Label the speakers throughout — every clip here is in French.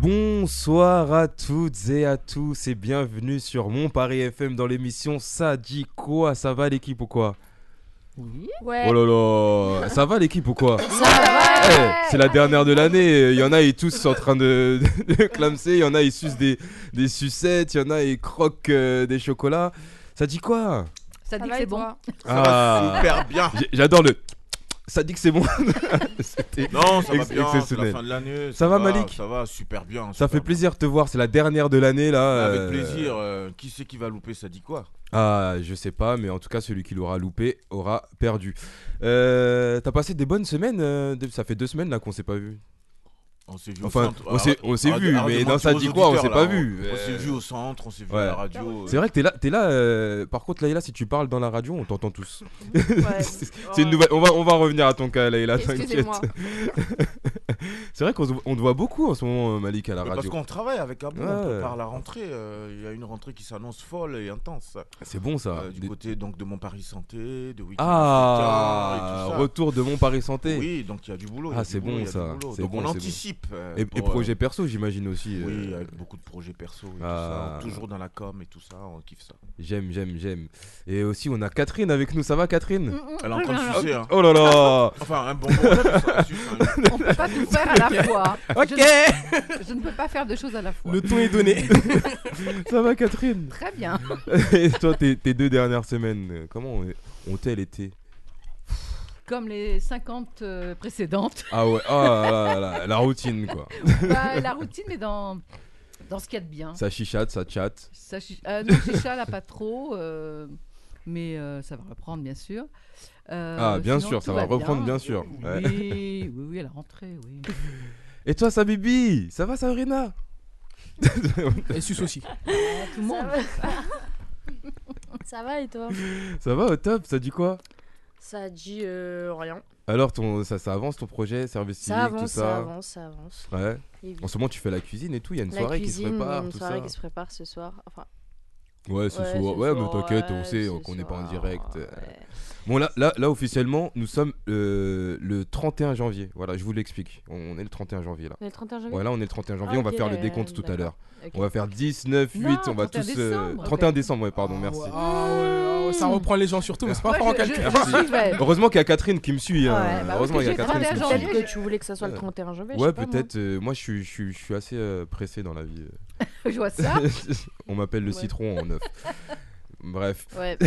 Speaker 1: Bonsoir à toutes et à tous et bienvenue sur Mon Paris FM dans l'émission Ça dit quoi Ça va l'équipe ou quoi
Speaker 2: Ouais.
Speaker 1: Oh là là Ça va l'équipe ou quoi
Speaker 2: Ça
Speaker 1: Eh, C'est la dernière de l'année, il y en a ils tous sont en train de, de clamser, il y en a ils sucent des, des sucettes, il y en a ils croquent euh, des chocolats. Ça dit quoi
Speaker 3: Ça dit
Speaker 2: va
Speaker 3: que
Speaker 2: et
Speaker 3: c'est bon.
Speaker 2: toi
Speaker 1: Ah.
Speaker 4: Super bien.
Speaker 1: J'ai- J'adore le... Ça dit que c'est bon C'était-
Speaker 4: Non, ça va
Speaker 1: Ex-
Speaker 4: bien, c'est
Speaker 1: exceptionnel.
Speaker 4: la fin de l'année.
Speaker 1: Ça va, Malik
Speaker 4: Ça va, super bien.
Speaker 1: Ça
Speaker 4: super
Speaker 1: fait plaisir de te voir, c'est la dernière de l'année là.
Speaker 4: bien. Avec
Speaker 1: euh,
Speaker 4: plaisir. euh, qui c'est qui va louper Ça dit quoi
Speaker 1: Ah, je sais pas, mais en tout cas, celui qui l'aura loupé aura perdu. Euh, T'as passé des bonnes semaines euh, de- Ça fait deux semaines là qu'on s'est pas vu.
Speaker 4: On s'est vu
Speaker 1: Enfin,
Speaker 4: au centre.
Speaker 1: on s'est-
Speaker 4: Arrête-
Speaker 1: on s'est
Speaker 4: arrête-
Speaker 1: vu,
Speaker 4: arrête
Speaker 1: mais
Speaker 4: de
Speaker 1: dans
Speaker 4: mentir
Speaker 1: ça
Speaker 4: aux
Speaker 1: dit quoi, on s'est
Speaker 4: auditeurs,
Speaker 1: pas
Speaker 4: là,
Speaker 1: vu.
Speaker 4: On, on s'est
Speaker 1: Euh,
Speaker 4: vu au centre, on s'est vu
Speaker 1: ouais.
Speaker 4: à la radio.
Speaker 1: C'est vrai que t'es là, t'es là. euh, par contre, Layla, si tu parles dans la radio, on t'entend tous.
Speaker 2: Ouais.
Speaker 1: C'est c'est une nouvelle. On va, on va revenir à ton cas, Layla. T'inquiète.
Speaker 2: Excusez-moi.
Speaker 1: C'est vrai qu'on se- on te voit beaucoup en ce moment, euh, Malik, à la
Speaker 4: Mais parce
Speaker 1: radio.
Speaker 4: qu'on travaille avec Abou,
Speaker 1: Ouais.
Speaker 4: on prépare la rentrée. euh, Il y a une rentrée qui s'annonce folle et intense.
Speaker 1: C'est bon ça.
Speaker 4: Euh, du
Speaker 1: Ah, Des-
Speaker 4: côté donc de Mon Paris Santé, de Week-end
Speaker 1: Ah,
Speaker 4: Africain et tout ça.
Speaker 1: retour de Mon Paris Santé.
Speaker 4: Oui, donc il y a du boulot. il y
Speaker 1: Ah,
Speaker 4: a du
Speaker 1: c'est
Speaker 4: boulot,
Speaker 1: bon,
Speaker 4: il y a du
Speaker 1: ça,
Speaker 4: boulot.
Speaker 1: c'est
Speaker 4: Donc
Speaker 1: bon,
Speaker 4: on
Speaker 1: c'est bon.
Speaker 4: anticipe. euh,
Speaker 1: Et, et
Speaker 4: pour, euh,
Speaker 1: projet perso, j'imagine aussi.
Speaker 4: Oui,
Speaker 1: euh,
Speaker 4: avec beaucoup de projets perso et
Speaker 1: Ah.
Speaker 4: tout ça. Toujours dans la com et tout ça, on kiffe ça.
Speaker 1: J'aime, j'aime, j'aime. Et aussi, on a Catherine avec nous. Ça va,
Speaker 2: Mm,
Speaker 1: Catherine
Speaker 4: Elle est en train de sucer, hein.
Speaker 1: Oh là là
Speaker 4: Enfin, un bonbon, ça suce, hein.
Speaker 2: On peut pas tout faire à la fois.
Speaker 5: Ok,
Speaker 2: Je ne peux pas faire deux choses à la fois.
Speaker 5: le ton est donné.
Speaker 1: Ça va, Catherine
Speaker 2: Très bien.
Speaker 1: Et toi, tes, tes deux dernières semaines, euh, comment on- ont-elles été
Speaker 2: Comme les 50 euh, précédentes.
Speaker 1: Ah ouais, ah là, là, là, la routine, quoi.
Speaker 2: Bah, la routine, mais dans, dans ce qu'il y a de bien.
Speaker 1: Ça chichate, ça chatte.
Speaker 2: Ça, chi- euh, non, chicha, là, pas trop. euh, mais euh, ça va reprendre, bien sûr. Euh,
Speaker 1: ah, bien
Speaker 2: sinon,
Speaker 1: sûr, ça
Speaker 2: tout
Speaker 1: va reprendre, bien,
Speaker 2: bien
Speaker 1: sûr. Ouais.
Speaker 2: Oui, oui, oui, à la rentrée, oui.
Speaker 1: Et toi, sa bibi Ça va, Sabrina
Speaker 5: Et suce aussi.
Speaker 2: Ah, tout le monde.
Speaker 3: Ça va et toi
Speaker 1: Ça va au top Ça dit quoi
Speaker 3: Ça dit euh, rien.
Speaker 1: Alors, ton, ça, ça avance ton projet, service civique,
Speaker 3: Ça
Speaker 1: tout
Speaker 3: avance, ça.
Speaker 1: ça
Speaker 3: avance, ça avance.
Speaker 1: Ouais.
Speaker 3: Et oui.
Speaker 1: En ce moment, tu fais la cuisine et tout. Il y a une
Speaker 3: La
Speaker 1: soirée
Speaker 3: cuisine,
Speaker 1: qui se prépare.
Speaker 3: une
Speaker 1: tout
Speaker 3: soirée
Speaker 1: ça.
Speaker 3: qui se prépare ce soir. Enfin,
Speaker 1: Ouais, ce
Speaker 3: ouais,
Speaker 1: soir.
Speaker 3: ce
Speaker 1: Ouais, mais
Speaker 3: soir,
Speaker 1: t'inquiète, on
Speaker 3: ouais,
Speaker 1: sait
Speaker 3: ce
Speaker 1: euh, qu'on n'est pas en
Speaker 3: soir,
Speaker 1: direct. euh.
Speaker 3: ouais.
Speaker 1: Bon, là, là, là, officiellement, nous sommes euh, le 31 janvier. Voilà, je vous l'explique. On est le 31 janvier, là.
Speaker 3: On est le 31 janvier
Speaker 1: Ouais, là, on est le 31 janvier.
Speaker 3: Ah,
Speaker 1: on va
Speaker 3: ok,
Speaker 1: faire le
Speaker 3: euh,
Speaker 1: décompte tout à l'heure.
Speaker 3: ok.
Speaker 1: On va faire 10, 9, 8.
Speaker 2: Non,
Speaker 1: on
Speaker 2: 31
Speaker 1: va tous. euh,
Speaker 2: décembre.
Speaker 1: 31 décembre, ouais, pardon, merci.
Speaker 5: Ah ouais, ah ouais, ça reprend les gens surtout, mais c'est pas fort en
Speaker 2: Moi, je, je,
Speaker 5: calcul.
Speaker 2: je suivais.
Speaker 1: Heureusement qu'il y a Catherine qui me suit. hein.
Speaker 2: Ouais, bah oui,
Speaker 1: Heureusement
Speaker 2: parce
Speaker 1: qu'il y a
Speaker 2: que j'ai
Speaker 1: Catherine qui me
Speaker 2: 31
Speaker 1: suit.
Speaker 3: Peut-être que tu voulais que ça soit le
Speaker 1: Ouais.
Speaker 3: 31 janvier. je
Speaker 1: Ouais,
Speaker 3: sais pas, moi.
Speaker 1: peut-être. euh, moi, je suis- je suis je suis assez euh, pressé dans la vie.
Speaker 2: Je vois ça.
Speaker 1: on m'appelle le
Speaker 3: Ouais.
Speaker 1: citron en neuf. Bref.
Speaker 3: Ouais.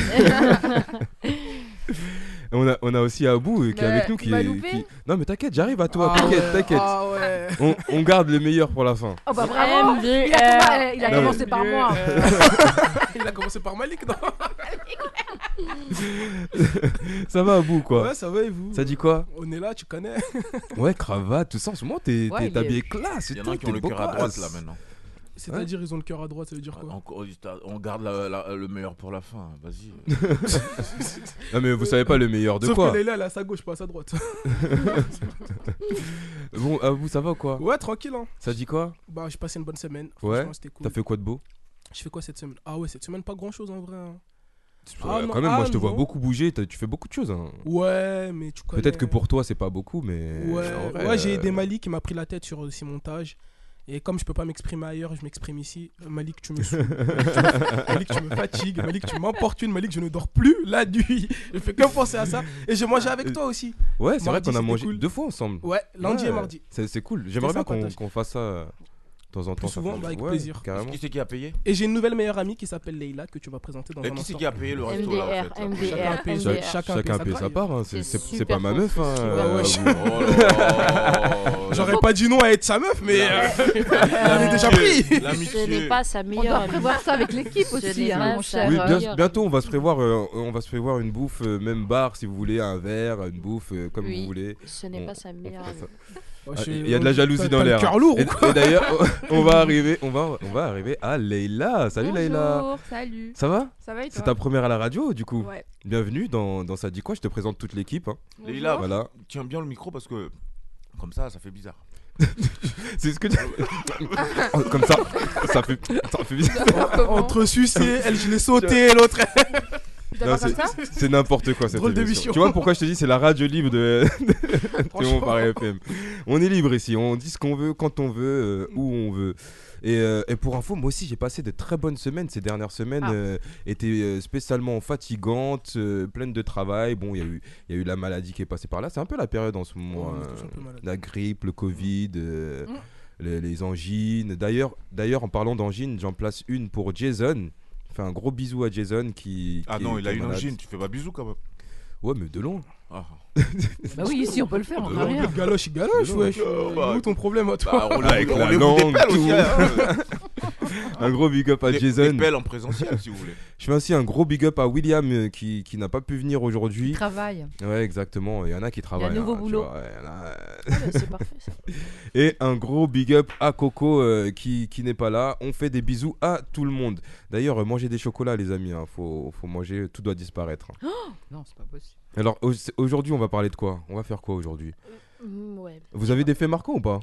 Speaker 1: On a, on a aussi Abou euh, qui est
Speaker 3: Mais
Speaker 1: avec nous.
Speaker 3: tu
Speaker 1: Qui,
Speaker 3: m'as
Speaker 1: est-
Speaker 3: loupé
Speaker 1: qui- Non, mais t'inquiète, j'arrive à toi.
Speaker 5: Ah
Speaker 1: t'inquiète,
Speaker 5: ouais,
Speaker 1: t'inquiète.
Speaker 5: Ah ouais.
Speaker 1: On, on garde le meilleur pour la fin.
Speaker 2: Oh, bah bravo.
Speaker 3: MDR.
Speaker 2: Il a, commen- il a
Speaker 1: Non, mais-
Speaker 2: commencé par moi.
Speaker 5: Il a commencé par Malik, non
Speaker 1: Ça va Abou quoi
Speaker 5: Ouais, ça va et vous
Speaker 1: Ça dit quoi
Speaker 5: On est là, tu connais.
Speaker 1: Ouais, cravate, tout ça. En ce moment, t'es
Speaker 2: Ouais,
Speaker 1: t'es
Speaker 2: il est-
Speaker 1: habillé classe. et
Speaker 4: Il y en
Speaker 1: tout,
Speaker 4: a qui ont
Speaker 1: t'es
Speaker 4: le
Speaker 1: beau
Speaker 4: cœur à droite
Speaker 1: gosse.
Speaker 4: là maintenant.
Speaker 5: C'est-à-dire, ils ont le cœur à droite, ça veut dire quoi
Speaker 4: On, on garde la- la- le meilleur pour la fin, hein. vas-y.
Speaker 1: Non, Ah, mais vous savez pas le meilleur de
Speaker 5: Sauf
Speaker 1: quoi
Speaker 5: que Leïla, elle est à sa gauche, pas à sa droite.
Speaker 1: Bon, Abou, ça va ou quoi
Speaker 5: Ouais, tranquille, hein.
Speaker 1: Ça dit quoi
Speaker 5: Bah, j'ai passé une bonne semaine.
Speaker 1: Ouais.
Speaker 5: Franchement, c'était cool.
Speaker 1: T'as fait quoi de beau
Speaker 5: Je fais quoi cette semaine Ah ouais, cette semaine, pas grand-chose en vrai. hein.
Speaker 1: Ouais,
Speaker 5: non,
Speaker 1: Quand même, moi,
Speaker 5: ah,
Speaker 1: je te vois
Speaker 5: non.
Speaker 1: beaucoup bouger. t'as- Tu fais beaucoup de choses. hein.
Speaker 5: Ouais, mais tu connais.
Speaker 1: Peut-être que pour toi, c'est pas beaucoup, mais. en
Speaker 5: Ouais,
Speaker 1: vrai,
Speaker 5: ouais j'ai
Speaker 1: euh,
Speaker 5: aidé Malik qui m'a pris la tête sur euh, ses montages. Et comme je peux pas m'exprimer ailleurs, je m'exprime ici. Euh, Malik, tu me saoules. Malik, tu me fatigues. Malik, tu m'importunes. Malik, je ne dors plus la nuit. Je fais que penser à ça. Et j'ai mangé avec toi aussi.
Speaker 1: Ouais, c'est vrai
Speaker 5: Mardi,
Speaker 1: qu'on a
Speaker 5: c'était
Speaker 1: mangé
Speaker 5: cool.
Speaker 1: deux fois ensemble.
Speaker 5: Ouais, lundi et
Speaker 1: Ouais,
Speaker 5: mardi.
Speaker 1: C'est c'est cool. J'aimerais bien
Speaker 5: sympa,
Speaker 1: qu'on
Speaker 5: t'as-
Speaker 1: qu'on fasse ça euh, de temps en temps.
Speaker 5: Plus
Speaker 1: ça
Speaker 5: souvent,
Speaker 1: fait-
Speaker 5: bah, avec
Speaker 1: ouais,
Speaker 5: plaisir.
Speaker 1: Carrément.
Speaker 4: qui c'est qui a payé
Speaker 5: Et j'ai une nouvelle meilleure amie qui s'appelle Leïla que tu vas présenter dans
Speaker 4: Et
Speaker 5: un
Speaker 4: Qui c'est
Speaker 5: instant.
Speaker 4: qui a payé le resto là
Speaker 3: MDR,
Speaker 4: en fait
Speaker 5: Chacun
Speaker 3: MDR,
Speaker 5: paye,
Speaker 3: MDR.
Speaker 5: chacun
Speaker 1: Chacun
Speaker 5: paye
Speaker 1: paye
Speaker 5: sa
Speaker 1: sa
Speaker 5: paye.
Speaker 1: part. hein, C'est
Speaker 3: C'est
Speaker 1: c'est- c'est
Speaker 3: super
Speaker 1: pas ma meuf. hein,
Speaker 3: constructif.
Speaker 1: euh,
Speaker 5: Ouais, ouais,
Speaker 1: vous-
Speaker 4: Oh là là.
Speaker 5: J'aurais pas dit non à être sa meuf, mais euh,
Speaker 4: hein.
Speaker 5: elle avait
Speaker 1: euh,
Speaker 5: déjà pris.
Speaker 3: Ce
Speaker 4: L'amitié.
Speaker 3: n'est pas sa
Speaker 2: On doit
Speaker 3: meilleure.
Speaker 2: prévoir ça avec l'équipe
Speaker 3: Ce
Speaker 2: aussi,
Speaker 3: n'est
Speaker 2: hein,
Speaker 3: pas
Speaker 2: mon
Speaker 3: ça.
Speaker 2: cher.
Speaker 1: Oui,
Speaker 3: euh,
Speaker 1: bien-
Speaker 3: hier.
Speaker 1: bientôt on va se prévoir, euh, on va se prévoir une bouffe, euh, même bar si vous voulez, un verre, une bouffe, euh, comme
Speaker 3: Oui.
Speaker 1: vous voulez.
Speaker 3: Ce n'est
Speaker 1: On-
Speaker 3: pas sa
Speaker 1: On
Speaker 3: meilleure.
Speaker 1: fera ça.
Speaker 5: Oh,
Speaker 1: Ah,
Speaker 5: je-
Speaker 1: Il y a de la
Speaker 5: oh,
Speaker 1: jalousie
Speaker 5: t'as-
Speaker 1: dans
Speaker 5: t'as le
Speaker 1: l'air.
Speaker 5: cœur lourd
Speaker 1: Et,
Speaker 5: ou quoi
Speaker 1: et d'ailleurs, on va arriver, on va, on va arriver à Leïla. Salut Leïla.
Speaker 6: Bonjour, salut.
Speaker 1: Ça va
Speaker 6: Ça va et
Speaker 1: C'est
Speaker 6: toi
Speaker 1: ta première à la radio, du coup.
Speaker 6: Ouais.
Speaker 1: Bienvenue dans, dans Ça dit quoi Je te présente toute l'équipe. hein.
Speaker 4: Leïla,
Speaker 6: Oh.
Speaker 1: Voilà.
Speaker 4: tiens bien le micro parce que comme ça, ça fait bizarre.
Speaker 1: C'est ce que tu. Oh, Comme ça, ça fait, ça fait bizarre.
Speaker 5: Entre sucer, elle, je l'ai sauté, l'autre, elle-
Speaker 1: Non,
Speaker 6: D'accord comme ça
Speaker 1: c'est- c'est n'importe quoi cette
Speaker 5: Drôle
Speaker 1: émission.
Speaker 5: d'émission.
Speaker 1: Tu vois pourquoi je te dis c'est la radio libre de, de Théon
Speaker 5: Franchement.
Speaker 1: par FM. On est libre ici, on dit ce qu'on veut, quand on veut, euh, où on veut. Et, euh, et pour info, moi aussi j'ai passé de très bonnes semaines. Ces dernières semaines
Speaker 2: Ah.
Speaker 1: euh, étaient euh, spécialement fatigantes, euh, pleines de travail. Bon, il y, a eu- il y a eu la maladie qui est passée par là. C'est un peu la période en ce moment.
Speaker 5: On est
Speaker 1: euh,
Speaker 5: tous un peu malades.
Speaker 1: la grippe, le Covid, euh,
Speaker 2: Mm.
Speaker 1: les, les angines. D'ailleurs, d'ailleurs, en parlant d'angines, j'en place une pour Jason. Fais un gros bisou à Jason qui.
Speaker 4: Ah
Speaker 1: qui
Speaker 4: non,
Speaker 1: est-
Speaker 4: il a
Speaker 1: qui est
Speaker 4: une
Speaker 1: malade.
Speaker 4: angine, tu fais pas bisou quand même.
Speaker 1: Ouais, mais de long.
Speaker 4: Ah.
Speaker 2: Bah oui, ici on peut le faire, on
Speaker 5: Un
Speaker 2: n'a
Speaker 5: peu
Speaker 2: rien.
Speaker 5: de galoche, il galoche,
Speaker 1: Non,
Speaker 5: wesh.
Speaker 4: non, bah,
Speaker 5: Où ton problème à toi
Speaker 4: Bah, roulez-
Speaker 1: Avec la
Speaker 4: roulez-vous
Speaker 1: langue,
Speaker 4: des pelles
Speaker 1: tout.
Speaker 4: aussi. hein.
Speaker 1: Un gros big up à
Speaker 4: Des-
Speaker 1: Jason.
Speaker 4: Des pelles en présentiel si vous voulez.
Speaker 1: Je fais aussi un gros big up à William euh, qui, qui n'a pas pu venir
Speaker 2: Il
Speaker 1: aujourd'hui.
Speaker 2: travaille.
Speaker 1: Ouais, exactement. Il y en a qui travaillent. hein,
Speaker 2: nouveau
Speaker 1: tu
Speaker 2: boulot.
Speaker 1: vois, il y en a, euh,
Speaker 3: Ah, bah, c'est parfait ça.
Speaker 1: Et un gros big up à Coco euh, qui, qui n'est pas là. On fait des bisous à tout le monde. D'ailleurs, euh, mangez des chocolats, les amis. hein. Faut, faut manger, tout doit disparaître. hein.
Speaker 2: Non, c'est pas possible.
Speaker 1: Alors, au- aujourd'hui, on va parler de quoi On va faire quoi aujourd'hui
Speaker 3: Mm, ouais.
Speaker 1: Vous avez des faits marquants ou pas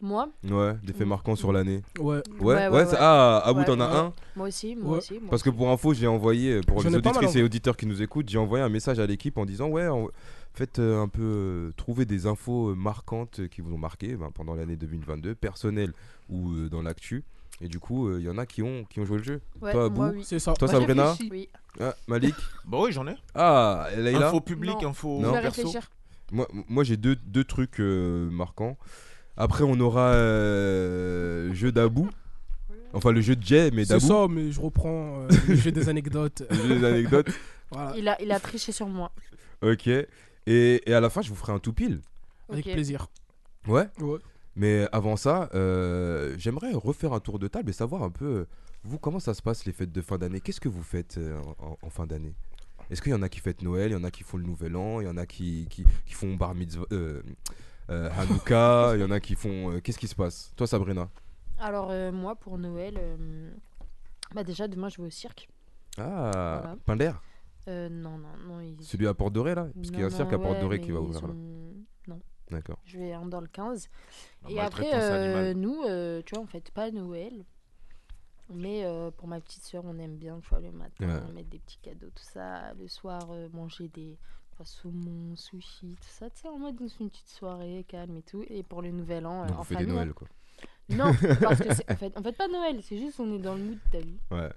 Speaker 3: Moi
Speaker 1: Ouais, des faits
Speaker 3: Mm.
Speaker 1: marquants sur l'année.
Speaker 5: Ouais.
Speaker 1: Ouais, ouais,
Speaker 3: Ouais, ouais,
Speaker 1: ça-
Speaker 3: ouais.
Speaker 1: Ah, Abou,
Speaker 3: Ouais.
Speaker 1: t'en as
Speaker 5: Ouais.
Speaker 1: un
Speaker 3: Moi aussi, moi
Speaker 5: Ouais.
Speaker 3: aussi. Moi.
Speaker 1: Parce que pour info, j'ai envoyé, euh, pour
Speaker 5: J'en
Speaker 1: les
Speaker 5: ai pas mal
Speaker 1: auditrices et
Speaker 5: envoyé.
Speaker 1: auditeurs qui nous écoutent, j'ai envoyé un message à l'équipe en disant Ouais, en- faites euh, un peu. euh, trouver des infos euh, marquantes euh, qui vous ont marqué ben, pendant l'année 2022, personnelles ou euh, dans l'actu. Et du coup, il y en a qui ont, qui ont joué le jeu.
Speaker 3: Ouais,
Speaker 1: toi,
Speaker 3: moi,
Speaker 1: Abou
Speaker 3: oui.
Speaker 5: C'est ça.
Speaker 1: Toi,
Speaker 2: Moi, j'ai
Speaker 1: Sabrina
Speaker 2: réfléchi.
Speaker 3: Oui.
Speaker 1: Ah, Malik
Speaker 4: Bah oui, j'en ai.
Speaker 1: Ah, Leïla
Speaker 4: Info public,
Speaker 3: Non.
Speaker 4: info
Speaker 3: Je vais
Speaker 4: perso.
Speaker 3: réfléchir.
Speaker 1: Moi, moi j'ai deux, deux trucs euh, marquants. Après, on aura euh, jeu d'Abou. Enfin, le jeu de Jay, mais
Speaker 5: C'est
Speaker 1: d'Abou.
Speaker 5: ça, mais je reprends. euh, le jeu des anecdotes. euh,
Speaker 1: Le jeu des anecdotes.
Speaker 5: Voilà,
Speaker 3: Il a, il a triché sur moi.
Speaker 1: Ok. Et, et à la fin, je vous ferai un tout pile.
Speaker 5: avec
Speaker 3: Ok.
Speaker 5: plaisir.
Speaker 1: Ouais.
Speaker 5: Ouais.
Speaker 1: Mais avant ça, euh, j'aimerais refaire un tour de table et savoir un peu, euh, vous, comment ça se passe les fêtes de fin d'année Qu'est-ce que vous faites euh, en, en fin d'année Est-ce qu'il y en a qui fêtent Noël, il y en a qui font le Nouvel An, il y en a qui, qui, qui font Bar Mitzvah, euh, euh, Hanouka, il y en a qui font. euh, Qu'est-ce qui se passe Toi, Sabrina
Speaker 3: Alors, euh, moi, pour Noël, euh, bah déjà, demain, je vais au cirque.
Speaker 1: Ah,
Speaker 3: Voilà.
Speaker 1: Pinder
Speaker 3: Euh, non, non, non. il-
Speaker 1: Celui à Porte Dorée, là Parce qu'il y a un
Speaker 3: non,
Speaker 1: cirque à
Speaker 3: non,
Speaker 1: Porte
Speaker 3: ouais,
Speaker 1: Dorée qui
Speaker 3: mais
Speaker 1: va
Speaker 3: ils
Speaker 1: ouvrir, là.
Speaker 3: sont-
Speaker 1: D'accord.
Speaker 3: Je vais en dans le 15.
Speaker 4: La
Speaker 3: Et après,
Speaker 4: maltraitance
Speaker 3: euh,
Speaker 4: animale.
Speaker 3: nous, euh, tu vois, on fête pas Noël. Mais euh, pour ma petite soeur, on aime bien, tu vois, le matin,
Speaker 1: Ouais.
Speaker 3: mettre des petits cadeaux, tout ça. Le soir, euh, manger des tu vois, saumons, sushis, tout ça. Tu sais, en mode on se fait une petite soirée calme et tout. Et pour le nouvel an, euh,
Speaker 1: Donc,
Speaker 3: en
Speaker 1: vous fêtez
Speaker 3: famille.
Speaker 1: Noël, quoi.
Speaker 3: Non, parce que c'est- en fait, en fait pas Noël, c'est juste on est dans le mood, t'as vu.
Speaker 1: Ouais.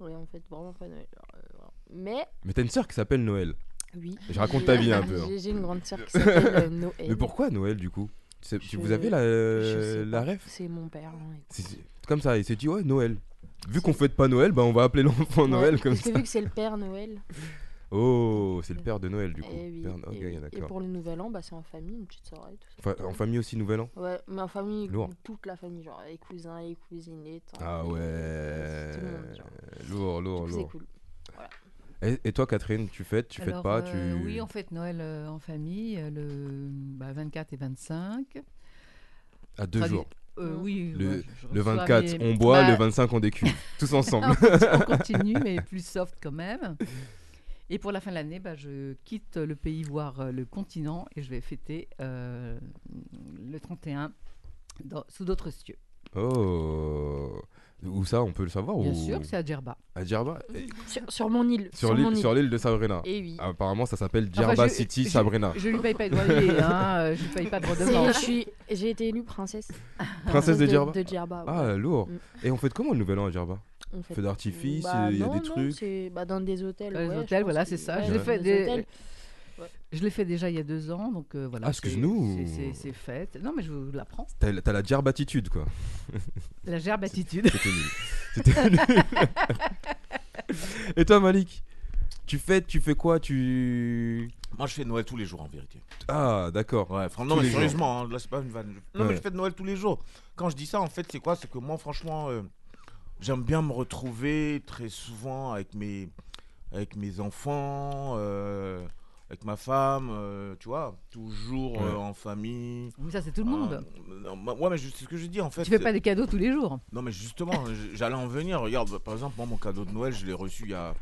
Speaker 3: Ouais, en fait, vraiment pas Noël. Alors, euh, voilà. Mais,
Speaker 1: Mais t'as une sœur qui s'appelle Noël.
Speaker 3: oui.
Speaker 1: Je raconte ta vie un peu, hein.
Speaker 3: J'ai j'ai une grande soeur qui s'appelle euh, Noël.
Speaker 1: Mais pourquoi Noël, du coup Tu sais-
Speaker 3: Je-
Speaker 1: Vous avez la,
Speaker 3: Je sais
Speaker 1: la
Speaker 3: pas.
Speaker 1: ref
Speaker 3: C'est mon père. hein, écoute.
Speaker 1: C'est- c'est comme ça, il s'est dit ouais Noël. Vu qu'on fête pas Noël, bah on va appeler l'enfant Noël
Speaker 3: Ouais,
Speaker 1: comme
Speaker 3: parce
Speaker 1: ça.
Speaker 3: que vu que c'est le père Noël.
Speaker 1: Oh, c'est le père de Noël du coup.
Speaker 3: Eh oui,
Speaker 1: Père-
Speaker 3: eh
Speaker 1: ok,
Speaker 3: oui. Et
Speaker 1: d'accord.
Speaker 3: pour le nouvel an, bah, c'est en famille, une petite soirée, tout ça.
Speaker 1: Enfin, en famille aussi Nouvel An.
Speaker 3: Ouais, mais en famille,
Speaker 1: Lourd.
Speaker 3: toute la famille, genre les cousins, les cousines, les tantes.
Speaker 1: Ah
Speaker 3: les-
Speaker 1: ouais.
Speaker 3: c'est tout le monde, genre.
Speaker 1: Lourd, lourd,
Speaker 3: Donc, C'est
Speaker 1: lourd.
Speaker 3: cool.
Speaker 1: Et, et toi Catherine, tu fêtes, tu fêtes
Speaker 2: Alors,
Speaker 1: pas,
Speaker 2: euh,
Speaker 1: tu.
Speaker 2: Oui, on fête Noël euh, en famille, euh, le bah, 24 et 25.
Speaker 1: À deux
Speaker 2: Tradu-
Speaker 1: jours.
Speaker 2: Euh,
Speaker 3: Mm.
Speaker 2: oui,
Speaker 1: Le-
Speaker 2: ouais, je- je
Speaker 1: Le
Speaker 2: reçois
Speaker 1: 24,
Speaker 2: mes-
Speaker 1: on boit,
Speaker 2: Bah,
Speaker 1: le 25, on décuve. Tous ensemble.
Speaker 2: on continue, mais plus soft quand même. Et pour la fin de l'année, bah, je quitte le pays, voire euh, le continent, et je vais fêter euh, le 31 dans- sous d'autres cieux.
Speaker 1: oh. Où ça, on peut le savoir
Speaker 2: Bien
Speaker 1: ou...
Speaker 2: sûr, c'est à Djerba.
Speaker 1: À Djerba Eh,
Speaker 3: Sur, sur mon île.
Speaker 1: Sur
Speaker 3: mon
Speaker 1: l'île
Speaker 3: île.
Speaker 1: sur l'île de Sabrina.
Speaker 2: Eh
Speaker 3: Et oui.
Speaker 1: Apparemment, ça s'appelle
Speaker 2: Enfin,
Speaker 1: Djerba
Speaker 2: je-
Speaker 1: City
Speaker 2: je-
Speaker 1: Sabrina.
Speaker 2: Je lui paye pas de loyer, hein, euh, je lui paye pas de
Speaker 3: C'est-
Speaker 2: redevance.
Speaker 3: je suis- J'ai été élue princesse.
Speaker 1: Princesse de Djerba
Speaker 3: Ah, De Djerba. ouais.
Speaker 1: Ah, lourd.
Speaker 3: Mm.
Speaker 1: Et on fête comment le Nouvel An à Djerba
Speaker 3: On fait-
Speaker 1: Feu d'artifice,
Speaker 3: Bah,
Speaker 1: il y a
Speaker 3: non,
Speaker 1: des
Speaker 3: non,
Speaker 1: trucs.
Speaker 3: c'est- bah, dans des hôtels.
Speaker 2: Dans les
Speaker 3: ouais, je
Speaker 2: hôtels,
Speaker 3: pense
Speaker 2: voilà,
Speaker 3: que-
Speaker 2: c'est ça.
Speaker 3: ouais,
Speaker 2: Je l'ai
Speaker 3: dans
Speaker 2: fait
Speaker 3: des
Speaker 2: des-
Speaker 3: hôtels.
Speaker 2: Je l'ai fait déjà il y a deux ans, donc euh, voilà.
Speaker 1: Ah,
Speaker 2: c'est-
Speaker 1: excuse-nous.
Speaker 2: c'est- C'est fête. Non, mais je vous l'apprends.
Speaker 1: T'as t'as la gerbatitude quoi.
Speaker 2: La gerbe attitude.
Speaker 1: C'était nul. C'était nul. Et toi Malik Tu fêtes, tu fais quoi Tu.
Speaker 4: Moi je fais Noël tous les jours en vérité.
Speaker 1: Ah d'accord.
Speaker 4: Ouais, franchement,
Speaker 1: Tous
Speaker 4: non,
Speaker 1: les
Speaker 4: mais
Speaker 1: jours.
Speaker 4: sérieusement, hein, là c'est pas une vanne. Je- Non,
Speaker 1: Ouais.
Speaker 4: mais je fête Noël tous les jours. Quand je dis ça, en fait, c'est quoi C'est que moi, franchement, euh, j'aime bien me retrouver très souvent avec mes, avec mes enfants, euh, avec ma femme, euh, tu vois, toujours
Speaker 1: Ouais.
Speaker 4: euh, en famille.
Speaker 2: Mais ça, c'est tout le
Speaker 1: Ah,
Speaker 2: monde.
Speaker 4: Euh, non, bah, ouais, mais je- c'est ce que je dis en fait.
Speaker 2: Tu fais pas des cadeaux tous les jours.
Speaker 4: Non, mais justement, j- j'allais en venir. Regarde, bah, par exemple, moi, mon cadeau de Noël, je l'ai reçu il y a,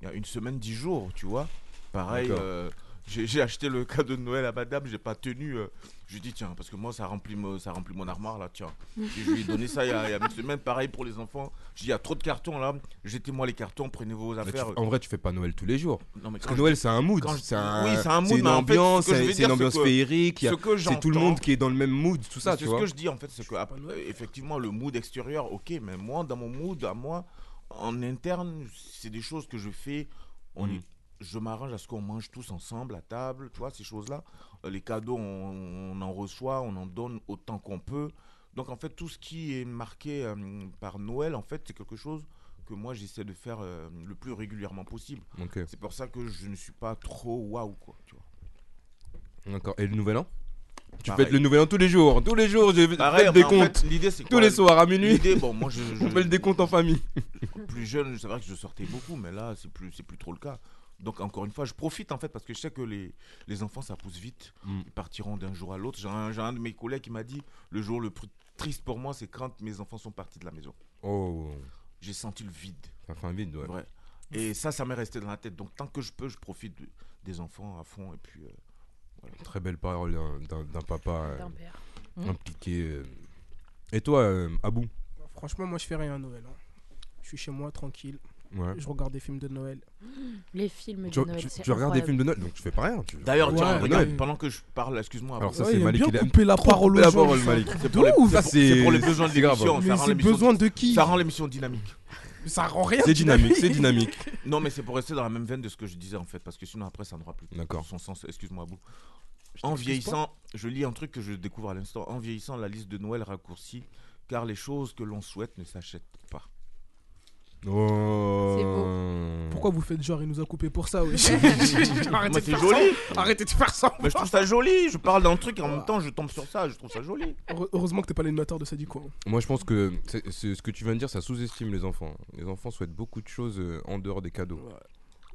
Speaker 4: il y a une semaine, dix jours, tu vois. Pareil,
Speaker 1: D'accord.
Speaker 4: euh, j'ai j'ai acheté le cadeau de Noël à madame, j'ai pas tenu. euh, je lui ai dit, tiens, parce que moi, ça remplit, mo- ça remplit mon armoire, là, tiens. Et je lui ai donné ça il y, a, il y a une semaine, pareil pour les enfants. J'ai dit, il y a trop de cartons, là. Jetez-moi les cartons, prenez vos
Speaker 1: Mais tu-
Speaker 4: affaires.
Speaker 1: en vrai, tu fais pas Noël tous les jours.
Speaker 4: Non, mais
Speaker 1: Parce que Noël, c'est un mood.
Speaker 4: euh, quand je-
Speaker 1: C'est un-
Speaker 4: oui, c'est un mood,
Speaker 1: une
Speaker 4: mais en fait, ce que
Speaker 1: ambiance,
Speaker 4: je veux
Speaker 1: c'est
Speaker 4: dire,
Speaker 1: c'est une
Speaker 4: c'est
Speaker 1: ambiance
Speaker 4: que-
Speaker 1: féerique. il y a-
Speaker 4: ce que
Speaker 1: C'est tout le monde
Speaker 4: j'entends-
Speaker 1: qui est dans le même mood, tout ça,
Speaker 4: Parce
Speaker 1: tu
Speaker 4: que ce
Speaker 1: vois.
Speaker 4: que je dis en fait, c'est que
Speaker 5: pas
Speaker 4: ap-
Speaker 5: Noël.
Speaker 4: effectivement le mood extérieur, ok, mais moi dans mon mood, à moi, en interne, c'est des choses que je fais. On
Speaker 1: Mm.
Speaker 4: est- je m'arrange à ce qu'on mange tous ensemble à table, tu vois ces choses-là. Euh, les cadeaux, on, on en reçoit, on en donne autant qu'on peut. Donc en fait, tout ce qui est marqué euh, par Noël, en fait, c'est quelque chose que moi j'essaie de faire euh, le plus régulièrement possible.
Speaker 1: Ok,
Speaker 4: C'est pour ça que je ne suis pas trop waouh quoi. Tu vois.
Speaker 1: d'accord. Et le nouvel an Tu
Speaker 4: Pareil.
Speaker 1: fêtes le nouvel an tous les jours. Tous les jours, je
Speaker 4: Pareil,
Speaker 1: fais des
Speaker 4: mais en fait,
Speaker 1: comptes.
Speaker 4: L'idée c'est
Speaker 1: Tous
Speaker 4: quoi
Speaker 1: les soirs à minuit,
Speaker 4: L'idée, bon, moi je, je,
Speaker 1: on fait des comptes en famille.
Speaker 4: plus jeune, c'est vrai que je sortais beaucoup, mais là, c'est plus, c'est plus trop le cas. Donc, encore une fois, je profite en fait parce que je sais que les, les enfants, ça pousse vite.
Speaker 1: Mm.
Speaker 4: Ils partiront d'un jour à l'autre. J'ai un, j'ai un de mes collègues qui m'a dit le jour le plus triste pour moi, c'est quand mes enfants sont partis de la maison.
Speaker 1: Oh,
Speaker 4: J'ai senti le vide,
Speaker 1: ça fait un vide, ouais.
Speaker 4: vrai. Et ça, ça m'est resté dans la tête. Donc, tant que je peux, je profite de- des enfants à fond. Et puis, euh,
Speaker 1: Très belle parole d'un- d'un d'un papa euh,
Speaker 3: D'un père.
Speaker 2: Mm.
Speaker 1: impliqué. euh. Et toi, euh, Abou
Speaker 5: Franchement, moi, je fais rien à Noël. hein. Je suis chez moi, tranquille.
Speaker 1: Ouais.
Speaker 5: Je regarde des films de Noël.
Speaker 3: Les films
Speaker 1: Tu,
Speaker 3: de Noël.
Speaker 1: tu-
Speaker 3: c'est
Speaker 1: tu regardes des
Speaker 3: incroyable.
Speaker 1: films de Noël, donc tu fais pas rien. tu-
Speaker 4: D'ailleurs,
Speaker 5: Ouais,
Speaker 4: tiens,
Speaker 5: ouais.
Speaker 4: regarde, pendant que je parle, excuse-moi.
Speaker 1: Alors
Speaker 4: Abou,
Speaker 1: ça,
Speaker 5: Ouais,
Speaker 1: c'est
Speaker 5: il aime
Speaker 1: Malik,
Speaker 5: bien
Speaker 1: il a-
Speaker 5: couper la parole aux
Speaker 1: la
Speaker 5: gens,
Speaker 1: parole,
Speaker 5: c'est un
Speaker 1: Malik.
Speaker 5: truc
Speaker 4: c'est
Speaker 5: de
Speaker 4: pour, les,
Speaker 5: ouf.
Speaker 4: c'est-
Speaker 1: Ça, c'est-
Speaker 4: c'est pour les besoins de
Speaker 1: c'est grave. hein.
Speaker 4: l'émission. Ça,
Speaker 5: Mais
Speaker 4: rend
Speaker 5: c'est
Speaker 4: l'émission-
Speaker 5: besoin de qui
Speaker 4: ça rend l'émission dynamique.
Speaker 5: Ça rend rien.
Speaker 1: C'est dynamique, c'est dynamique.
Speaker 4: Non, mais c'est pour rester dans la même veine de ce que je disais en fait, parce que sinon après ça n'aura plus
Speaker 1: D'accord.
Speaker 4: son sens. Excuse-moi, Abou. En vieillissant, je lis un truc que je découvre à l'instant. En vieillissant, la liste de Noël raccourcie, car les choses que l'on souhaite ne s'achètent pas.
Speaker 1: Oh.
Speaker 3: C'est
Speaker 5: Pourquoi vous faites genre, il nous a coupé pour ça, wesh
Speaker 4: Mais
Speaker 5: Arrêtez de
Speaker 4: c'est
Speaker 5: faire
Speaker 4: joli
Speaker 5: ça. Arrêtez de faire ça.
Speaker 4: Mais je trouve ça joli Je parle d'un truc et en même temps je tombe sur ça, je trouve ça joli
Speaker 5: Heure- Heureusement que t'es pas l'animateur de ça du coin.
Speaker 1: Moi, je pense que c'est- c'est- ce que tu viens de dire, ça sous-estime les enfants. Les enfants souhaitent beaucoup de choses euh, en dehors des cadeaux.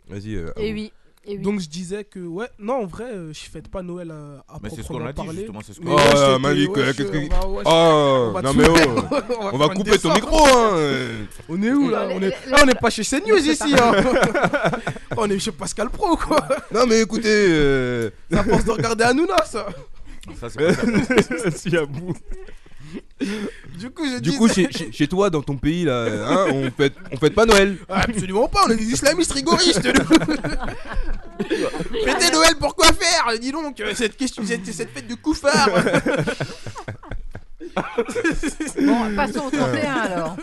Speaker 1: Vas-y. euh,
Speaker 6: Eh
Speaker 3: Et
Speaker 1: Abou.
Speaker 3: Eh oui. Et oui.
Speaker 5: Donc je disais que ouais, non en vrai, euh, je fête pas Noël à, à
Speaker 4: Mais c'est ce qu'on
Speaker 5: proprement
Speaker 4: a dit
Speaker 5: parler.
Speaker 4: justement, c'est ce que.
Speaker 5: Mais
Speaker 1: Oh,
Speaker 5: wesh,
Speaker 1: là,
Speaker 5: c'était- bah,
Speaker 1: Malik,
Speaker 5: wesh,
Speaker 1: euh, qu'est-ce que-
Speaker 5: on va- wesh,
Speaker 1: Oh,
Speaker 5: on va
Speaker 1: non
Speaker 5: te
Speaker 1: mais
Speaker 5: soulever,
Speaker 1: oh,
Speaker 5: on
Speaker 1: on va
Speaker 5: prendre
Speaker 1: couper
Speaker 5: des
Speaker 1: ton
Speaker 5: sortes.
Speaker 1: micro. hein, euh.
Speaker 5: On est où là
Speaker 3: Non,
Speaker 5: on
Speaker 3: les-
Speaker 5: est...
Speaker 3: les-
Speaker 5: là, on n'est pas chez CNews
Speaker 3: c'est
Speaker 5: ici hein. On est chez Pascal Pro quoi
Speaker 1: Non mais écoutez, euh,
Speaker 5: Ça pense de regarder Hanouna ça
Speaker 4: Ça, c'est pas ça.
Speaker 1: si Abou.
Speaker 5: Du coup je
Speaker 1: Du
Speaker 5: dis
Speaker 1: coup, chez, chez- chez toi, dans ton pays là, hein, on fête, on fête pas Noël.
Speaker 5: Ah, Absolument pas, on est des islamistes rigoristes nous. Fêtez Noël pour quoi faire Dis donc, euh, cette, question, cette, cette fête de couffard
Speaker 2: Bon, passons au 31
Speaker 1: Ah.
Speaker 2: alors.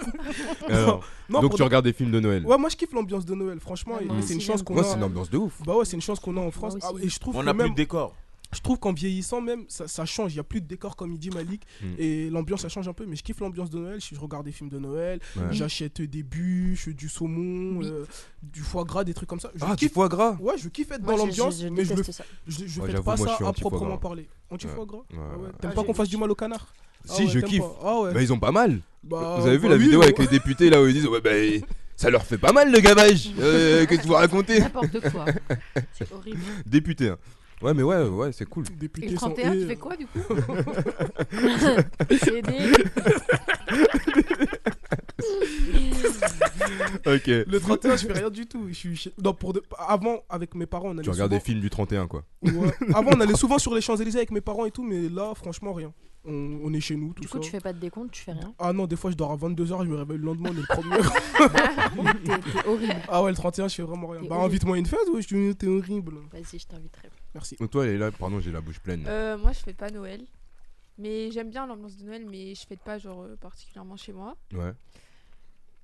Speaker 1: Alors,
Speaker 5: Non,
Speaker 1: Euh, donc
Speaker 5: pour
Speaker 1: tu
Speaker 5: de-
Speaker 1: regardes des films de Noël.
Speaker 5: Ouais moi je kiffe l'ambiance de Noël franchement,
Speaker 3: Ouais, Ah,
Speaker 5: et-
Speaker 3: moi
Speaker 5: mais c'est
Speaker 3: aussi,
Speaker 5: une chance
Speaker 3: j'aime
Speaker 5: qu'on
Speaker 1: Moi, c'est
Speaker 5: a.
Speaker 1: une ambiance de ouf.
Speaker 5: Bah ouais, c'est une chance qu'on a en France.
Speaker 3: aussi.
Speaker 5: Ah, et je trouve
Speaker 4: On
Speaker 5: que
Speaker 4: n'a
Speaker 5: même-
Speaker 4: plus de décor.
Speaker 5: je trouve qu'en vieillissant même ça, ça change il y a plus de décor comme il dit Malik
Speaker 1: Mm.
Speaker 5: et l'ambiance ça change un peu mais je kiffe l'ambiance de Noël je, je regarde des films de Noël
Speaker 1: Ouais.
Speaker 5: j'achète des bûches du saumon
Speaker 3: Oui.
Speaker 5: euh, du foie gras des trucs comme ça je
Speaker 1: Ah, du
Speaker 5: kiffe
Speaker 1: foie gras.
Speaker 5: ouais je kiffe être
Speaker 3: Moi,
Speaker 5: dans
Speaker 3: je-
Speaker 5: l'ambiance
Speaker 3: je- je
Speaker 5: mais je le
Speaker 3: déteste ça.
Speaker 5: je, je
Speaker 1: Ouais,
Speaker 5: fais
Speaker 1: j'avoue,
Speaker 5: pas
Speaker 1: moi, je
Speaker 5: ça
Speaker 1: suis
Speaker 5: à
Speaker 1: anti foie
Speaker 5: proprement
Speaker 1: gras.
Speaker 5: parler anti foie
Speaker 1: Ouais.
Speaker 5: gras
Speaker 1: Ouais,
Speaker 5: Ah ouais,
Speaker 1: ouais.
Speaker 5: t'aimes
Speaker 3: Ah,
Speaker 5: pas
Speaker 3: je
Speaker 5: qu'on fasse
Speaker 3: kiffe.
Speaker 5: du mal au canard Ah
Speaker 1: Si
Speaker 5: ouais,
Speaker 1: je
Speaker 5: t'aimes
Speaker 1: kiffe.
Speaker 5: pas. ah ouais
Speaker 1: Bah ils ont pas mal.
Speaker 5: Bah,
Speaker 1: Vous avez vu
Speaker 5: bah
Speaker 1: la
Speaker 5: oui,
Speaker 1: vidéo
Speaker 5: mais
Speaker 1: avec les députés là où ils disent ouais bah ça leur fait pas mal le gavage. Euh, Qu'est-ce que vous racontez
Speaker 2: N'importe quoi.
Speaker 3: C'est horrible.
Speaker 1: Député. hein. Ouais mais ouais ouais c'est cool.
Speaker 5: les
Speaker 2: Et
Speaker 5: députés
Speaker 2: le
Speaker 5: sont
Speaker 2: 31, tu
Speaker 5: et-
Speaker 2: fais quoi du coup
Speaker 3: C'est des-
Speaker 1: Ok.
Speaker 5: le 31 je fais rien du tout je suis chez- non pour de... avant avec mes parents on allait
Speaker 1: Tu regardes
Speaker 5: souvent-
Speaker 1: des films du 31 quoi.
Speaker 5: Ouais. Avant, on allait souvent sur les Champs-Élysées avec mes parents et tout, mais là, franchement, rien. On, on est chez nous, tout
Speaker 3: Du coup,
Speaker 5: ça.
Speaker 3: tu fais pas de décompte, tu fais rien.
Speaker 5: Ah non, des fois, je dors à 22h, je me réveille le lendemain, on est le premier.
Speaker 3: T'es t'es horrible.
Speaker 5: ah ouais, le 31, je fais vraiment rien.
Speaker 3: T'es
Speaker 5: Bah,
Speaker 3: horrible.
Speaker 5: invite-moi à une fête, ouais, je te- t'es horrible.
Speaker 3: Vas-y, je t'inviterai.
Speaker 5: Merci.
Speaker 1: Donc, Oh, Toi elle est là pardon j'ai la bouche pleine.
Speaker 6: Euh, moi, je fête pas Noël. Mais j'aime bien l'ambiance de Noël, mais je fête pas genre euh, particulièrement chez moi.
Speaker 5: Euh,
Speaker 1: Ouais.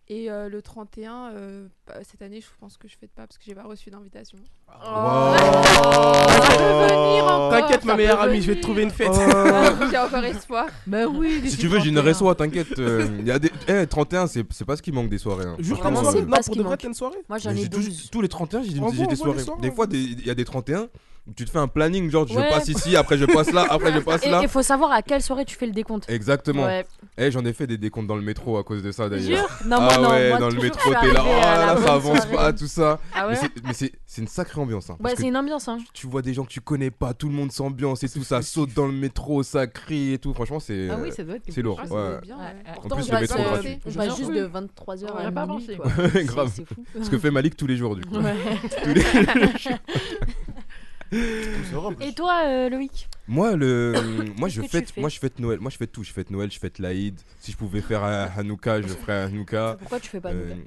Speaker 6: Et euh, le 31, euh, bah, cette année, je pense que je fête pas parce que j'ai pas reçu d'invitation.
Speaker 5: Oh.
Speaker 4: Oh.
Speaker 3: Oh,
Speaker 5: T'inquiète, ma meilleure amie, je vais te trouver une fête.
Speaker 6: Ah, j'ai encore espoir.
Speaker 2: Mais oui,
Speaker 1: Si
Speaker 2: d'ici
Speaker 1: tu veux j'ai une
Speaker 2: 31.
Speaker 1: réseau t'inquiète. euh, y a des... Eh 31 c'est c'est pas ce qui manque des soirées. hein.
Speaker 5: Jure t'as une
Speaker 3: Vraiment,
Speaker 5: soirée
Speaker 3: c'est
Speaker 5: Non,
Speaker 3: pas ce
Speaker 5: pour
Speaker 3: qui
Speaker 5: de vrai,
Speaker 3: manque.
Speaker 5: t'as une soirée
Speaker 3: Moi, j'en
Speaker 1: Mais
Speaker 3: ai
Speaker 1: j'ai tous-
Speaker 3: 12.
Speaker 1: Tous les 31 j'ai des,
Speaker 5: Envoie,
Speaker 1: j'ai des
Speaker 5: envoie
Speaker 1: soirées.
Speaker 5: les soirées.
Speaker 1: Des fois des- il y a des 31 où tu te fais un planning genre je
Speaker 3: Ouais.
Speaker 1: passe ici après je passe là après je passe
Speaker 3: Et
Speaker 1: là.
Speaker 3: il faut savoir à quelle soirée tu fais le décompte.
Speaker 1: Exactement.
Speaker 3: Ouais.
Speaker 1: Eh, j'en ai fait des décomptes dans le métro à cause de ça d'ailleurs.
Speaker 3: Jure Non,
Speaker 1: ah
Speaker 3: moi, non,
Speaker 1: ouais,
Speaker 3: moi,
Speaker 1: dans le
Speaker 3: toujours,
Speaker 1: métro,
Speaker 3: je suis
Speaker 1: t'es là,
Speaker 3: arrivée à la
Speaker 1: ah là, ça
Speaker 3: bonne
Speaker 1: avance
Speaker 3: soirée.
Speaker 1: pas, tout ça.
Speaker 3: Ah
Speaker 1: Mais
Speaker 3: ouais
Speaker 1: c'est- Mais c'est c'est une sacrée ambiance. Hein, parce
Speaker 3: Ouais,
Speaker 1: que
Speaker 3: c'est une ambiance, hein.
Speaker 1: tu vois des gens que tu connais pas, tout le monde s'ambiance et tout, ça saute dans le métro, ça crie et tout. Franchement, c'est.
Speaker 2: Ah
Speaker 1: euh,
Speaker 2: oui, ça doit être quelque
Speaker 1: c'est lourd.
Speaker 6: Ah,
Speaker 2: chose.
Speaker 6: ça
Speaker 1: Ouais.
Speaker 6: doit être bien,
Speaker 2: Ouais,
Speaker 6: ouais.
Speaker 2: ouais.
Speaker 1: En plus,
Speaker 3: on
Speaker 1: le
Speaker 3: passe,
Speaker 1: métro
Speaker 3: euh,
Speaker 1: gratuit.
Speaker 3: On passe juste
Speaker 2: Genre,
Speaker 3: de 23h
Speaker 2: on y
Speaker 3: à
Speaker 2: a pas
Speaker 3: minuit,
Speaker 2: pensé.
Speaker 3: quoi. C'est-
Speaker 1: Grave.
Speaker 3: C'est fou.
Speaker 1: Ce que fait Malik tous les jours, du coup.
Speaker 3: Ouais.
Speaker 4: C'est vrai, en plus.
Speaker 3: Et toi, euh, Loïc
Speaker 1: Moi, le, moi,
Speaker 3: Qu'est-ce
Speaker 1: je
Speaker 3: que tu
Speaker 1: fête,
Speaker 3: fais
Speaker 1: moi, je fête Noël. Moi, je fête tout. Je fête Noël, je fête l'Aïd. Si je pouvais faire un Hanouka, je ferais un Hanouka.
Speaker 3: Pourquoi tu fais pas de
Speaker 1: Euh,
Speaker 3: nouvelles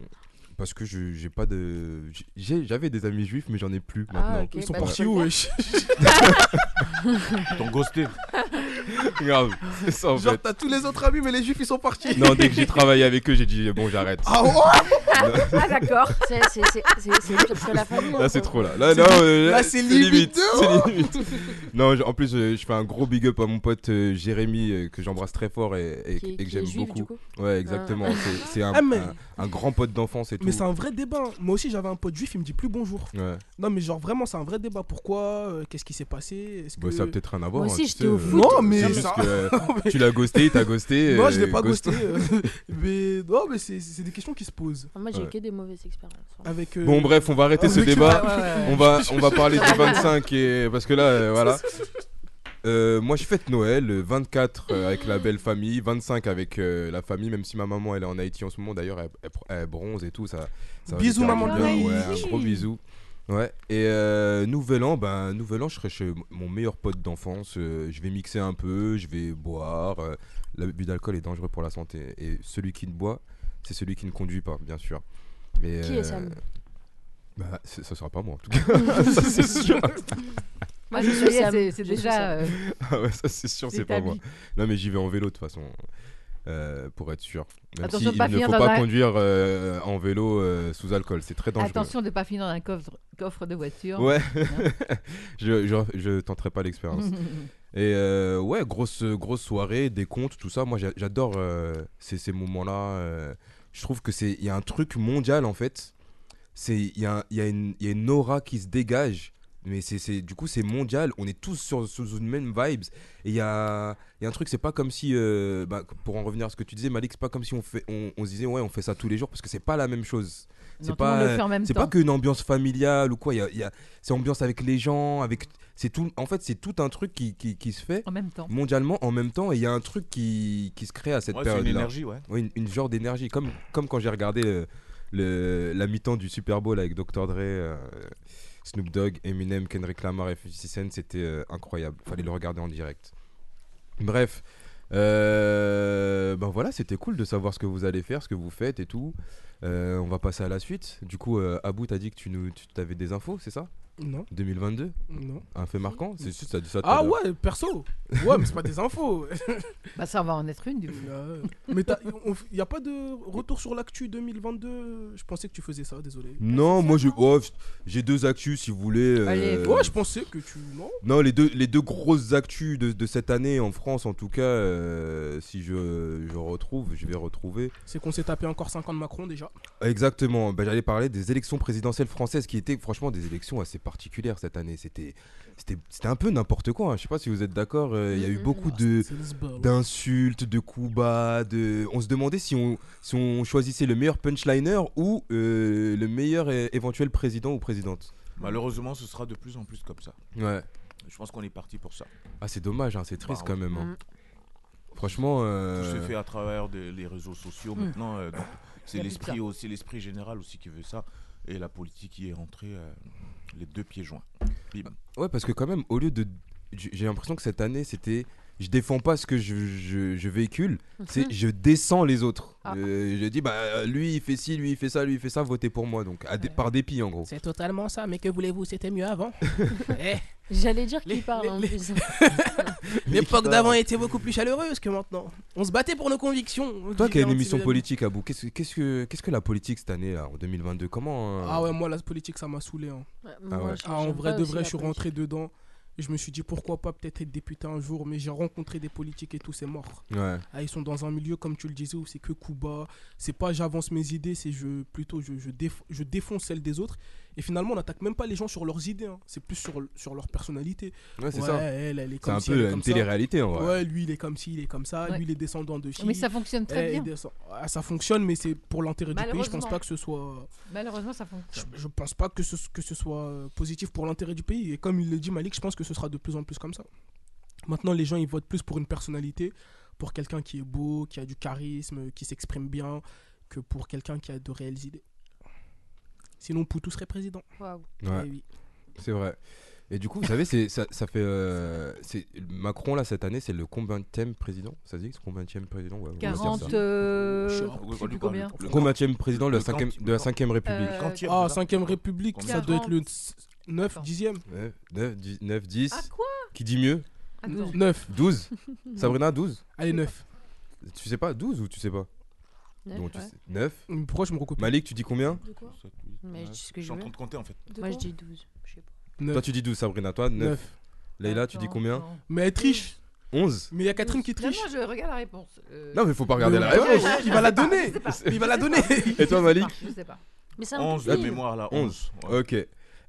Speaker 1: parce que je, j'ai pas de, j'ai, j'avais des amis juifs, mais j'en ai plus
Speaker 3: Ah,
Speaker 1: maintenant.
Speaker 3: ok.
Speaker 5: Ils sont
Speaker 3: bah,
Speaker 5: partis
Speaker 3: tu
Speaker 5: où wesh
Speaker 4: Ils t'ont ghosté.
Speaker 1: Grave, c'est ça en
Speaker 5: Genre,
Speaker 1: fait.
Speaker 5: t'as tous les autres amis, mais les juifs, ils sont partis.
Speaker 1: Non, dès que j'ai travaillé avec eux, j'ai dit bon, j'arrête.
Speaker 5: Ah ouais
Speaker 2: Ah d'accord.
Speaker 3: vois, c'est- c'est- c'est- C'est c'est pire que la famille.
Speaker 1: Là,
Speaker 3: hein,
Speaker 1: c'est
Speaker 3: quoi.
Speaker 1: trop là. Là, là, euh,
Speaker 5: là,
Speaker 1: là,
Speaker 5: c'est limite de
Speaker 1: C'est limite. non, je- en plus, euh, je fais un gros big up à mon pote euh, Jérémy euh, que j'embrasse très fort et, et-
Speaker 3: Qui est- qui
Speaker 1: et que
Speaker 3: est
Speaker 1: j'aime
Speaker 3: juif,
Speaker 1: beaucoup.
Speaker 3: du coup.
Speaker 1: Ouais, exactement. C'est, c'est un,
Speaker 5: Ah, mais-
Speaker 1: un- un grand pote d'enfance et tout.
Speaker 5: Mais c'est un vrai débat. hein. Moi aussi, j'avais un pote juif, il me dit plus bonjour.
Speaker 1: Ouais.
Speaker 5: Non, mais genre, vraiment, c'est un vrai débat. Pourquoi Euh, Qu'est-ce qui s'est passé Est-ce
Speaker 1: Bah,
Speaker 5: que-
Speaker 1: ça a peut-être rien à voir.
Speaker 3: aussi,
Speaker 1: hein, tu
Speaker 3: j'étais
Speaker 1: sais,
Speaker 3: au
Speaker 1: euh,
Speaker 3: foot.
Speaker 5: Non, mais
Speaker 1: c'est
Speaker 5: ça-
Speaker 1: juste que
Speaker 5: Non, mais-
Speaker 1: tu l'as ghosté, t'as ghosté.
Speaker 5: Moi,
Speaker 1: euh,
Speaker 5: je l'ai pas
Speaker 1: ghoste.
Speaker 5: ghosté. euh, mais non, mais c'est c'est des questions qui se posent.
Speaker 3: Moi, j'ai
Speaker 1: Ouais.
Speaker 3: eu que des mauvaises expériences. hein.
Speaker 5: Avec, euh,
Speaker 1: Bon, bref, on va arrêter
Speaker 5: Ah,
Speaker 1: ce
Speaker 5: oui,
Speaker 1: débat.
Speaker 2: Ouais, ouais, ouais.
Speaker 1: On va, on va parler des 25 et parce que là, euh, voilà. Euh, moi, je fête Noël, euh, 24 euh, avec la belle famille, 25 avec euh, la famille, même si ma maman elle est en Haïti en ce moment d'ailleurs, elle, elle- elle bronze et tout. Ça, ça va
Speaker 5: Bisous,
Speaker 1: lui faire
Speaker 5: maman
Speaker 1: du
Speaker 5: de
Speaker 1: bien.
Speaker 5: Haïti.
Speaker 1: Ouais, un gros bisou. Ouais, et euh, nouvel an, ben nouvel an, je serai chez mon meilleur pote d'enfance. euh, je vais mixer un peu, je vais boire. euh, L'abus d'alcool est dangereux pour la santé. Et celui qui ne boit, c'est celui qui ne conduit pas, bien sûr. Et, euh,
Speaker 3: Qui est Sam
Speaker 1: bah, ce ce sera pas moi en tout cas. ça c'est sûr.
Speaker 2: Moi,
Speaker 3: Ah,
Speaker 2: je
Speaker 3: je
Speaker 2: suis
Speaker 3: suis
Speaker 2: c'est-
Speaker 3: Sam.
Speaker 2: C'est
Speaker 3: Je suis
Speaker 2: déjà.
Speaker 3: Sam.
Speaker 2: euh,
Speaker 1: Ah ouais, ça c'est sûr, c'est pas moi.
Speaker 2: établi.
Speaker 1: Non mais j'y vais en vélo de toute façon. euh, pour être sûr. Même
Speaker 2: Attention
Speaker 1: si
Speaker 2: de
Speaker 1: il
Speaker 2: pas
Speaker 1: ne
Speaker 2: finir
Speaker 1: faut
Speaker 2: dans
Speaker 1: pas
Speaker 2: un-
Speaker 1: conduire euh, en vélo euh, sous alcool, c'est très dangereux.
Speaker 2: Attention de ne pas finir dans un coffre, coffre de voiture.
Speaker 1: Ouais, je, je, je tenterai pas l'expérience.
Speaker 2: Mm.
Speaker 1: Et euh, ouais, grosse, grosse soirée, des comptes, tout ça. Moi, j'a- j'adore euh, ces, ces moments-là. euh. je trouve que c'est, il y a un truc mondial en fait. C'est, il y a, un- il y a une, il y a une aura qui se dégage. Mais c'est, c'est- du coup, c'est mondial. On est tous sur, sous une même vibes. Et il y a, il y a un truc. C'est pas comme si, euh, bah, pour en revenir à ce que tu disais, Malik, c'est pas comme si on fait, on, on se disait ouais, on fait ça tous les jours parce que c'est pas la même chose.
Speaker 2: C'est
Speaker 1: C'est
Speaker 2: pas.
Speaker 1: pas,
Speaker 2: le fait en même
Speaker 1: C'est
Speaker 2: temps.
Speaker 1: pas qu'une ambiance familiale ou quoi. il y a- il y a, c'est ambiance avec les gens, avec, c'est tout. En fait, c'est tout un truc qui, qui, qui se fait
Speaker 2: En même temps.
Speaker 1: mondialement en même temps et il y a un truc qui, qui se crée à cette
Speaker 4: Ouais, c'est une
Speaker 1: période-là.
Speaker 4: énergie, ouais.
Speaker 1: Ouais, Une, une genre d'énergie, comme, comme quand j'ai regardé le, le- la mi-temps du Super Bowl avec Dr. oh, Dre, euh, Snoop Dogg, Eminem, Kendrick Lamar et 50 Cent, c'était euh, incroyable. Fallait le regarder en direct. Bref, euh, ben voilà, c'était cool de savoir ce que vous allez faire, ce que vous faites et tout. Euh, on va passer à la suite. Du coup, euh, Abou, t'as dit que tu nous, tu avais des infos, c'est ça
Speaker 5: Non,
Speaker 1: 2022,
Speaker 5: non.
Speaker 1: un fait marquant. C'est juste, t'as dit ça. tout à
Speaker 5: Ah
Speaker 1: l'heure.
Speaker 5: ouais, perso. Ouais, mais c'est pas des infos.
Speaker 2: Bah, ça, on va en être une du coup.
Speaker 5: Euh, mais t'as- on f- y a pas de retour sur l'actu 2022. Je pensais que tu faisais ça, désolé.
Speaker 1: Non, moi j'ai oh, pff, j'ai deux actus si vous voulez. euh,
Speaker 2: Allez.
Speaker 5: Ouais, je pensais que tu. Non.
Speaker 1: Non, les deux, les deux grosses actus de, de cette année en France, en tout cas, euh, si je, je retrouve, je vais retrouver.
Speaker 5: C'est qu'on s'est tapé encore 5 ans de Macron déjà.
Speaker 1: Exactement, bah, j'allais parler des élections présidentielles françaises qui étaient franchement des élections assez particulières cette année. C'était c'était- c'était un peu n'importe quoi, hein. je sais pas si vous êtes d'accord, euh, il y a eu beaucoup
Speaker 5: Ah,
Speaker 1: de
Speaker 5: c'est Lisbonne.
Speaker 1: d'insultes, de coups bas, de... on se demandait si on, si on choisissait le meilleur punchliner ou euh, le meilleur euh, éventuel président ou présidente.
Speaker 4: Malheureusement, ce sera de plus en plus comme ça.
Speaker 1: Ouais.
Speaker 4: Je pense qu'on est parti pour ça.
Speaker 1: Ah c'est dommage, hein, c'est triste
Speaker 4: Bah,
Speaker 1: quand même. hein. Franchement...
Speaker 4: Tout
Speaker 1: euh,
Speaker 4: se fait à travers des- les réseaux sociaux
Speaker 2: Mm.
Speaker 4: maintenant. euh, donc, c'est
Speaker 2: Y a plus de
Speaker 4: l'esprit
Speaker 2: ça.
Speaker 4: aussi, l'esprit général aussi qui veut ça. Et la politique y est rentrée euh, les deux pieds joints. Bim.
Speaker 1: Ouais, parce que quand même, au lieu de. j- J'ai l'impression que cette année, c'était. Je défends pas ce que je, je- je véhicule,
Speaker 5: Mhm.
Speaker 1: c'est je descends les autres.
Speaker 2: Ah.
Speaker 1: Euh, je dis, bah lui il fait ci, lui il fait ça, lui il fait ça, votez pour moi. Donc, à dé-
Speaker 2: Ouais.
Speaker 1: par dépit en gros.
Speaker 5: C'est totalement ça, mais que voulez-vous, c'était mieux avant. Eh,
Speaker 3: J'allais dire qu'il
Speaker 5: Les-
Speaker 3: parle
Speaker 5: les-
Speaker 3: en
Speaker 5: les-
Speaker 3: plus.
Speaker 5: L'époque d'avant était beaucoup plus chaleureuse que maintenant. On se battait pour nos convictions.
Speaker 1: Toi qui as une
Speaker 5: Différentes,
Speaker 1: émission
Speaker 5: évidemment.
Speaker 1: politique à bout, qu'est-ce qu'est-ce que qu'est-ce que la politique cette année là, en 2022 Comment. euh,
Speaker 5: Ah ouais, moi la politique ça m'a saoulé. hein.
Speaker 3: Ouais,
Speaker 1: Ah
Speaker 3: moi,
Speaker 1: ouais.
Speaker 3: je-
Speaker 5: Ah, en
Speaker 3: j'aime
Speaker 5: vrai
Speaker 3: pas
Speaker 5: de
Speaker 3: aussi
Speaker 5: vrai,
Speaker 3: la
Speaker 5: je suis
Speaker 3: politique.
Speaker 5: rentré dedans. Et je me suis dit pourquoi pas peut-être être député un jour, mais j'ai rencontré des politiques et tout, c'est mort.
Speaker 1: Ouais.
Speaker 5: Ah, ils sont dans un milieu, comme tu le disais, où c'est que coup bas. C'est pas j'avance mes idées, c'est je, plutôt je, je, déf- je défonce celles des autres. Et finalement, on n'attaque même pas les gens sur leurs idées, hein. c'est plus sur, le- sur leur personnalité.
Speaker 1: Ouais, c'est
Speaker 5: Ouais,
Speaker 1: ça.
Speaker 5: elle, elle est
Speaker 1: C'est
Speaker 5: comme
Speaker 1: un
Speaker 5: ci, elle est
Speaker 1: peu
Speaker 5: comme
Speaker 1: une
Speaker 5: ça.
Speaker 1: télé-réalité en
Speaker 5: Ouais.
Speaker 1: vrai.
Speaker 5: lui, il est comme ci, il est comme ça.
Speaker 2: Ouais.
Speaker 5: Lui, il est descendant de chi.
Speaker 2: Mais ça fonctionne très
Speaker 5: Eh, il
Speaker 2: bien.
Speaker 5: descend- Ah, ça fonctionne, mais c'est pour l'intérêt du pays. Je pense
Speaker 2: Malheureusement.
Speaker 5: pas que ce soit.
Speaker 2: Malheureusement, ça
Speaker 5: Je,
Speaker 2: fonctionne.
Speaker 5: je pense pas que ce, que ce soit euh, positif pour l'intérêt du pays. Et comme il le dit Malik, je pense que ce sera de plus en plus comme ça. Maintenant, les gens, ils votent plus pour une personnalité, pour quelqu'un qui est beau, qui a du charisme, qui s'exprime bien, que pour quelqu'un qui a de réelles idées. Sinon, Poutou serait président.
Speaker 3: Waouh.
Speaker 1: Ouais.
Speaker 5: Eh oui.
Speaker 1: C'est vrai. Et du coup, vous savez, c'est, ça, ça fait. euh, c'est, Macron, là, cette année, c'est le combienième président Ça se dit que c'est combienième président ouais, on va dire ça.
Speaker 2: 40. euh,
Speaker 5: Je sais
Speaker 2: je
Speaker 5: pas.
Speaker 4: Ouais,
Speaker 2: sais
Speaker 4: lui,
Speaker 2: plus
Speaker 4: quand
Speaker 2: combien.
Speaker 4: le- le-
Speaker 1: Combienième président de la
Speaker 4: Le
Speaker 1: cinquième-
Speaker 4: quanti-
Speaker 1: de la 5ème République.
Speaker 2: Euh,
Speaker 4: Quantième,
Speaker 5: Ah,
Speaker 4: c'est ça
Speaker 5: 5ème République, ça
Speaker 4: Combien
Speaker 5: doit être le 9,
Speaker 2: Attends.
Speaker 5: 10e.
Speaker 3: Euh.
Speaker 1: 9, 10, 9, 10.
Speaker 2: Ah quoi
Speaker 1: Qui dit mieux
Speaker 2: Attends.
Speaker 5: 9.
Speaker 1: 12 Sabrina, 12
Speaker 5: Allez, 9.
Speaker 1: Tu sais pas 12 ou tu sais pas
Speaker 3: Neuf,
Speaker 1: Donc, tu
Speaker 3: ouais.
Speaker 1: sais- 9
Speaker 5: Pourquoi je me recoupe
Speaker 1: Malik, tu dis combien
Speaker 6: De quoi
Speaker 4: Sept, huit,
Speaker 3: Mais je
Speaker 4: neuf.
Speaker 3: dis ce que
Speaker 4: Je suis
Speaker 3: je
Speaker 4: en
Speaker 3: veux.
Speaker 4: train de compter en fait.
Speaker 6: De
Speaker 3: Moi, je
Speaker 6: quoi
Speaker 3: dis 12. Je sais pas.
Speaker 5: 9.
Speaker 1: Toi, tu dis 12, Sabrina. Toi, 9. Leïla, tu dis
Speaker 2: Attends,
Speaker 1: combien
Speaker 2: attends.
Speaker 5: Mais elle triche.
Speaker 1: 11
Speaker 5: Mais il y a Catherine qui
Speaker 2: Non,
Speaker 5: triche.
Speaker 2: non, je regarde la réponse. Euh,
Speaker 1: Non, mais faut pas regarder
Speaker 5: Mais
Speaker 1: la
Speaker 5: ouais,
Speaker 1: réponse.
Speaker 5: ouais, Il va la
Speaker 2: Je sais pas,
Speaker 5: donner.
Speaker 2: je sais pas.
Speaker 5: Il va la donner.
Speaker 1: Et toi, Malik
Speaker 2: Je sais pas.
Speaker 3: Mais c'est un
Speaker 4: 11
Speaker 3: peu
Speaker 4: de
Speaker 3: pire.
Speaker 4: mémoire là,
Speaker 1: 11.
Speaker 4: 11.
Speaker 1: Ok.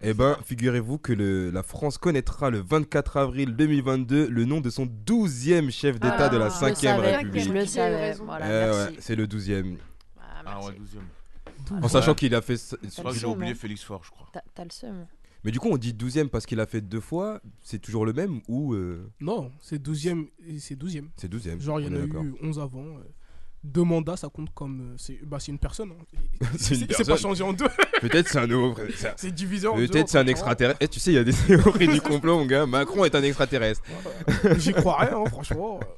Speaker 1: Eh ben, figurez-vous que le- la France connaîtra le 24 avril 2022 le nom de son 12e chef d'État
Speaker 2: Ah,
Speaker 1: de la
Speaker 2: je
Speaker 1: 5e
Speaker 3: savais,
Speaker 1: République.
Speaker 3: Je
Speaker 6: Tu as
Speaker 3: le
Speaker 6: eu
Speaker 3: savais.
Speaker 6: raison.
Speaker 3: Voilà,
Speaker 1: Eh ouais,
Speaker 3: Ah bah, merci.
Speaker 1: c'est le 12e.
Speaker 3: Ah,
Speaker 4: Ah
Speaker 3: merci.
Speaker 4: ouais, 12 e
Speaker 1: En sachant
Speaker 4: Ouais.
Speaker 1: qu'il a fait. ce-
Speaker 4: Je crois que j'ai
Speaker 3: Maximum,
Speaker 4: oublié
Speaker 3: hein.
Speaker 4: Félix Faure, je crois.
Speaker 3: T'as- T'as le seum.
Speaker 1: Mais du coup, on dit 12e parce qu'il a fait deux fois. C'est toujours le même ou euh,
Speaker 5: Non, c'est 12e. et C'est 12e.
Speaker 1: c'est 12e
Speaker 5: Genre, il y
Speaker 1: on
Speaker 5: en
Speaker 1: est
Speaker 5: a
Speaker 1: d'accord.
Speaker 5: eu 11 avant. euh, Deux mandats, ça compte comme. euh, C'est bah, c'est une personne. hein.
Speaker 1: C'est
Speaker 5: C'est-
Speaker 1: une
Speaker 5: C'est pas
Speaker 1: personne.
Speaker 5: changé en deux.
Speaker 1: Peut-être c'est un nouveau président. C'est un-
Speaker 5: C'est divisé en deux.
Speaker 1: Peut-être c'est un extraterrestre. Eh, tu sais, il y a des théories du complot, mon gars. Macron est un extraterrestre.
Speaker 5: J'y croirais, hein, franchement.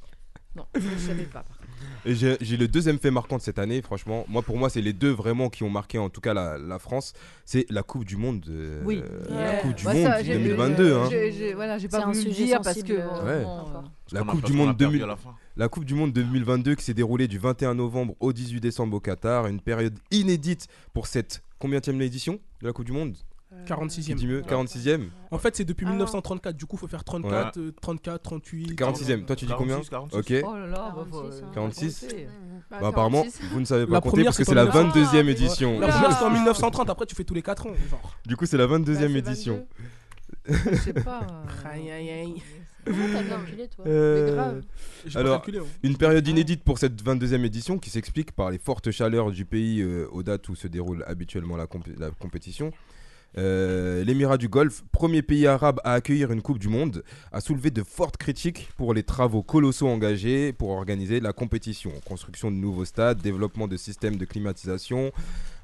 Speaker 2: Non, je ne savais pas. par contre.
Speaker 1: Et j'ai j'ai le deuxième fait marquant de cette année, franchement. Moi, pour moi, c'est les deux vraiment qui ont marqué, en tout cas, la, la France. C'est la Coupe du Monde. euh,
Speaker 2: Oui.
Speaker 1: La
Speaker 2: Yeah.
Speaker 1: Coupe du
Speaker 2: Moi,
Speaker 1: Monde
Speaker 2: ça, j'ai-
Speaker 1: 2022. hein.
Speaker 2: j'ai- j'ai- voilà, j'ai
Speaker 3: C'est
Speaker 2: pas
Speaker 3: un
Speaker 2: voulu le
Speaker 3: sujet
Speaker 2: dire parce que.
Speaker 3: sensible, euh,
Speaker 1: Ouais.
Speaker 2: vraiment,
Speaker 1: La
Speaker 4: Parce qu'on a-
Speaker 1: Coupe
Speaker 4: parce
Speaker 1: du
Speaker 4: qu'on a
Speaker 1: Monde
Speaker 4: perdu
Speaker 1: 2000
Speaker 4: à la fin.
Speaker 1: La Coupe du Monde 2022 qui s'est déroulée du 21 novembre au 18 décembre au Qatar, une période inédite pour cette combienième édition de la Coupe du Monde
Speaker 3: Euh,
Speaker 5: 46e.
Speaker 1: Qui dit mieux 46e
Speaker 5: En fait, c'est depuis
Speaker 3: Ah.
Speaker 5: 1934. Du coup, faut faire 34, euh, 34, 38.
Speaker 1: 46e. Toi, tu dis combien
Speaker 4: 46, 46.
Speaker 1: Ok.
Speaker 2: euh, Oh là là, bah,
Speaker 3: 46,
Speaker 2: bah,
Speaker 3: hein.
Speaker 1: 46.
Speaker 2: raconter.
Speaker 3: Mmh.
Speaker 6: Bah,
Speaker 1: Bah, apparemment,
Speaker 6: 46.
Speaker 1: vous ne savez pas
Speaker 5: La
Speaker 1: compter
Speaker 5: première,
Speaker 1: parce que
Speaker 5: c'est
Speaker 1: c'est la
Speaker 5: en
Speaker 1: 22e
Speaker 6: Ah,
Speaker 1: édition.
Speaker 5: La
Speaker 2: Oula.
Speaker 5: première, c'était en 1930. Après, tu fais tous les 4 ans. Genre.
Speaker 1: Du coup, c'est la
Speaker 6: Bah,
Speaker 1: 22e
Speaker 6: c'est
Speaker 1: édition.
Speaker 6: 22.
Speaker 2: Je sais pas. euh,
Speaker 5: Aïe, aïe, aïe.
Speaker 3: Comment t'as calculé, toi
Speaker 1: Euh,
Speaker 6: Mais grave.
Speaker 5: J'ai pas
Speaker 1: Alors,
Speaker 5: calculé, hein.
Speaker 1: Une période inédite pour cette 22e édition qui s'explique par les fortes chaleurs du pays euh, aux dates où se déroule habituellement la, compé- la compétition. Euh, L'Émirat du Golfe, premier pays arabe à accueillir une Coupe du Monde, a soulevé de fortes critiques pour les travaux colossaux engagés pour organiser la compétition. Construction de nouveaux stades, développement de systèmes de climatisation,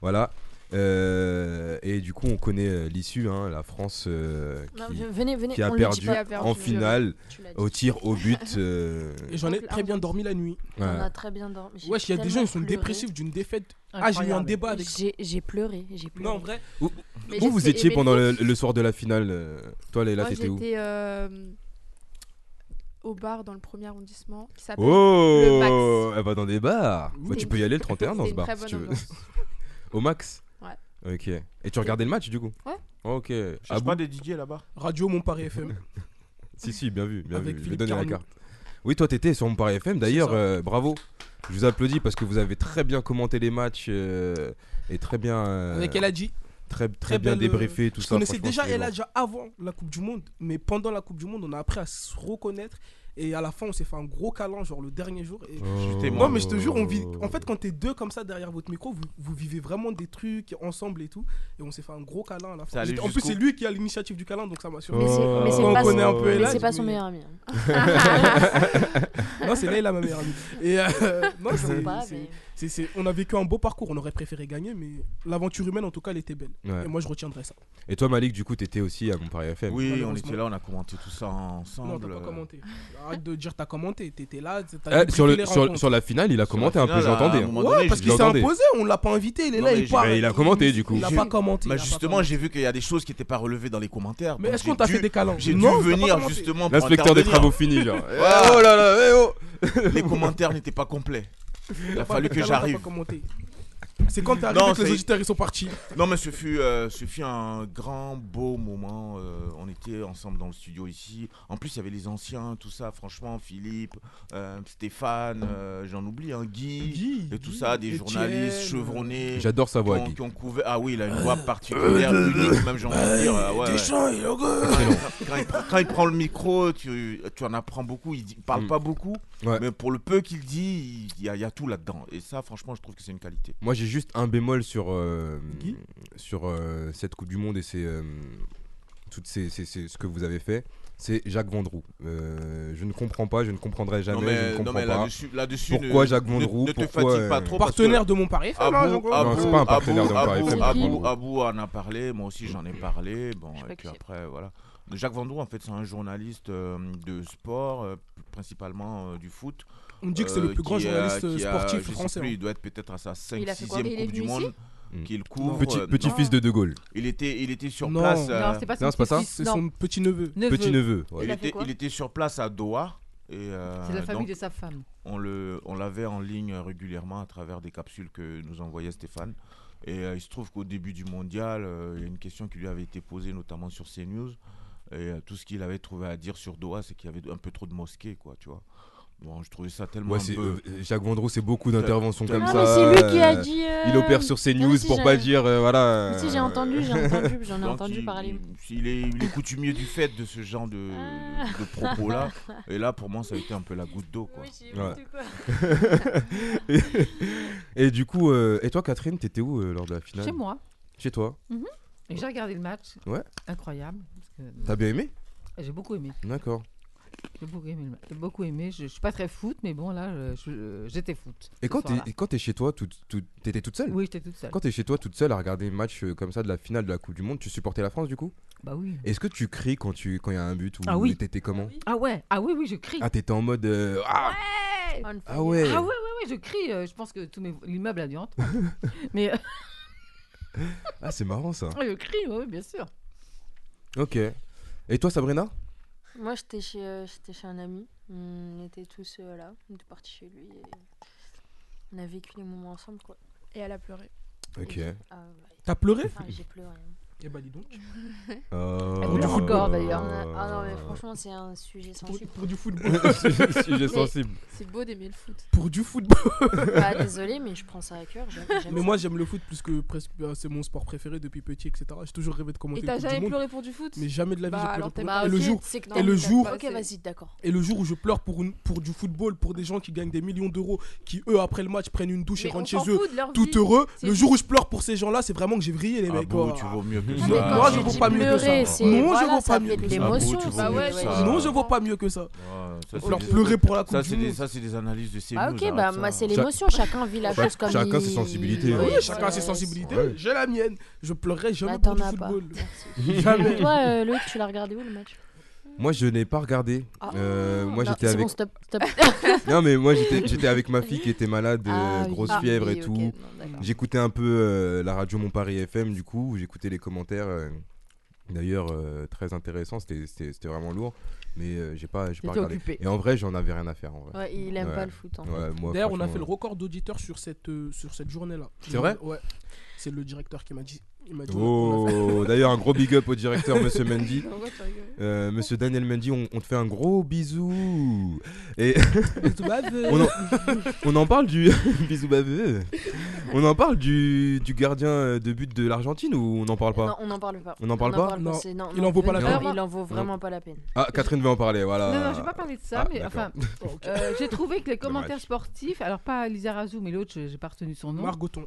Speaker 1: voilà. Euh, et du coup, on connaît euh, l'issue, hein, la France euh,
Speaker 3: Non,
Speaker 1: qui,
Speaker 3: je- Venez, venez.
Speaker 1: qui a
Speaker 3: on le dit
Speaker 1: perdu
Speaker 3: pas,
Speaker 6: a perdu,
Speaker 1: en
Speaker 6: je-
Speaker 1: finale
Speaker 3: tu l'as dit.
Speaker 1: au tir au but. euh,
Speaker 5: Et j'en ai
Speaker 3: Donc,
Speaker 5: très bien
Speaker 3: l'argent-
Speaker 5: dormi la nuit.
Speaker 3: On
Speaker 1: ouais.
Speaker 3: a très bien dormi. J'ai
Speaker 5: Wesh, il y a des gens,
Speaker 3: tellement
Speaker 5: ils sont
Speaker 3: pleuré.
Speaker 5: dépressifs d'une défaite. Ah, j'ai eu un
Speaker 2: incroyable.
Speaker 5: débat avec.
Speaker 3: J'ai j'ai pleuré, j'ai pleuré.
Speaker 5: Non, en vrai,
Speaker 6: Mais
Speaker 1: Où vous
Speaker 6: j'étais
Speaker 1: étiez pendant le,
Speaker 6: émerveillée.
Speaker 1: le soir de la finale euh, Toi, Léla,
Speaker 6: ben, Moi,
Speaker 1: t'étais où
Speaker 6: j'étais euh, au bar dans le premier arrondissement qui s'appelle.
Speaker 1: Oh
Speaker 6: Le
Speaker 1: Elle va dans des bars Bah,
Speaker 6: C'était
Speaker 1: Tu peux y aller le 31
Speaker 6: C'était
Speaker 1: dans ce
Speaker 6: une
Speaker 1: bar
Speaker 6: très
Speaker 1: si tu
Speaker 6: bonne
Speaker 1: veux.
Speaker 6: ambiance.
Speaker 1: Au max
Speaker 6: Ouais.
Speaker 1: Ok. Et tu regardais le match du coup
Speaker 6: Ouais.
Speaker 1: Ok.
Speaker 4: Je
Speaker 1: Ah
Speaker 4: cherche pas
Speaker 1: bon
Speaker 4: des Didier là-bas.
Speaker 5: Radio Montparis FM.
Speaker 1: Si, si, bien vu. Bien
Speaker 5: Avec
Speaker 1: vu. Je vais
Speaker 5: Philippe
Speaker 1: donner la
Speaker 5: Carnou.
Speaker 1: carte. Oui, toi, t'étais sur mon Paris FM. D'ailleurs,
Speaker 5: ça.
Speaker 1: euh, bravo. Je vous applaudis parce que vous avez très bien commenté les match euh, et très bien. euh,
Speaker 5: Avec El Hadji.
Speaker 1: Très, très bien
Speaker 5: bien le-
Speaker 1: débriefé tout
Speaker 5: Je
Speaker 1: ça.
Speaker 5: connaissais
Speaker 1: franchement,
Speaker 5: déjà
Speaker 1: c'était
Speaker 5: El
Speaker 1: bon.
Speaker 5: Hadji avant la Coupe du Monde, mais pendant la Coupe du Monde, on a appris à se reconnaître. Et à la fin, on s'est fait un gros câlin, genre le dernier jour. Et...
Speaker 1: Oh.
Speaker 4: J'étais
Speaker 5: Non, mais je te jure, on vit. En fait, quand t'es deux comme ça derrière votre micro, vous, vous vivez vraiment des trucs ensemble et tout. Et on s'est fait un gros câlin à la
Speaker 4: Ça
Speaker 5: fin.
Speaker 4: allait
Speaker 5: J'étais- En plus,
Speaker 4: jusqu'au-
Speaker 5: c'est lui qui a l'initiative du câlin, donc ça m'a surpris.
Speaker 3: Mais c'est-
Speaker 1: Euh,
Speaker 3: mais c'est
Speaker 5: On
Speaker 3: pas
Speaker 5: connaît
Speaker 3: son-
Speaker 5: un peu El
Speaker 3: Mais
Speaker 5: Hadji,
Speaker 3: c'est pas son
Speaker 5: mais-
Speaker 3: meilleur ami. hein.
Speaker 5: Non, c'est Leïla, ma meilleure amie. Et euh, non,
Speaker 3: Ils
Speaker 5: c'est-
Speaker 3: sont pas,
Speaker 5: c'est-
Speaker 3: mais-
Speaker 5: c'est- c'est- on a vécu un beau parcours. On aurait préféré gagner, mais l'aventure humaine, en tout cas, elle était belle.
Speaker 1: Ouais.
Speaker 5: Et moi, je retiendrai ça.
Speaker 1: Et toi, Malik, du coup, t'étais aussi à mon Paris FM.
Speaker 4: Oui, on
Speaker 5: malheureusement.
Speaker 4: était là, on a commenté tout ça
Speaker 5: Non,
Speaker 4: ensemble.
Speaker 5: t'as pas
Speaker 4: euh,
Speaker 5: commenté. Arrête de dire t'as commenté. T'étais là.
Speaker 1: Eh,
Speaker 5: t'as
Speaker 1: sur, le-
Speaker 5: débriefé les
Speaker 1: sur-
Speaker 5: rencontres.
Speaker 1: sur la finale, il a
Speaker 4: Sur la
Speaker 1: commenté un peu,
Speaker 4: finale, à un
Speaker 1: j'entendais.
Speaker 4: moment
Speaker 5: Ouais,
Speaker 4: donné,
Speaker 5: parce
Speaker 4: je-
Speaker 5: qu'il s'est
Speaker 1: l'entendais.
Speaker 5: imposé. On l'a pas invité. Il est
Speaker 4: Non,
Speaker 5: là.
Speaker 4: mais
Speaker 5: Il
Speaker 4: j'ai-
Speaker 5: part.
Speaker 1: Mais il a commenté du coup.
Speaker 5: Il a
Speaker 4: J'ai-
Speaker 5: pas commenté.
Speaker 4: Bah,
Speaker 5: il a pas
Speaker 4: justement,
Speaker 5: commenté.
Speaker 4: j'ai vu qu'il y a des choses qui n'étaient pas relevées dans les commentaires.
Speaker 5: Mais
Speaker 4: donc
Speaker 5: est-ce
Speaker 4: j'ai
Speaker 5: qu'on t'a
Speaker 4: dû-
Speaker 5: fait des câlins
Speaker 4: J'ai dû
Speaker 5: Non, t'as pas
Speaker 4: venir
Speaker 5: commenté.
Speaker 4: justement pour
Speaker 1: L'inspecteur des
Speaker 4: intervenir.
Speaker 1: travaux finis, genre. Eh,
Speaker 4: Voilà.
Speaker 1: oh là là, eh oh
Speaker 4: Les commentaires n'étaient pas complets. Il
Speaker 5: T'as
Speaker 4: a
Speaker 5: pas
Speaker 4: fallu
Speaker 5: fait câlin,
Speaker 4: que
Speaker 5: t'as pas
Speaker 4: j'arrive.
Speaker 5: commenté. C'est quand t'es
Speaker 4: Non,
Speaker 5: arrivé que les
Speaker 4: c'est-
Speaker 5: auditeurs ils sont partis.
Speaker 4: Non, mais ce fut, euh, ce fut un grand, beau moment. euh, on était ensemble dans le studio ici. En plus, il y avait les anciens, tout ça. Franchement, Philippe, euh, Stéphane, euh, j'en oublie, hein, Guy, et tout ça, des
Speaker 5: Étienne,
Speaker 4: journalistes
Speaker 5: euh,
Speaker 4: chevronnés.
Speaker 1: J'adore sa
Speaker 4: Qui
Speaker 1: voix,
Speaker 4: ont,
Speaker 1: Guy.
Speaker 4: qui ont couvert. Ah oui, il a une voix particulière, unique, même j'ai envie de dire. euh, ouais, ouais. Quand il prend- quand, il, prend- quand il prend le micro, tu, tu en apprends beaucoup. Il, dit- il parle
Speaker 1: Mm.
Speaker 4: pas beaucoup,
Speaker 1: Ouais.
Speaker 4: mais pour le peu qu'il dit, il y, a- il y a tout là-dedans. Et ça, franchement, je trouve que c'est une qualité.
Speaker 1: Moi, j'ai juste un bémol sur, euh,
Speaker 5: Guy
Speaker 1: sur euh, cette Coupe du Monde et c'est euh, toutes ces, ces- ces- ce que vous avez fait. C'est Jacques Vendroux. Euh, je ne comprends pas, je ne comprendrai jamais, je
Speaker 4: non, mais,
Speaker 1: ne
Speaker 4: non,
Speaker 1: comprends
Speaker 4: mais
Speaker 1: pas.
Speaker 4: là-dessus, là-dessus,
Speaker 1: Pourquoi
Speaker 4: ne-
Speaker 1: Jacques
Speaker 4: ne,
Speaker 1: Vendroux
Speaker 4: ne te
Speaker 1: pourquoi,
Speaker 4: fatigue pas
Speaker 1: euh,
Speaker 4: trop. parce que-
Speaker 5: Partenaire de mon Paris FM, hein,
Speaker 4: Abou,
Speaker 5: Jean-Claude
Speaker 1: Non, c'est pas un partenaire
Speaker 4: Abou,
Speaker 1: de Paris
Speaker 4: Abou,
Speaker 1: FM,
Speaker 4: Abou,
Speaker 3: Abou.
Speaker 4: Abou en a parlé, moi aussi j'en ai parlé. Bon,
Speaker 3: Je sais
Speaker 4: et
Speaker 3: pas
Speaker 4: puis
Speaker 3: qui c'est.
Speaker 4: après, voilà. Jacques Vendroux, en fait, c'est un journaliste euh, de sport, euh, principalement euh, du foot.
Speaker 5: On dit que c'est
Speaker 4: euh,
Speaker 5: le plus grand
Speaker 4: qui a-
Speaker 5: journaliste euh,
Speaker 4: qui a- je
Speaker 5: sportif
Speaker 4: sais
Speaker 5: français.
Speaker 4: plus,
Speaker 5: hein. Mm.
Speaker 4: il doit être peut-être à sa 5
Speaker 3: Il a
Speaker 4: 6
Speaker 3: fait quoi Il est
Speaker 4: Coupe du
Speaker 3: venu
Speaker 4: Monde
Speaker 1: ici
Speaker 4: qu'il couvre.
Speaker 1: Petit,
Speaker 4: euh,
Speaker 1: petit fils de De Gaulle,
Speaker 4: Il était, il était sur
Speaker 5: Non.
Speaker 4: place.
Speaker 5: Non,
Speaker 4: euh,
Speaker 2: Non, c'est pas
Speaker 1: non,
Speaker 2: son
Speaker 1: c'est pas ça.
Speaker 2: petit-fils,
Speaker 5: C'est
Speaker 2: non.
Speaker 5: son petit neveu.
Speaker 2: Neveu.
Speaker 1: petit neveu.
Speaker 3: Il
Speaker 1: ouais.
Speaker 4: il,
Speaker 3: a fait
Speaker 4: était,
Speaker 3: quoi
Speaker 4: il était sur place à Doha. Et euh,
Speaker 2: C'est la famille
Speaker 4: donc,
Speaker 2: de sa femme.
Speaker 4: on le, on l'avait en ligne régulièrement à travers des capsules que nous envoyait Stéphane. Et euh, il se trouve qu'au début du mondial, euh, il y a une question qui lui avait été posée, notamment sur CNews. Et euh, tout ce qu'il avait trouvé à dire sur Doha, c'est qu'il y avait un peu trop de mosquées, quoi, tu vois. Bon, je trouvais ça tellement.
Speaker 1: Ouais,
Speaker 4: un
Speaker 1: c'est,
Speaker 4: peu-
Speaker 1: euh, Jacques Vendroux, c'est beaucoup d'interventions
Speaker 4: Ah,
Speaker 1: comme
Speaker 3: Ah,
Speaker 1: ça.
Speaker 3: mais c'est lui qui a
Speaker 1: euh,
Speaker 3: dit. euh,
Speaker 1: Il opère sur ses news
Speaker 3: si,
Speaker 1: pour
Speaker 3: j'ai-
Speaker 1: pas dire, euh, voilà.
Speaker 3: Si, j'ai
Speaker 1: euh,
Speaker 3: entendu, j'ai entendu, j'en ai
Speaker 4: Donc,
Speaker 3: entendu
Speaker 4: il,
Speaker 3: parler.
Speaker 4: Il, il est, il est coutumier du fait de ce genre de,
Speaker 3: Ah.
Speaker 4: de propos-là. Et là, pour moi, ça a été un peu la goutte d'eau. quoi.
Speaker 1: Ouais. et du coup, euh, et toi, Catherine, t'étais où euh, lors de la finale
Speaker 2: Chez moi.
Speaker 1: Chez toi.
Speaker 2: Et j'ai regardé le match.
Speaker 1: Ouais.
Speaker 2: Incroyable. parce que-
Speaker 1: T'as bien aimé
Speaker 2: J'ai beaucoup aimé.
Speaker 1: D'accord.
Speaker 2: J'ai beaucoup aimé. le match. J'ai beaucoup aimé. Je, je suis pas très foot, mais bon, là, je- je- j'étais foot.
Speaker 1: Et
Speaker 2: ce
Speaker 1: quand t'es,
Speaker 2: soir-là.
Speaker 1: et quand t'es chez toi, tout- tout- t'étais toute seule
Speaker 2: Oui, j'étais toute seule.
Speaker 1: Quand t'es chez toi toute seule à regarder un match euh, comme ça de la finale de la Coupe du Monde, tu supportais la France du coup
Speaker 2: Bah oui.
Speaker 1: Est-ce que tu cries quand tu quand il y a un but ou
Speaker 2: Ah oui.
Speaker 1: t'étais comment
Speaker 2: Ah ouais, ah oui, oui, je crie.
Speaker 1: Ah t'étais en mode euh, ah, ah ouais.
Speaker 2: Ah ouais, ouais, ouais, je crie. euh, je pense que tout mes... l'immeuble a dû entendre. mais euh,
Speaker 1: Ah, c'est marrant ça.
Speaker 2: je crie, oui, bien sûr.
Speaker 1: Ok. Et toi Sabrina
Speaker 3: Moi, j'étais chez, euh, j'étais chez un ami. On était tous euh, là. On était partis chez lui. Et... On a vécu les moments ensemble, quoi.
Speaker 6: Et elle a pleuré.
Speaker 1: Ok.
Speaker 3: Et- ah, ouais.
Speaker 5: T'as pleuré
Speaker 3: Ah, j'ai pleuré. hein.
Speaker 5: Eh bah dis donc.
Speaker 1: Euh,
Speaker 2: Elle pleure encore, d'ailleurs.
Speaker 3: On a- Ah non, mais franchement, c'est un sujet
Speaker 5: Pour,
Speaker 3: sensible.
Speaker 5: Euh, pour du football.
Speaker 1: Sujet sensible.
Speaker 6: C'est beau d'aimer le foot.
Speaker 5: pour du football.
Speaker 3: Bah, désolé, mais je prends ça à cœur. j'aime- j'aime
Speaker 5: Mais
Speaker 3: ça.
Speaker 5: moi j'aime le foot plus que presque. euh, C'est mon sport préféré depuis petit, etc. J'ai toujours rêvé de commenter
Speaker 6: Et
Speaker 5: la
Speaker 6: t'as
Speaker 5: Coupe du
Speaker 6: jamais
Speaker 5: Monde,
Speaker 6: pleuré pour du foot
Speaker 5: Mais jamais de la vie
Speaker 6: Bah,
Speaker 5: j'ai pleuré
Speaker 6: alors
Speaker 5: pour
Speaker 6: t'es
Speaker 5: le-
Speaker 6: pas
Speaker 5: et le
Speaker 3: ok,
Speaker 5: jour
Speaker 3: c'est que
Speaker 5: et
Speaker 3: non,
Speaker 5: le
Speaker 3: d'accord.
Speaker 5: jour- Ah,
Speaker 3: Ok, vas-y, d'accord.
Speaker 5: et le jour où je pleure pour une, pour du football, pour des gens qui gagnent des millions d'euros, qui eux après le match prennent une douche et
Speaker 6: Mais on
Speaker 5: rentrent
Speaker 6: s'en
Speaker 5: chez eux,
Speaker 6: fout de leur
Speaker 5: tout
Speaker 6: vie.
Speaker 5: heureux.
Speaker 6: C'est-
Speaker 5: Le jour où je pleure pour ces gens-là, c'est vraiment que j'ai vrillé les
Speaker 4: Ah
Speaker 5: mecs.
Speaker 4: bon,
Speaker 5: oh.
Speaker 4: tu vaux mieux que
Speaker 1: Non,
Speaker 4: ça.
Speaker 1: mais quand
Speaker 5: Moi,
Speaker 3: tu
Speaker 5: je vaux
Speaker 3: dis
Speaker 5: pas mieux que
Speaker 3: pleurer,
Speaker 5: ça.
Speaker 3: c'est-
Speaker 5: Non, je
Speaker 3: voilà,
Speaker 5: vaux
Speaker 3: ça
Speaker 5: pas
Speaker 3: fait
Speaker 5: mieux
Speaker 3: de
Speaker 5: que ça.
Speaker 3: l'émotion,
Speaker 1: Bah,
Speaker 4: Ah bon, tu
Speaker 3: ça,
Speaker 4: vaux mieux
Speaker 3: ouais,
Speaker 4: que
Speaker 3: ouais.
Speaker 4: ça.
Speaker 5: Non, je vois pas mieux que ça.
Speaker 4: Ouais, Ah, ça,
Speaker 5: Leur
Speaker 4: c'est-
Speaker 5: pleurer pour la Coupe
Speaker 4: Ça,
Speaker 5: du
Speaker 4: c'est
Speaker 5: Monde.
Speaker 4: des, ça, c'est des analyses de CNews.
Speaker 3: Ah, ok,
Speaker 4: arrête
Speaker 3: bah,
Speaker 4: ça.
Speaker 3: moi, c'est l'émotion. Chacun vit la
Speaker 1: Chac-
Speaker 3: chose comme
Speaker 1: chacun
Speaker 3: il-
Speaker 1: ses sensibilités,
Speaker 3: il-
Speaker 1: ouais.
Speaker 5: Oui,
Speaker 1: Oui,
Speaker 5: chacun a ses sensibilités.
Speaker 1: Ouais.
Speaker 5: J'ai la mienne. Je pleurerai
Speaker 3: Bah,
Speaker 5: jamais
Speaker 3: t'en
Speaker 5: pour du
Speaker 3: as pas.
Speaker 5: football.
Speaker 3: Merci.
Speaker 5: Jamais.
Speaker 3: Toi, euh, Loïc, tu l'as regardé où le match
Speaker 1: Moi, je n'ai pas regardé.
Speaker 3: Ah.
Speaker 1: Euh, moi,
Speaker 3: Non,
Speaker 1: j'étais
Speaker 3: c'est
Speaker 1: avec.
Speaker 3: bon, stop, stop.
Speaker 1: Non, mais moi, j'étais j'étais avec ma fille qui était malade, euh,
Speaker 3: Ah, oui.
Speaker 1: grosse
Speaker 3: Ah,
Speaker 1: fièvre et
Speaker 3: oui, ok,
Speaker 1: tout.
Speaker 3: non, d'accord.
Speaker 1: J'écoutais un peu euh, la radio Mon Paris FM, du coup, où j'écoutais les commentaires. euh, D'ailleurs, euh, très intéressant, c'était- c'était c'était vraiment lourd. Mais euh, j'ai pas, j'ai
Speaker 2: J'étais
Speaker 1: pas regardé.
Speaker 2: occupée.
Speaker 1: Et en vrai, j'en avais rien à faire. En vrai.
Speaker 3: Ouais, il aime
Speaker 1: Ouais.
Speaker 3: pas le foot. hein. en fait.
Speaker 1: Ouais, moi,
Speaker 5: D'ailleurs, on a
Speaker 1: franchement,
Speaker 5: fait le record d'auditeurs sur cette, euh, sur cette journée-là.
Speaker 1: C'est vrai
Speaker 5: Ouais. C'est le directeur qui m'a dit. Il m'a dit on a fait-
Speaker 1: Oh, d'ailleurs, un gros big up au directeur, monsieur Mendy.
Speaker 6: Pourquoi tu rigoles
Speaker 1: Euh, monsieur Daniel Mendy, on, on te fait un gros bisou. Et
Speaker 5: Bisous, baveux.
Speaker 1: on en, on en parle du. bisou baveux. On en parle du, du gardien euh, de but de l'Argentine ou on n'en parle pas
Speaker 3: Non, on n'en parle pas.
Speaker 1: On n'en parle pas
Speaker 5: Non.
Speaker 3: c'est- non,
Speaker 5: Il
Speaker 3: non,
Speaker 5: en vaut pas la
Speaker 3: non,
Speaker 5: peine.
Speaker 3: Il en vaut vraiment pas la peine.
Speaker 1: Ah, Catherine veut en parler, voilà.
Speaker 2: Non, non, j'ai pas parlé de ça,
Speaker 1: Euh, Ah,
Speaker 2: mais
Speaker 1: d'accord.
Speaker 2: enfin, euh, j'ai trouvé que les commentaires
Speaker 1: Dommage.
Speaker 2: sportifs, alors pas Lisa Razou, mais l'autre, je- j'ai pas retenu son nom.
Speaker 5: Margoton,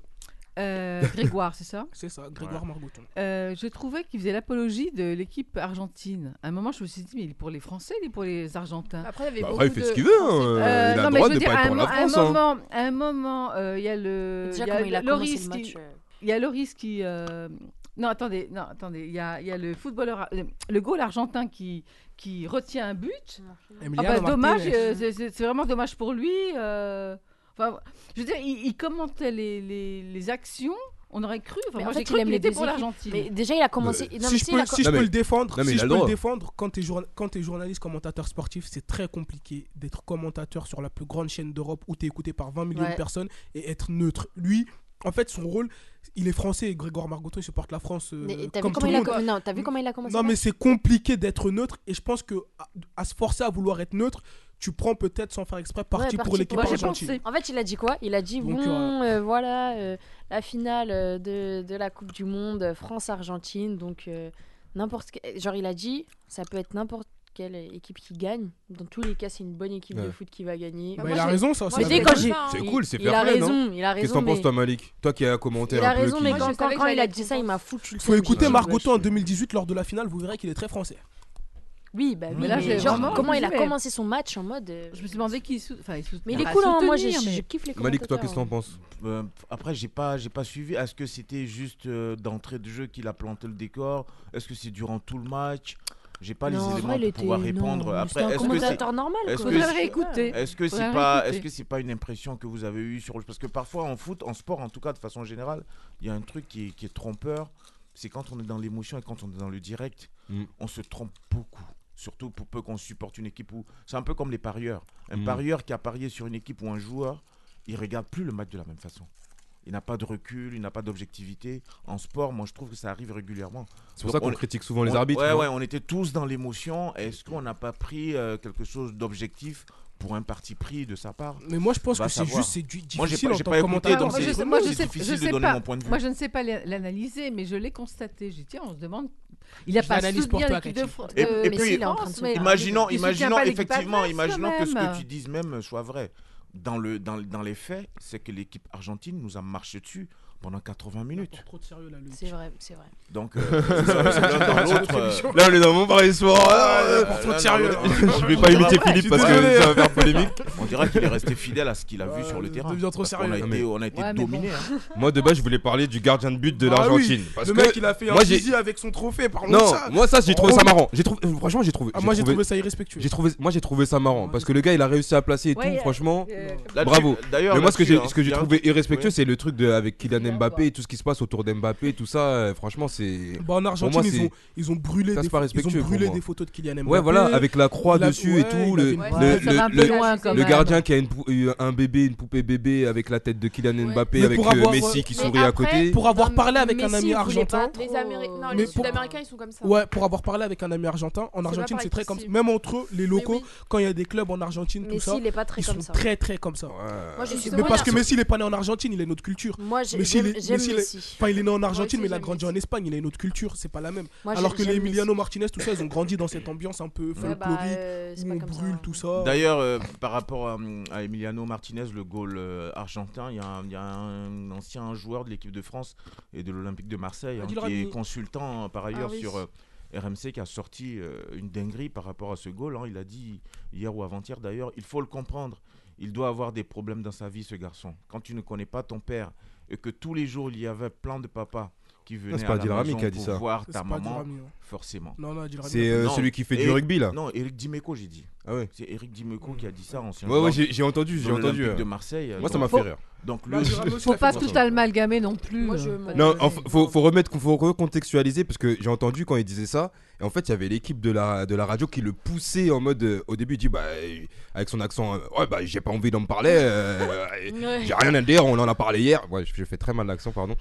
Speaker 2: Euh, Grégoire, c'est ça
Speaker 5: c'est ça, Grégoire Margoton.
Speaker 3: Ah
Speaker 2: Euh, je trouvais qu'il faisait l'apologie de l'équipe argentine. À un moment, je me suis dit, mais il est pour les Français, il est pour les Argentins.
Speaker 6: Après, il y avait
Speaker 1: Bah,
Speaker 6: beaucoup
Speaker 1: après, il fait ce
Speaker 6: de
Speaker 1: qu'il veut. hein,
Speaker 2: Euh,
Speaker 6: Français-
Speaker 1: euh, il a
Speaker 2: non,
Speaker 1: le
Speaker 2: mais
Speaker 1: droit
Speaker 2: je
Speaker 1: de
Speaker 2: veux dire,
Speaker 1: pas être
Speaker 2: à un,
Speaker 1: pour la
Speaker 2: mo- à un
Speaker 1: France. hein.
Speaker 2: moment, à un moment, euh, il y a le, il
Speaker 3: Déjà,
Speaker 2: y a
Speaker 3: comment il a
Speaker 2: le-
Speaker 3: commencé
Speaker 2: Loris
Speaker 3: le
Speaker 2: qui,
Speaker 3: match. euh,
Speaker 2: il y a Loris qui, euh, non, attendez, non, attendez, il y a, il y a le footballeur, euh, le goal argentin qui, qui retient un but. Ah bah,
Speaker 5: Emiliano
Speaker 2: dommage,
Speaker 5: Martinez.
Speaker 2: euh, c'est- c'est c'est vraiment dommage pour lui. euh, Enfin, je veux dire, il, il commentait les, les, les actions. On aurait cru. Enfin,
Speaker 3: Mais en
Speaker 2: moi,
Speaker 3: fait,
Speaker 2: j'ai
Speaker 3: il
Speaker 2: cru
Speaker 3: aime
Speaker 2: qu'il
Speaker 3: les
Speaker 2: était
Speaker 3: deux
Speaker 2: pour
Speaker 3: équipes.
Speaker 2: l'Argentine.
Speaker 3: Mais déjà, il a commencé. non, mais
Speaker 5: si je
Speaker 3: sais, il
Speaker 5: peux,
Speaker 3: a com-
Speaker 5: si je
Speaker 1: Non,
Speaker 5: peux
Speaker 1: mais-
Speaker 5: le défendre,
Speaker 1: non, mais
Speaker 5: si
Speaker 1: il
Speaker 5: je
Speaker 1: a le
Speaker 5: peux le
Speaker 1: droit.
Speaker 5: défendre, quand t'es journa- quand t'es journaliste commentateur sportif, c'est très compliqué d'être commentateur sur la plus grande chaîne d'Europe où t'es écouté par 20 millions
Speaker 3: Ouais.
Speaker 5: de personnes et être neutre. Lui, En fait, son rôle, il est français. Grégoire Margoton, il supporte la France euh,
Speaker 3: Mais t'as vu
Speaker 5: comme tout
Speaker 3: comment il a
Speaker 5: le monde.
Speaker 3: com- Non, t'as vu comment il a commencé
Speaker 5: Non, mais c'est compliqué d'être neutre. Et je pense que à, à se forcer à vouloir être neutre, tu prends peut-être sans faire exprès parti
Speaker 3: parti
Speaker 5: pour
Speaker 3: pour-
Speaker 5: l'équipe
Speaker 3: Moi, j'ai
Speaker 5: argentine.
Speaker 3: En fait, il a dit quoi Il a dit
Speaker 5: Donc,
Speaker 3: bon,
Speaker 5: euh,
Speaker 3: euh, voilà, euh, la finale euh, de, de la Coupe du Monde, euh, France-Argentine, donc euh, n'importe quel... genre il a dit, ça peut être n'importe quelle équipe qui gagne. Dans tous les cas, c'est une bonne équipe de
Speaker 1: Ouais.
Speaker 3: foot qui va gagner.
Speaker 6: Bah,
Speaker 5: Bah,
Speaker 6: moi,
Speaker 5: il a
Speaker 6: j'ai-
Speaker 5: raison, ça.
Speaker 6: moi,
Speaker 5: c'est
Speaker 3: j'ai
Speaker 5: la
Speaker 3: dit
Speaker 5: vérité.
Speaker 3: quand j'ai-
Speaker 1: C'est
Speaker 3: il-
Speaker 1: cool, c'est
Speaker 3: il
Speaker 1: fair
Speaker 3: a
Speaker 1: play, non
Speaker 3: raison, il a raison.
Speaker 1: Qu'est-ce que t'en penses,
Speaker 3: mais-
Speaker 1: toi, Malik Toi qui as commenté
Speaker 3: Il
Speaker 1: un
Speaker 3: a
Speaker 1: peu.
Speaker 3: raison,
Speaker 1: qui-
Speaker 3: mais
Speaker 6: Moi, je
Speaker 3: quand,
Speaker 6: savais
Speaker 3: quand,
Speaker 6: que
Speaker 3: quand il
Speaker 6: j'allais
Speaker 3: a
Speaker 6: être
Speaker 3: dit ça, il m'a foutu. le
Speaker 5: Faut
Speaker 3: seum,
Speaker 5: écouter
Speaker 3: j'ai dit, wesh.
Speaker 5: Margoton en 2018 lors de la finale, vous verrez qu'il est très français.
Speaker 3: Oui, bah oui.
Speaker 2: Mais
Speaker 3: Mais
Speaker 2: là, j'ai
Speaker 3: genre,
Speaker 2: vraiment-
Speaker 3: comment il a
Speaker 2: mais-
Speaker 3: commencé son match en mode. euh,
Speaker 2: Je me suis demandé qui sou- enfin, il soutient-
Speaker 3: Mais il est
Speaker 2: à
Speaker 3: cool, hein, moi j'ai-
Speaker 2: soutenir, mais-
Speaker 3: je kiffe les
Speaker 1: Malik, toi, qu'est-ce que
Speaker 3: commentateurs,
Speaker 1: t'en penses
Speaker 4: Euh, après, j'ai pas, j'ai pas suivi. Est-ce que c'était juste euh, d'entrée de jeu qu'il a planté le décor Est-ce que c'est durant tout le match J'ai pas
Speaker 3: Non, en
Speaker 4: les
Speaker 3: vrai,
Speaker 4: éléments
Speaker 3: il
Speaker 4: pour
Speaker 3: était-
Speaker 4: pouvoir
Speaker 3: non,
Speaker 4: répondre.
Speaker 3: mais
Speaker 4: Après,
Speaker 3: c'était un
Speaker 4: est-ce que c'est,
Speaker 3: commentateur normal
Speaker 4: est-ce
Speaker 3: quoi.
Speaker 4: que-
Speaker 2: Faudrait réécouter.
Speaker 4: est-ce que c'est
Speaker 2: Faudrait
Speaker 4: pas,
Speaker 2: réécouter.
Speaker 4: est-ce que c'est pas une impression que vous avez eue sur le Parce que parfois en foot, en sport, en tout cas de façon générale, il y a un truc qui est, qui est trompeur. C'est quand on est dans l'émotion et quand on est dans le direct,
Speaker 1: Mm.
Speaker 4: on se trompe beaucoup. Surtout pour peu qu'on supporte une équipe où c'est un peu comme les parieurs. Un
Speaker 1: Mm.
Speaker 4: parieur qui a parié sur une équipe ou un joueur, il regarde plus le match de la même façon. Il n'a pas de recul, il n'a pas d'objectivité. En sport, moi, je trouve que ça arrive régulièrement.
Speaker 1: C'est pour ça
Speaker 4: Donc,
Speaker 1: qu'on
Speaker 4: on-
Speaker 1: critique souvent les
Speaker 4: on-
Speaker 1: arbitres.
Speaker 4: Ouais,
Speaker 1: non
Speaker 4: ouais, on était tous dans l'émotion. Est-ce qu'on n'a pas pris euh, quelque chose d'objectif pour un parti pris de sa
Speaker 2: Ah,
Speaker 4: part
Speaker 5: Mais moi, je pense
Speaker 4: Va
Speaker 5: que c'est
Speaker 4: savoir.
Speaker 5: juste c'est du-
Speaker 4: Moi, j'ai
Speaker 5: difficile
Speaker 4: pas,
Speaker 5: en
Speaker 4: j'ai
Speaker 5: tant
Speaker 4: pas
Speaker 5: que
Speaker 4: écouté,
Speaker 5: commentateur.
Speaker 4: donc
Speaker 2: Moi, je
Speaker 4: c'est
Speaker 2: sais- moi, je
Speaker 4: c'est
Speaker 2: sais- je
Speaker 4: difficile de
Speaker 2: sais
Speaker 4: donner
Speaker 2: pas.
Speaker 4: mon point de vue.
Speaker 2: Moi, je ne sais pas l'an- l'analyser, mais je l'ai constaté. J'ai dit, tiens, on se demande. Il a
Speaker 5: Je
Speaker 2: pas
Speaker 5: l'analyse pour
Speaker 2: soutenu
Speaker 5: toi,
Speaker 2: l'équipe de
Speaker 5: Cathy.
Speaker 2: Fran-
Speaker 4: Et-
Speaker 2: de-
Speaker 4: et
Speaker 2: mais
Speaker 4: puis-
Speaker 2: si, il est en train de
Speaker 3: Mais
Speaker 2: soutenir.
Speaker 4: Imaginons,
Speaker 2: Il soutient pas
Speaker 4: imaginons
Speaker 2: l'équipe
Speaker 4: effectivement,
Speaker 2: adverse,
Speaker 4: imaginons
Speaker 2: quand
Speaker 4: que ce
Speaker 2: même.
Speaker 4: que tu dises même soit vrai. Dans, le, dans, dans les faits, c'est que l'équipe argentine nous a marché dessus pendant 80 minutes.
Speaker 5: Trop de sérieux, là, Loïc.
Speaker 3: C'est vrai, c'est vrai.
Speaker 4: Donc, euh, l'un dans l'autre. euh,
Speaker 1: Là, on est dans mon pari sport.
Speaker 5: Ah,
Speaker 1: ah,
Speaker 5: pour trop de
Speaker 4: là,
Speaker 5: sérieux.
Speaker 4: là,
Speaker 5: là.
Speaker 1: Je vais pas imiter Philippe parce que ça va faire polémique.
Speaker 4: on dirait qu'il est resté fidèle à ce qu'il a vu
Speaker 5: Ouais,
Speaker 4: sur le
Speaker 5: ça
Speaker 4: terrain.
Speaker 5: devient trop
Speaker 4: Parce qu'on
Speaker 5: sérieux.
Speaker 4: a été, on a été
Speaker 2: Ouais, mais bon.
Speaker 4: dominé. hein.
Speaker 1: Moi, de base, je voulais parler du gardien de but de
Speaker 5: Ah oui,
Speaker 1: l'Argentine. parce
Speaker 5: Le
Speaker 1: que-
Speaker 5: mec, il a fait un
Speaker 1: moi, j'ai-
Speaker 5: zizi avec son trophée, parlons de
Speaker 1: Non,
Speaker 5: ça.
Speaker 1: moi, ça, j'ai trouvé
Speaker 5: Oh.
Speaker 1: ça marrant. J'ai trouvé... Franchement, j'ai trouvé.
Speaker 5: Ah, Moi, j'ai trouvé ça irrespectueux.
Speaker 1: J'ai trouvé, moi j'ai trouvé ça marrant parce que le gars il a réussi à placer et
Speaker 2: Ouais,
Speaker 1: tout,
Speaker 2: euh,
Speaker 1: franchement.
Speaker 2: Euh,
Speaker 4: Là-dessus-
Speaker 1: Bravo.
Speaker 4: D'ailleurs,
Speaker 1: Mais moi ce que
Speaker 4: là-dessus,
Speaker 1: j'ai,
Speaker 4: hein,
Speaker 1: ce que j'ai
Speaker 4: il y a un
Speaker 1: trouvé
Speaker 4: truc-
Speaker 1: irrespectueux
Speaker 4: Ouais.
Speaker 1: c'est le truc de avec Kylian
Speaker 2: Kylian,
Speaker 1: Mbappé
Speaker 2: quoi.
Speaker 1: et tout ce qui se passe autour d'Mbappé et tout ça. euh, Franchement c'est,
Speaker 5: Bah, en Argentine,
Speaker 1: moi,
Speaker 5: ils,
Speaker 1: c'est-
Speaker 5: ont, ils ont brûlé,
Speaker 1: ça,
Speaker 5: des,
Speaker 1: c'est pas
Speaker 5: ils
Speaker 1: respectueux
Speaker 5: ont
Speaker 1: pour
Speaker 5: brûlé
Speaker 1: moi.
Speaker 5: des photos de Kylian Mbappé.
Speaker 1: ouais voilà avec la croix
Speaker 5: il a-
Speaker 1: dessus et
Speaker 5: ouais,
Speaker 1: tout
Speaker 5: il
Speaker 1: le,
Speaker 5: a fait une
Speaker 2: ouais,
Speaker 5: Le-
Speaker 2: ça va un
Speaker 1: le-
Speaker 2: peu
Speaker 1: le-
Speaker 2: loin quand
Speaker 1: le
Speaker 2: même.
Speaker 1: gardien qui a une pou- eu un bébé, une poupée bébé avec la tête de Kylian
Speaker 3: Ouais.
Speaker 1: Mbappé
Speaker 5: Mais
Speaker 1: avec
Speaker 5: pour
Speaker 1: euh,
Speaker 5: avoir,
Speaker 1: Messi
Speaker 5: euh,
Speaker 1: qui
Speaker 6: mais
Speaker 1: sourit à
Speaker 6: après-
Speaker 1: côté.
Speaker 5: Pour avoir
Speaker 3: Non,
Speaker 5: parlé
Speaker 3: mais
Speaker 5: avec un
Speaker 3: Messi,
Speaker 5: ami
Speaker 3: il voulait pas
Speaker 5: argentin,
Speaker 3: trop,
Speaker 6: Les Américains, non,
Speaker 3: euh,
Speaker 5: Mais
Speaker 6: les
Speaker 5: pour-
Speaker 6: Sud-Américains, ils sont comme ça.
Speaker 5: Ouais, pour avoir parlé avec un ami argentin, en
Speaker 6: pas
Speaker 5: Argentine
Speaker 6: pareil
Speaker 5: c'est très comme ça.
Speaker 6: qu'ici.
Speaker 5: Même entre eux, les
Speaker 6: Mais
Speaker 5: locaux,
Speaker 6: oui.
Speaker 5: quand il y a des clubs en Argentine, tout
Speaker 3: Messi,
Speaker 5: ça,
Speaker 3: il est pas très
Speaker 5: ils sont
Speaker 3: comme ça.
Speaker 5: très très comme ça.
Speaker 1: Ouais.
Speaker 3: Moi,
Speaker 6: Mais
Speaker 5: Mais
Speaker 3: justement,
Speaker 5: parce
Speaker 3: il
Speaker 5: que
Speaker 3: a-
Speaker 5: Messi, il est pas né en Argentine, il a une autre culture.
Speaker 3: Moi, j'ai-
Speaker 5: Messi, il
Speaker 3: j'aime
Speaker 5: est-
Speaker 3: j'aime
Speaker 5: Messi, il est-
Speaker 3: Messi.
Speaker 5: Enfin, il est né en Argentine,
Speaker 6: aussi,
Speaker 5: mais il a
Speaker 6: j'aime
Speaker 5: grandi en
Speaker 6: Messi.
Speaker 5: Espagne, il a une autre culture, c'est pas la même.
Speaker 3: Moi,
Speaker 5: Alors
Speaker 3: j'ai-
Speaker 5: que les
Speaker 3: j'aime
Speaker 5: Emiliano Martinez, tout ça, ils ont grandi dans cet ambiance un peu
Speaker 3: Messi. Ouais, bah,
Speaker 5: folklorique,
Speaker 3: euh, c'est
Speaker 5: où
Speaker 3: pas
Speaker 5: on
Speaker 3: comme ça.
Speaker 5: brûle tout ça.
Speaker 4: D'ailleurs, euh, par rapport à, à Emiliano Martinez, le goal euh, argentin, il y, a un- il y a un ancien joueur de l'équipe de France et de l'Olympique de Marseille
Speaker 5: Ah,
Speaker 4: hein,
Speaker 5: dis le Ah
Speaker 4: qui
Speaker 5: Rami.
Speaker 4: est consultant euh, par ailleurs
Speaker 6: oui.
Speaker 4: sur euh, RMC qui a sorti euh, une dinguerie par rapport à ce goal. hein. Il a dit hier ou avant-hier d'ailleurs, il faut le comprendre. Il doit avoir des problèmes dans sa vie, ce garçon. Quand tu ne connais pas ton père et que tous les jours il y avait plein de papas qui venaient
Speaker 1: c'est
Speaker 4: à
Speaker 1: pas
Speaker 4: la
Speaker 1: Adil Rami
Speaker 4: maison
Speaker 1: qui a dit
Speaker 4: pour
Speaker 1: ça.
Speaker 4: voir
Speaker 5: C'est
Speaker 4: ta
Speaker 5: pas
Speaker 4: maman,
Speaker 5: Adil Rami, hein.
Speaker 4: forcément.
Speaker 5: Non, non, Adil Rami,
Speaker 1: C'est euh,
Speaker 4: Non.
Speaker 1: celui qui fait du
Speaker 4: Et-
Speaker 1: rugby là.
Speaker 4: Non, Eric Dimeco, j'ai dit.
Speaker 1: Ah ouais.
Speaker 4: C'est Eric Dimeco qui a dit ça, ancien
Speaker 1: Ouais ouais
Speaker 4: joueur
Speaker 1: j'ai j'ai entendu
Speaker 4: de
Speaker 1: j'ai entendu.
Speaker 4: l'Olympique de
Speaker 1: euh.
Speaker 4: Marseille.
Speaker 1: Moi ça
Speaker 4: Donc-
Speaker 1: m'a fait rire.
Speaker 4: Donc
Speaker 5: Bah,
Speaker 4: le
Speaker 5: Adil Rami aussi,
Speaker 2: Faut
Speaker 5: il a
Speaker 2: pas
Speaker 5: fait
Speaker 2: tout
Speaker 5: ça.
Speaker 2: amalgamer non plus.
Speaker 6: Moi, je
Speaker 2: euh,
Speaker 6: m'en-
Speaker 1: Non,
Speaker 6: Ouais,
Speaker 1: en-
Speaker 6: ouais.
Speaker 1: faut, faut remettre, faut recontextualiser parce que j'ai entendu quand il disait ça. Et en fait, il y avait l'équipe de la, de la radio qui le poussait en mode. euh, au début, il dit bah, euh, avec son accent, euh, ouais, bah, j'ai pas envie d'en parler. euh, euh,
Speaker 3: Ouais.
Speaker 1: j'ai rien à dire, on en a parlé hier. Ouais, je, je fais très mal l'accent, pardon.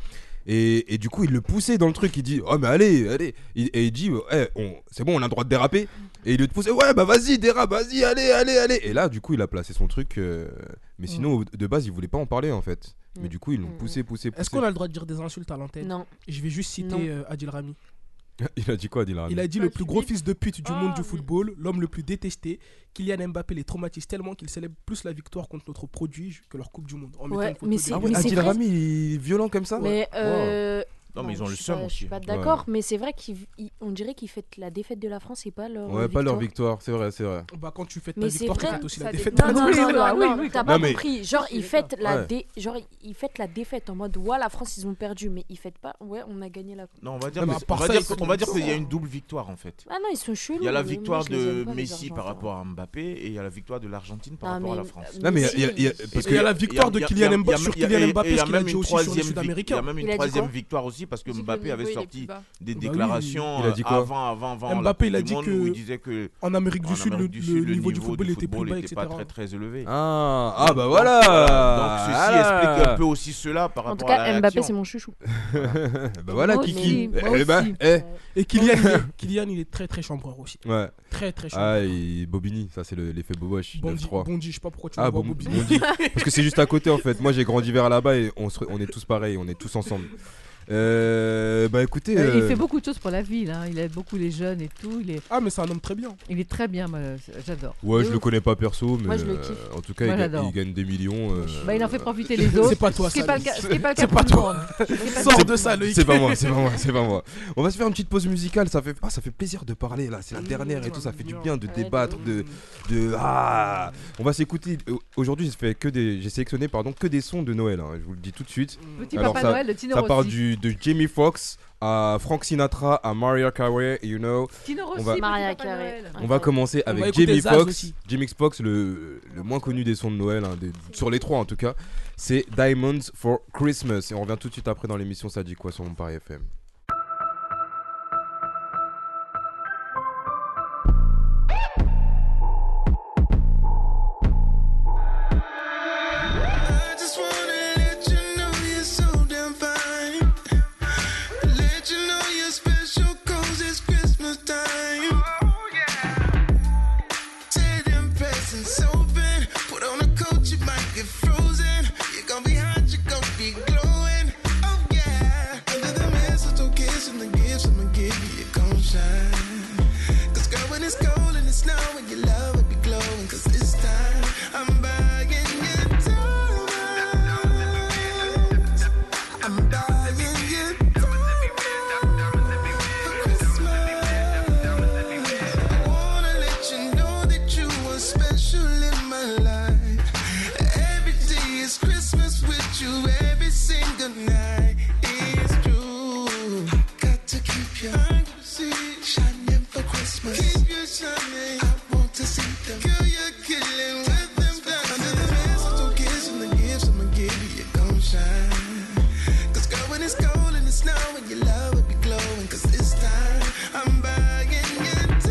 Speaker 1: Et, et du coup, il le poussait dans le truc. Il dit, oh, mais allez, allez. Il- et il dit, Eh, on- c'est bon, on a le droit de déraper. Et il le poussait, ouais, bah vas-y, dérape, vas-y, allez, allez, allez. Et là, du coup, il a placé son truc. euh, mais sinon, au- de base, il voulait pas en parler en fait. Mais
Speaker 3: Mm.
Speaker 1: du coup, ils l'ont
Speaker 3: Mm.
Speaker 1: poussé, poussé, poussé.
Speaker 5: Est-ce qu'on a le droit de dire des insultes à l'antenne
Speaker 3: Non.
Speaker 5: Je vais juste
Speaker 3: Non.
Speaker 5: citer euh, Adil Rami.
Speaker 1: Il a dit quoi,
Speaker 4: Ah
Speaker 1: Dylan
Speaker 5: Il a dit
Speaker 6: Bah,
Speaker 5: le plus
Speaker 6: tu
Speaker 5: gros
Speaker 6: dis-
Speaker 5: fils de pute du
Speaker 6: Ah,
Speaker 5: monde du
Speaker 6: oui.
Speaker 5: football, l'homme le plus détesté. Kylian Mbappé les traumatise tellement qu'il célèbre plus la victoire contre notre produit que leur Coupe du Monde. En mettant
Speaker 3: Ouais,
Speaker 5: une photo
Speaker 3: mais
Speaker 5: de-
Speaker 3: c'est-
Speaker 1: Ah
Speaker 3: Ah
Speaker 1: ouais,
Speaker 3: ouais, Mais
Speaker 1: Adil
Speaker 3: presque-
Speaker 1: Rami, il est violent comme ça
Speaker 3: Mais. euh,
Speaker 4: Non, mais ils ont
Speaker 3: je
Speaker 4: le
Speaker 3: suis
Speaker 4: seum
Speaker 3: pas- Je suis
Speaker 4: aussi.
Speaker 3: pas d'accord, mais c'est vrai qu'on dirait qu'ils fêtent la défaite de la France et pas leur.
Speaker 1: Ouais,
Speaker 3: euh,
Speaker 1: pas leur
Speaker 3: victoire.
Speaker 1: victoire, c'est vrai, c'est vrai.
Speaker 5: Bah, quand tu fais ta
Speaker 3: Mais c'est
Speaker 5: victoire, tu
Speaker 3: vrai,
Speaker 5: fais aussi
Speaker 6: ça
Speaker 5: la
Speaker 6: dé-
Speaker 5: défaite.
Speaker 3: Non, non,
Speaker 2: Oui,
Speaker 3: non,
Speaker 2: oui,
Speaker 3: non,
Speaker 2: oui,
Speaker 3: non,
Speaker 2: oui,
Speaker 3: t'as
Speaker 1: quand
Speaker 3: pas
Speaker 1: même.
Speaker 3: compris. Genre,
Speaker 6: Je suis
Speaker 3: ils fêtent, la
Speaker 1: Ouais.
Speaker 3: dé... Genre, ils fêtent la défaite en mode, ouais, la France, ils ont perdu, mais ils fêtent pas, ouais, on a gagné la.
Speaker 4: Non, on va dire,
Speaker 5: Non, mais
Speaker 4: que-
Speaker 5: par
Speaker 4: on va
Speaker 5: ça,
Speaker 4: dire
Speaker 5: ils
Speaker 4: que-
Speaker 5: sont
Speaker 4: on va dire
Speaker 5: comme
Speaker 4: qu'il y a
Speaker 5: ça.
Speaker 4: une double victoire en fait.
Speaker 3: Ah non, ils sont chelous.
Speaker 4: Il y a la
Speaker 3: mais moi,
Speaker 4: victoire
Speaker 3: je les aime
Speaker 4: de
Speaker 3: pas, les
Speaker 4: Messi par
Speaker 3: Argentins.
Speaker 4: rapport à Mbappé et il y a la victoire de l'l'Argentine par
Speaker 3: Non,
Speaker 4: rapport à la
Speaker 3: mais- euh,
Speaker 4: France.
Speaker 3: mais
Speaker 1: Non, mais il y a-
Speaker 3: si,
Speaker 1: il y a- il y a- parce
Speaker 5: Il y a
Speaker 1: que.
Speaker 5: la victoire de
Speaker 4: il y a-
Speaker 5: Kylian
Speaker 4: il y a-
Speaker 5: Mbappé
Speaker 4: il y a-
Speaker 5: sur
Speaker 4: il y a-
Speaker 5: Kylian
Speaker 4: et- et
Speaker 5: Mbappé,
Speaker 4: il y a
Speaker 5: parce qu'il a
Speaker 4: même
Speaker 5: dit
Speaker 4: une
Speaker 5: aussi sur
Speaker 4: troisième
Speaker 5: les
Speaker 4: vic- Il y a
Speaker 5: Sud-Américains.
Speaker 4: même une
Speaker 3: Il a dit
Speaker 4: troisième
Speaker 3: quoi
Speaker 4: victoire aussi aussi parce que
Speaker 6: J'ai dit
Speaker 4: Mbappé
Speaker 6: le
Speaker 4: avait
Speaker 6: niveau, il est
Speaker 4: sorti
Speaker 6: plus bas.
Speaker 4: des
Speaker 5: Bah oui,
Speaker 4: déclarations
Speaker 1: il a dit
Speaker 4: euh,
Speaker 1: quoi
Speaker 4: avant, avant, avant. la
Speaker 5: Mbappé,
Speaker 4: Coupe
Speaker 5: il a
Speaker 4: du
Speaker 5: dit
Speaker 4: Monde
Speaker 5: que-
Speaker 4: Où il disait que
Speaker 5: En Amérique du
Speaker 4: en
Speaker 5: Sud, le,
Speaker 4: Amérique du Sud,
Speaker 5: le niveau du football était plus bas,
Speaker 4: n'était
Speaker 5: etc.
Speaker 4: pas très très élevé.
Speaker 1: Ah, ah bah
Speaker 4: Donc,
Speaker 1: voilà
Speaker 4: Donc ceci
Speaker 1: Voilà.
Speaker 4: explique un peu aussi cela par
Speaker 3: En tout
Speaker 4: rapport à
Speaker 3: cas,
Speaker 4: la
Speaker 3: Mbappé, c'est
Speaker 4: réaction.
Speaker 3: mon chouchou.
Speaker 1: Bah voilà,
Speaker 2: Moi
Speaker 1: Kiki
Speaker 2: aussi, moi
Speaker 1: Eh bah,
Speaker 2: aussi.
Speaker 1: eh
Speaker 5: Et Kylian, il est, Kylian, il est très très chambreur aussi.
Speaker 1: Ouais.
Speaker 5: Très très chambreur.
Speaker 1: Ah, et Bobigny, ça c'est le- l'effet Boboche,
Speaker 5: Bondi,
Speaker 1: 9-3.
Speaker 5: Bondi, je sais pas pourquoi tu
Speaker 1: Ah,
Speaker 5: me vois
Speaker 1: Bon-
Speaker 5: Bobigny.
Speaker 1: Bondi. Parce que c'est juste à côté en fait. Moi j'ai grandi vers là-bas et on, se- on est tous pareils, on est tous ensemble. Euh, bah écoutez.
Speaker 2: Euh, Il
Speaker 1: euh,
Speaker 2: fait beaucoup de choses pour la ville, hein. il aide beaucoup les jeunes et tout, il est,
Speaker 5: Ah, mais c'est un homme très bien.
Speaker 2: il est très bien, moi, euh, j'adore.
Speaker 1: Ouais, je
Speaker 3: de
Speaker 1: le
Speaker 3: ouf.
Speaker 1: connais pas perso, mais
Speaker 3: Moi, je le
Speaker 1: euh,
Speaker 3: kiffe.
Speaker 1: en tout cas,
Speaker 2: Moi,
Speaker 1: il ga- il,
Speaker 2: j'adore.
Speaker 1: gagne des millions. euh,
Speaker 2: Bah, il en fait profiter les
Speaker 5: C'est
Speaker 2: autres,
Speaker 5: pas toi,
Speaker 2: ce qui
Speaker 5: ça.
Speaker 2: n'est pas le cas ce qui est pas le cas
Speaker 5: C'est
Speaker 2: pour
Speaker 5: pas
Speaker 2: tout le
Speaker 5: toi.
Speaker 2: monde. Ce qui est pas le cas
Speaker 5: Sors
Speaker 2: pour
Speaker 5: de ça, Loïc.
Speaker 1: C'est pas moi, c'est pas moi, c'est pas moi. On va se faire une petite pause musicale, ça fait, ah, ça fait plaisir de parler là, c'est la dernière et tout, ça fait du bien de
Speaker 3: Ouais, de
Speaker 1: débattre,
Speaker 3: ouf.
Speaker 1: Ah, de, de ah. On va s'écouter. euh, Aujourd'hui, j'ai fait que des, j'ai sélectionné pardon que des sons de Noël. hein, je vous le dis tout de suite.
Speaker 2: Petit
Speaker 1: Alors,
Speaker 2: Papa
Speaker 1: ça-
Speaker 2: Noël de Tino
Speaker 1: Ça part
Speaker 2: Rossi.
Speaker 1: du de Jamie Foxx à Frank Sinatra à Mariah Carey, you know.
Speaker 2: Tino Rossi,
Speaker 1: va-
Speaker 2: Petit
Speaker 3: Mariah
Speaker 2: Papa
Speaker 3: Carey.
Speaker 2: Noël.
Speaker 1: On va commencer
Speaker 5: On va
Speaker 1: avec
Speaker 5: écouter
Speaker 1: Jamie
Speaker 5: Zaz
Speaker 1: Foxx.
Speaker 5: aussi.
Speaker 1: Jamie Foxx, le, le moins connu des sons de Noël, hein, des- sur les trois en tout cas, c'est Diamonds for Christmas. Et on revient tout de suite après dans l'émission Ça dit quoi sur mon Paris FM.
Speaker 7: I just wanna let you know you're so damn fine. Let you know you're special 'cause it's Christmas time. Tear them presents open. Put on a coat, you might get frozen. You're gonna be hot, you're gonna be glowing. Oh yeah. Under the mistletoe kiss and the gifts I'ma give you, you're gonna shine. Cause girl, when it's cold and it's snowing, your love will be glowing. Cause this time, I'm buying you diamonds. I'm buying you diamonds for Christmas. I wanna let you know that you are special in my life. Every day is Christmas with you, every single night is true. I got to keep your eyes shining for Christmas. Keep you shining, I want to see them. Girl, you're killing with them diamonds. Under the mistletoe kiss and the gifts I'ma give you, you're gon' shine. Cause girl, when it's cold and it's snowing, your love will be glowing. Cause this time, I'm buying you diamonds.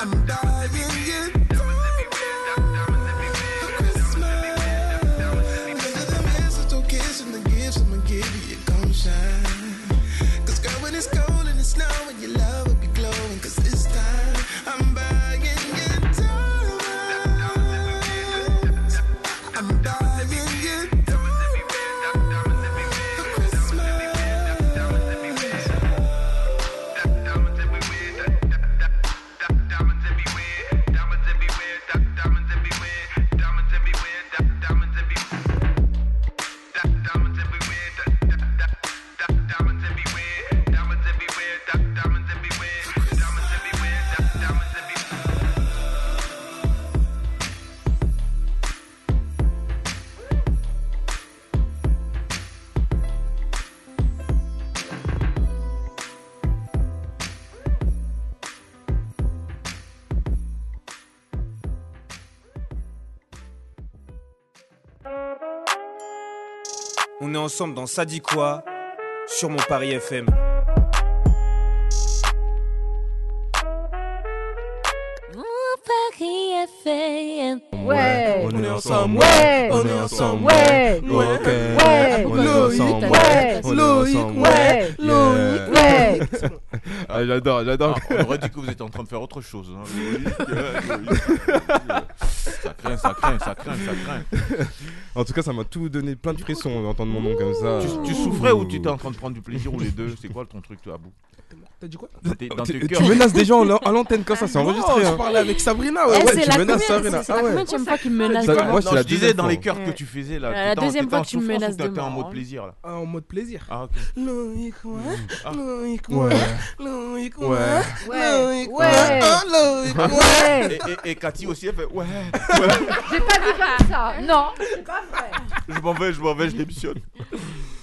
Speaker 7: I'm buying you diamonds for Christmas. Under the mistletoe kiss and the gifts I'ma give you, you're gon' shine. Cause girl, when it's cold and it's snowing, your love will be glowing. Cause this time, I'm buying you diamonds. I'm buying you diamonds for Christmas.
Speaker 8: On est ensemble dans Ça dit quoi sur mon Paris FM.
Speaker 9: Paris FM.
Speaker 2: Ouais,
Speaker 1: On est ensemble.
Speaker 2: ouais,
Speaker 1: On est ensemble.
Speaker 2: ouais,
Speaker 1: Ok.
Speaker 2: Ouais.
Speaker 1: On est ensemble.
Speaker 2: Ouais.
Speaker 1: On est
Speaker 5: Loïc,
Speaker 1: ensemble.
Speaker 2: ouais,
Speaker 1: Yeah.
Speaker 3: Eh,
Speaker 2: ouais.
Speaker 1: Ah, j'adore, j'adore.
Speaker 4: Ah, on aurait dit que vous étiez en train de faire autre chose. hein. Loïc, euh, Loïc, euh, Ça craint, ça craint, ça craint, ça craint.
Speaker 1: En tout cas, ça m'a tout donné plein de frissons d'entendre mon nom comme ça.
Speaker 4: Tu, tu souffrais ou tu étais en train de prendre du plaisir ou les deux C'est quoi ton truc, toi, à bout
Speaker 5: T'as dit quoi
Speaker 4: T'es- Dans tes
Speaker 1: Tu
Speaker 4: cœurs,
Speaker 1: tu menaces des gens à l'antenne comme ça, c'est
Speaker 5: Oh,
Speaker 1: enregistré.
Speaker 5: je
Speaker 1: hein.
Speaker 5: parlais avec Sabrina.
Speaker 3: Eh,
Speaker 5: Ouais, ouais,
Speaker 3: c'est
Speaker 1: tu
Speaker 3: la
Speaker 1: menaces
Speaker 3: combien-
Speaker 1: Sabrina.
Speaker 3: c'est
Speaker 1: Ah
Speaker 3: la
Speaker 1: ouais.
Speaker 3: communième fois qu'il me menace
Speaker 1: Ça-
Speaker 3: de mort
Speaker 1: moi, c'est
Speaker 4: Non,
Speaker 1: la
Speaker 4: je disais
Speaker 1: deuxième
Speaker 4: dans les
Speaker 1: fois.
Speaker 4: cœurs que
Speaker 3: Ouais.
Speaker 4: tu faisais là.
Speaker 3: Euh, la
Speaker 4: t'étais en-
Speaker 3: deuxième
Speaker 4: t'étais
Speaker 3: fois
Speaker 4: en
Speaker 3: que tu me
Speaker 4: souffrance ou
Speaker 3: menaces de
Speaker 4: t'étais en
Speaker 3: mort,
Speaker 4: mode
Speaker 3: hein.
Speaker 4: plaisir là.
Speaker 5: Ah, en mode plaisir.
Speaker 4: Ah, ok.
Speaker 5: Loïc, ouais.
Speaker 4: Ah.
Speaker 5: Loïc,
Speaker 1: Ouais.
Speaker 5: ouais. Loïc, ouais.
Speaker 1: Ouais.
Speaker 2: Ouais,
Speaker 5: Loïc,
Speaker 2: ouais.
Speaker 5: Ah, Loïc, ouais.
Speaker 2: Ouais.
Speaker 4: Et, et- et Cathy aussi, elle fait Ouais,
Speaker 2: J'ai pas dit comme ça. Non, c'est pas vrai.
Speaker 4: je m'en vais, je m'en vais, je démissionne.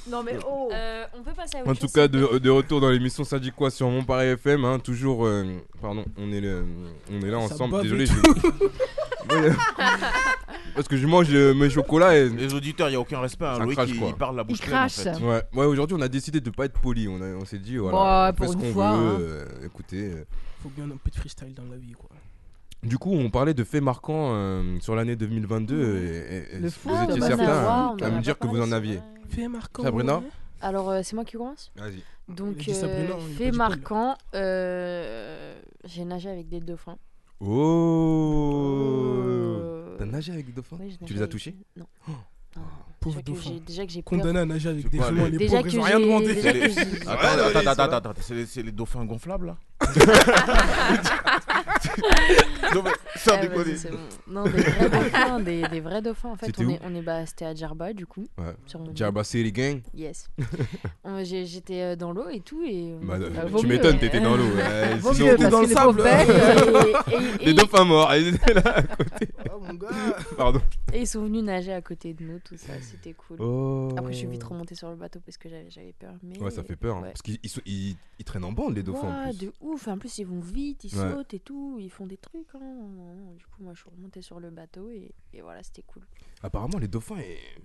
Speaker 3: Non, mais oh Euh, On peut passer à autre
Speaker 1: En tout
Speaker 3: chose
Speaker 1: cas, de, de retour dans l'émission, ça dit quoi sur Mon Paris FM hein, Toujours, euh, pardon, on est, le- on est là
Speaker 5: Ça
Speaker 1: ensemble.
Speaker 5: bave et
Speaker 1: Désolé,
Speaker 5: tout.
Speaker 1: je- Ouais. Parce que je mange euh, mes chocolats et.
Speaker 4: Les auditeurs, il n'y a aucun respect. Hein.
Speaker 1: Ça
Speaker 4: Loïc,
Speaker 1: crache,
Speaker 4: il,
Speaker 1: quoi.
Speaker 4: il parle la bouche
Speaker 2: Il
Speaker 4: pleine. En
Speaker 2: crache.
Speaker 4: fait.
Speaker 1: Ouais, ouais aujourd'hui on a décidé de pas être poli, on, a- on s'est dit voilà,
Speaker 2: Bah,
Speaker 1: on fait
Speaker 2: pour
Speaker 1: ce
Speaker 2: une
Speaker 1: qu'on
Speaker 2: fois,
Speaker 1: veut,
Speaker 2: hein.
Speaker 1: euh, écoutez. euh.
Speaker 5: Faut bien un peu de freestyle dans la vie, quoi.
Speaker 1: Du coup, on parlait de faits marquants euh, sur l'année 2022 et, et- et
Speaker 2: Le
Speaker 1: vous
Speaker 2: foot,
Speaker 3: Ah,
Speaker 1: étiez
Speaker 2: Thomas
Speaker 3: bah,
Speaker 1: certain
Speaker 2: Savoir,
Speaker 1: hein,
Speaker 3: on
Speaker 1: à
Speaker 3: en a
Speaker 1: me
Speaker 3: pas
Speaker 1: dire que vous
Speaker 3: parlé,
Speaker 1: en
Speaker 3: c'est
Speaker 1: aviez.
Speaker 3: vrai.
Speaker 5: Fait marquant.
Speaker 1: Sabrina
Speaker 5: ouais.
Speaker 3: bah, Alors, euh, c'est moi qui commence
Speaker 1: Vas-y.
Speaker 5: Il a
Speaker 3: Donc,
Speaker 5: dit Sabrina,
Speaker 3: euh,
Speaker 5: il a pas
Speaker 3: fait
Speaker 5: dit Paul.
Speaker 3: marquant, euh, j'ai nagé avec des dauphins.
Speaker 1: Oh
Speaker 3: Euh,
Speaker 1: T'as nagé avec des dauphins
Speaker 3: ouais, j'ai
Speaker 1: Tu
Speaker 3: nagé
Speaker 1: les as
Speaker 3: avec-
Speaker 1: touchés
Speaker 3: Non.
Speaker 5: Pauvre
Speaker 3: Déjà que
Speaker 5: dauphin.
Speaker 3: j'ai- Déjà que j'ai peur.
Speaker 5: Condamné à nager avec
Speaker 4: C'est
Speaker 5: des
Speaker 4: pas
Speaker 5: gens,
Speaker 4: les-
Speaker 5: les
Speaker 3: Déjà
Speaker 5: pauvres,
Speaker 3: que
Speaker 5: ils ont rien demandé.
Speaker 3: j'ai. déjà que j'ai-
Speaker 4: Attends,
Speaker 1: Ouais, ouais,
Speaker 4: attends,
Speaker 1: ça
Speaker 4: attends,
Speaker 1: va.
Speaker 4: attends, attends, c'est les, c'est les dauphins gonflables là Non mais, sans
Speaker 3: Ah, vas-y,
Speaker 4: déconner.
Speaker 3: c'est bon. Non, des vrais dauphins, des, des vrais dauphins. En fait,
Speaker 1: C'était
Speaker 3: on
Speaker 1: où
Speaker 3: est, on est bah, c'était à Djerba du coup.
Speaker 1: Ouais.
Speaker 3: Sur mon-
Speaker 1: Djerba City Gang
Speaker 3: Yes. On- j'ai- J'étais euh, dans l'eau et tout et.
Speaker 1: Bah,
Speaker 3: Bah,
Speaker 2: vaut
Speaker 1: Tu
Speaker 2: mieux.
Speaker 1: m'étonnes, t'étais dans l'eau. ouais,
Speaker 2: Vaut
Speaker 1: sinon-
Speaker 2: mieux,
Speaker 5: tout
Speaker 2: parce
Speaker 5: dans
Speaker 2: que
Speaker 5: le
Speaker 2: les
Speaker 5: sable.
Speaker 2: pauvres bêtes,
Speaker 3: et, et-
Speaker 1: Les
Speaker 3: et-
Speaker 1: dauphins morts, ils étaient là à côté. Pardon.
Speaker 3: et ils sont venus nager à côté de nous, tout ça, c'était cool.
Speaker 1: Oh.
Speaker 3: Après, je suis vite remontée sur le bateau parce que j'avais j'avais peur. Mais...
Speaker 1: Ouais, ça fait peur. hein,
Speaker 3: Ouais.
Speaker 1: Parce qu'ils ils sont- ils- ils traînent en bande, les dauphins. en
Speaker 3: Ouah,
Speaker 1: plus.
Speaker 3: de ouf. En plus, ils vont vite, ils
Speaker 1: Ouais.
Speaker 3: sautent et tout, ils font des trucs. hein. Du coup, moi, je suis remontée sur le bateau et, et voilà, c'était cool.
Speaker 1: Apparemment, les dauphins, ils-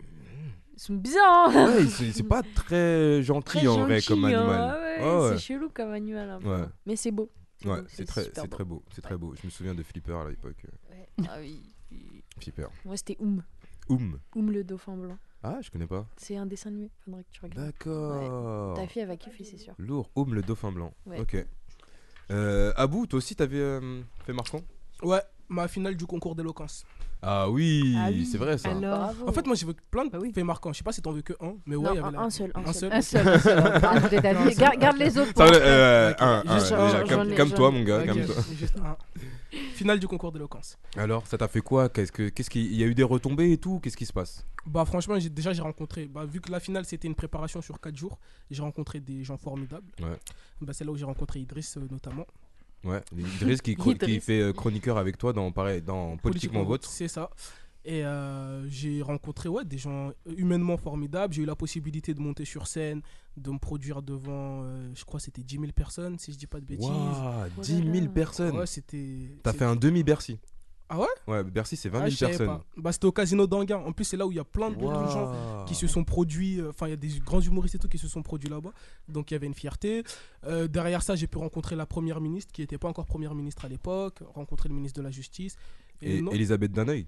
Speaker 3: Ils sont bizarres. hein.
Speaker 1: ouais, ils sont- c'est pas très gentil
Speaker 3: Très
Speaker 1: en vrai comme
Speaker 3: gentils, hein.
Speaker 1: animal.
Speaker 3: Ouais,
Speaker 1: Ah ouais.
Speaker 3: C'est chelou comme animal. un peu.
Speaker 1: Ouais,
Speaker 3: Mais c'est beau.
Speaker 1: ouais,
Speaker 3: beau,
Speaker 1: c'est très,
Speaker 3: super
Speaker 1: c'est
Speaker 3: beau.
Speaker 1: très beau, c'est très beau. Je me souviens de Flipper à l'époque. euh,
Speaker 3: Ouais. Ah oui.
Speaker 1: Flipper.
Speaker 3: Moi, c'était Oum.
Speaker 1: Oum.
Speaker 3: Oum le dauphin blanc.
Speaker 1: Ah, je connais pas.
Speaker 3: C'est un dessin animé. Faudrait que tu regardes.
Speaker 1: D'accord.
Speaker 3: Ta fille, elle va kiffer, c'est sûr.
Speaker 1: Lourd. Oum le dauphin blanc.
Speaker 3: Ouais.
Speaker 1: Ok. Euh, Abou, toi aussi, t'avais euh, fait marquant
Speaker 5: Ouais, ma finale du concours d'éloquence.
Speaker 1: Ah oui,
Speaker 3: Ah oui.
Speaker 1: c'est vrai ça.
Speaker 2: Alors,
Speaker 3: Bravo.
Speaker 5: En fait, moi, j'ai vu plein de
Speaker 2: Bah oui.
Speaker 5: faits marquants. Je sais pas si t'en veux que un, mais ouais,
Speaker 3: non,
Speaker 5: il y avait
Speaker 3: un,
Speaker 5: la-
Speaker 3: un seul. Un,
Speaker 5: un
Speaker 3: seul.
Speaker 2: un seul, un seul. Ah, je l'ai
Speaker 5: Non,
Speaker 2: d'avis.
Speaker 5: c'est-
Speaker 2: Garde garde les autres. pour
Speaker 1: Ça, euh,
Speaker 2: après.
Speaker 1: euh, un, un,
Speaker 3: Juste-
Speaker 1: déjà,
Speaker 3: j'en ai-
Speaker 1: calme-
Speaker 3: j'en ai-
Speaker 1: calme-toi mon gars,
Speaker 5: Ok,
Speaker 1: calme-toi.
Speaker 5: juste un. Finale du concours d'éloquence.
Speaker 1: Alors, ça t'a fait quoi Qu'est-ce que, qu'est-ce qu'il y a eu des retombées et tout Qu'est-ce qui se passe
Speaker 5: Bah franchement, j'ai déjà j'ai rencontré bah vu que la finale c'était une préparation sur 4 jours, j'ai rencontré des gens formidables.
Speaker 1: Ouais.
Speaker 5: Bah c'est là où j'ai rencontré Idriss euh, notamment.
Speaker 1: Ouais, Idriss qui, chro- qui
Speaker 3: Idriss.
Speaker 1: fait euh, chroniqueur avec toi dans, pareil, dans Politiquement Vôtre.
Speaker 5: C'est ça. Et euh, j'ai rencontré ouais, des gens euh, humainement formidables. J'ai eu la possibilité de monter sur scène, de me produire devant, euh, je crois, que c'était 10 000 personnes, si je dis pas de bêtises.
Speaker 1: Waouh,
Speaker 3: là
Speaker 1: 10 000
Speaker 3: là.
Speaker 1: personnes
Speaker 5: Ouais, c'était.
Speaker 1: T'as
Speaker 5: c'est-
Speaker 1: fait un demi-Bercy.
Speaker 5: Ah ouais
Speaker 1: Ouais, Bercy, c'est 20
Speaker 5: Ah,
Speaker 1: 000
Speaker 5: je savais
Speaker 1: personnes.
Speaker 5: pas. Bah, c'était au casino d'Anguin. En plus, c'est là où il y a plein de de gens
Speaker 1: Waouh.
Speaker 5: qui se sont produits. euh, Enfin, il y a des grands humoristes et tout qui se sont produits là-bas. Donc, il y avait une fierté. Euh, derrière ça, j'ai pu rencontrer la première ministre qui n'était pas encore première ministre à l'époque, rencontrer le ministre de la Justice.
Speaker 1: Et
Speaker 5: non-
Speaker 1: Elisabeth Daneuil.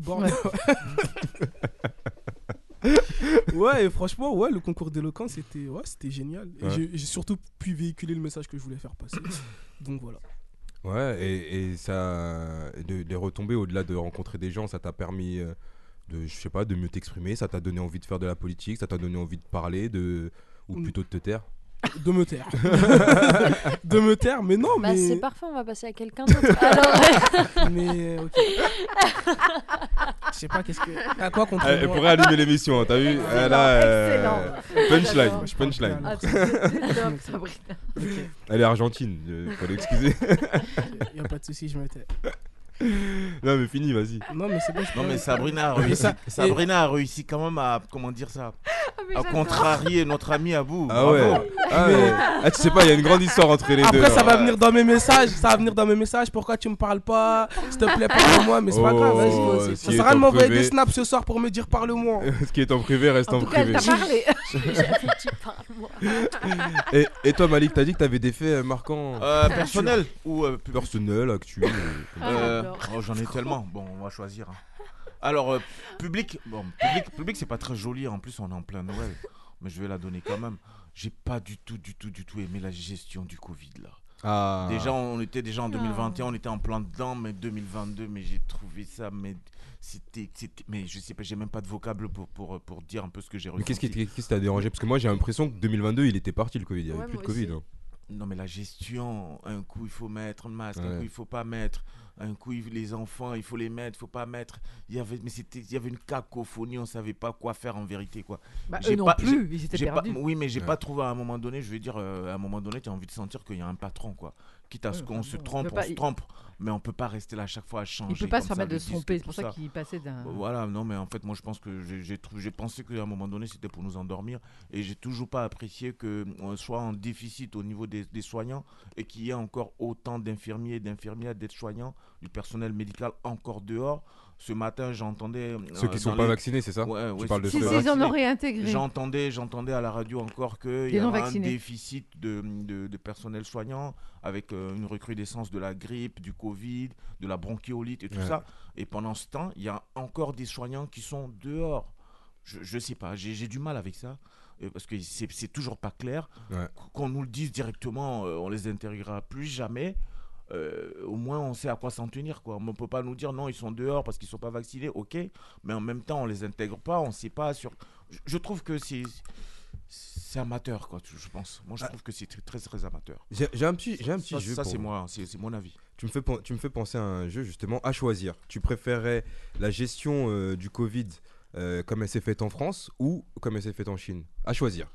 Speaker 5: Bon, ouais, et franchement, ouais, le concours d'éloquence, c'était ouais, c'était génial. Et
Speaker 1: Ouais.
Speaker 5: j'ai- J'ai surtout pu véhiculer le message que je voulais faire passer. Donc voilà.
Speaker 1: Ouais, et, et ça. De, de retomber au-delà de rencontrer des gens, ça t'a permis. euh, De, je sais pas, de mieux t'exprimer, ça t'a donné envie de faire de la politique, ça t'a donné envie de parler, de ou
Speaker 5: Mm.
Speaker 1: plutôt de te taire.
Speaker 5: De me taire. de me taire, mais non,
Speaker 3: Bah, c'est
Speaker 5: mais.
Speaker 3: parfait, on va passer à quelqu'un d'autre. Alors,
Speaker 5: mais ok. Je sais pas qu'est-ce que. À quoi contre
Speaker 1: Elle, Euh, elle
Speaker 5: moi
Speaker 1: pourrait animer l'émission, t'as vu
Speaker 2: Excellent,
Speaker 1: Elle a, euh,
Speaker 2: J'adore.
Speaker 1: Punchline, punchline.
Speaker 2: Ah, c'est- c'est top, Sabrina.
Speaker 1: Elle est argentine, euh, faut l'excuser.
Speaker 5: ah, Y a pas de souci, je me tais.
Speaker 1: non mais fini, vas-y.
Speaker 5: Non, mais c'est bon, je
Speaker 4: Non mais
Speaker 5: peux-
Speaker 4: Sabrina a réussi,
Speaker 5: ça-
Speaker 4: Sabrina a réussi quand même à, comment dire ça, à contrarier notre ami Abou.
Speaker 1: Ah
Speaker 4: Bravo.
Speaker 1: ouais. Ah, ouais. Ah, tu sais pas, il y a une grande histoire entre les deux.
Speaker 5: Après, ça
Speaker 1: hein.
Speaker 5: va venir dans mes messages. Ça va venir dans mes messages. Pourquoi tu me parles pas S'il te plaît, parle-moi. Mais c'est pas
Speaker 1: Oh,
Speaker 5: grave, vas-y.
Speaker 1: euh,
Speaker 5: vas-y.
Speaker 1: ce
Speaker 5: Ça
Speaker 1: qui
Speaker 5: sert à rien
Speaker 1: est
Speaker 5: de
Speaker 1: en
Speaker 5: m'envoyer
Speaker 1: privé.
Speaker 5: des snaps ce soir pour me dire parle-moi. Oh,
Speaker 1: Ce qui est en privé reste en,
Speaker 2: En tout cas, elle
Speaker 1: privé.
Speaker 2: t'a parlé.
Speaker 1: et, et toi, Malik, t'as dit que t'avais des faits euh, marquants
Speaker 4: Euh, personnel ou euh, pub-
Speaker 1: personnels, actuels. euh, comme ça.
Speaker 4: Euh, oh, j'en ai tellement. Bon, on va choisir. hein. Alors, euh, public, bon, public, public, c'est pas très joli. En plus, on est en plein Noël. Mais je vais la donner quand même. J'ai pas du tout, du tout, du tout aimé la gestion du Covid là.
Speaker 1: Ah.
Speaker 4: Déjà, on était déjà en 2021, on était en plein dedans, mais 2022, mais j'ai trouvé ça, mais c'était, c'était- mais je sais pas, j'ai même pas de vocable pour pour, pour dire un peu ce que j'ai
Speaker 1: Mais
Speaker 4: ressenti.
Speaker 1: qu'est-ce qui qu'est-ce qui t'a dérangé Parce que moi, j'ai l'impression que 2022, il était parti le Covid. Il y avait
Speaker 3: Ouais,
Speaker 1: plus de
Speaker 3: moi aussi.
Speaker 1: Covid. hein.
Speaker 4: Non, mais la gestion, un coup il faut mettre un masque, un
Speaker 1: Ouais.
Speaker 4: coup il faut pas mettre, un coup il- les enfants il faut les mettre, il faut pas mettre. Il y avait, mais c'était, il y avait une cacophonie, on savait pas quoi faire en vérité quoi.
Speaker 2: Bah,
Speaker 4: J'ai
Speaker 2: eux non
Speaker 4: pas-
Speaker 2: plus, ils étaient
Speaker 4: J'ai pas,
Speaker 2: perdus.
Speaker 4: oui, mais j'ai
Speaker 1: Ouais.
Speaker 4: pas trouvé à un moment donné, je veux dire, euh, à un moment donné, tu as envie de sentir qu'il y a un patron quoi. Quitte à ce
Speaker 5: Ouais,
Speaker 4: qu'on se
Speaker 5: vraiment, on
Speaker 4: trompe,
Speaker 2: peut
Speaker 4: on
Speaker 2: pas-
Speaker 4: se
Speaker 2: il-
Speaker 4: trompe, mais on peut pas rester là à chaque fois à changer.
Speaker 2: Il peut pas se
Speaker 4: comme ça,
Speaker 2: permettre
Speaker 4: le
Speaker 2: de se
Speaker 4: disque,
Speaker 2: tromper, c'est
Speaker 4: tout
Speaker 2: pour ça qu'il passait d'un.
Speaker 4: voilà, non, mais en fait, moi, je pense que j'ai- j'ai trou- j'ai pensé qu'à un moment donné, c'était pour nous endormir. Et j'ai toujours pas apprécié qu'on soit en déficit au niveau des, des soignants et qu'il y ait encore autant d'infirmiers et d'infirmières, d'aides-soignants du personnel médical encore dehors. Ce matin, j'entendais. euh,
Speaker 1: Ceux qui sont
Speaker 4: dans
Speaker 1: pas vaccinés, c'est ça
Speaker 4: Ouais,
Speaker 1: Tu
Speaker 4: ouais,
Speaker 1: parles de
Speaker 4: ceux
Speaker 2: Si, si,
Speaker 4: qui sont
Speaker 2: ils en
Speaker 4: vaccinés.
Speaker 2: ont réintégré.
Speaker 4: J'entendais, j'entendais à la radio encore qu'il
Speaker 2: Des
Speaker 4: y avait un
Speaker 2: non-vaccinés.
Speaker 4: déficit de, de, de personnel soignant avec euh, une recrudescence de la grippe, du Covid, de la bronchiolite et tout
Speaker 1: Ouais.
Speaker 4: ça. Et pendant ce temps, il y a encore des soignants qui sont dehors. Je, je sais pas, j'ai j'ai du mal avec ça euh, parce que c'est c'est toujours pas clair.
Speaker 1: Ouais.
Speaker 4: Qu'on nous le dise directement, euh, on les intégrera plus jamais. Euh, au moins, on sait à quoi s'en tenir. Quoi. On ne peut pas nous dire non, ils sont dehors parce qu'ils sont pas vaccinés, ok, mais en même temps, on les intègre pas, on sait pas sur. Je, je trouve que c'est. C'est amateur, quoi, je pense. Moi, je trouve que c'est très, très, très amateur.
Speaker 1: J'ai j'ai un petit, Ah. j'ai un petit
Speaker 4: ça,
Speaker 1: jeu.
Speaker 4: ça,
Speaker 1: pour
Speaker 4: c'est
Speaker 1: vous.
Speaker 4: moi, hein, c'est c'est mon avis.
Speaker 1: Tu me, fais, pen- tu me fais penser à un jeu justement à choisir. Tu préférais la gestion euh, du Covid euh, comme elle s'est faite en France ou comme elle s'est faite en Chine À choisir.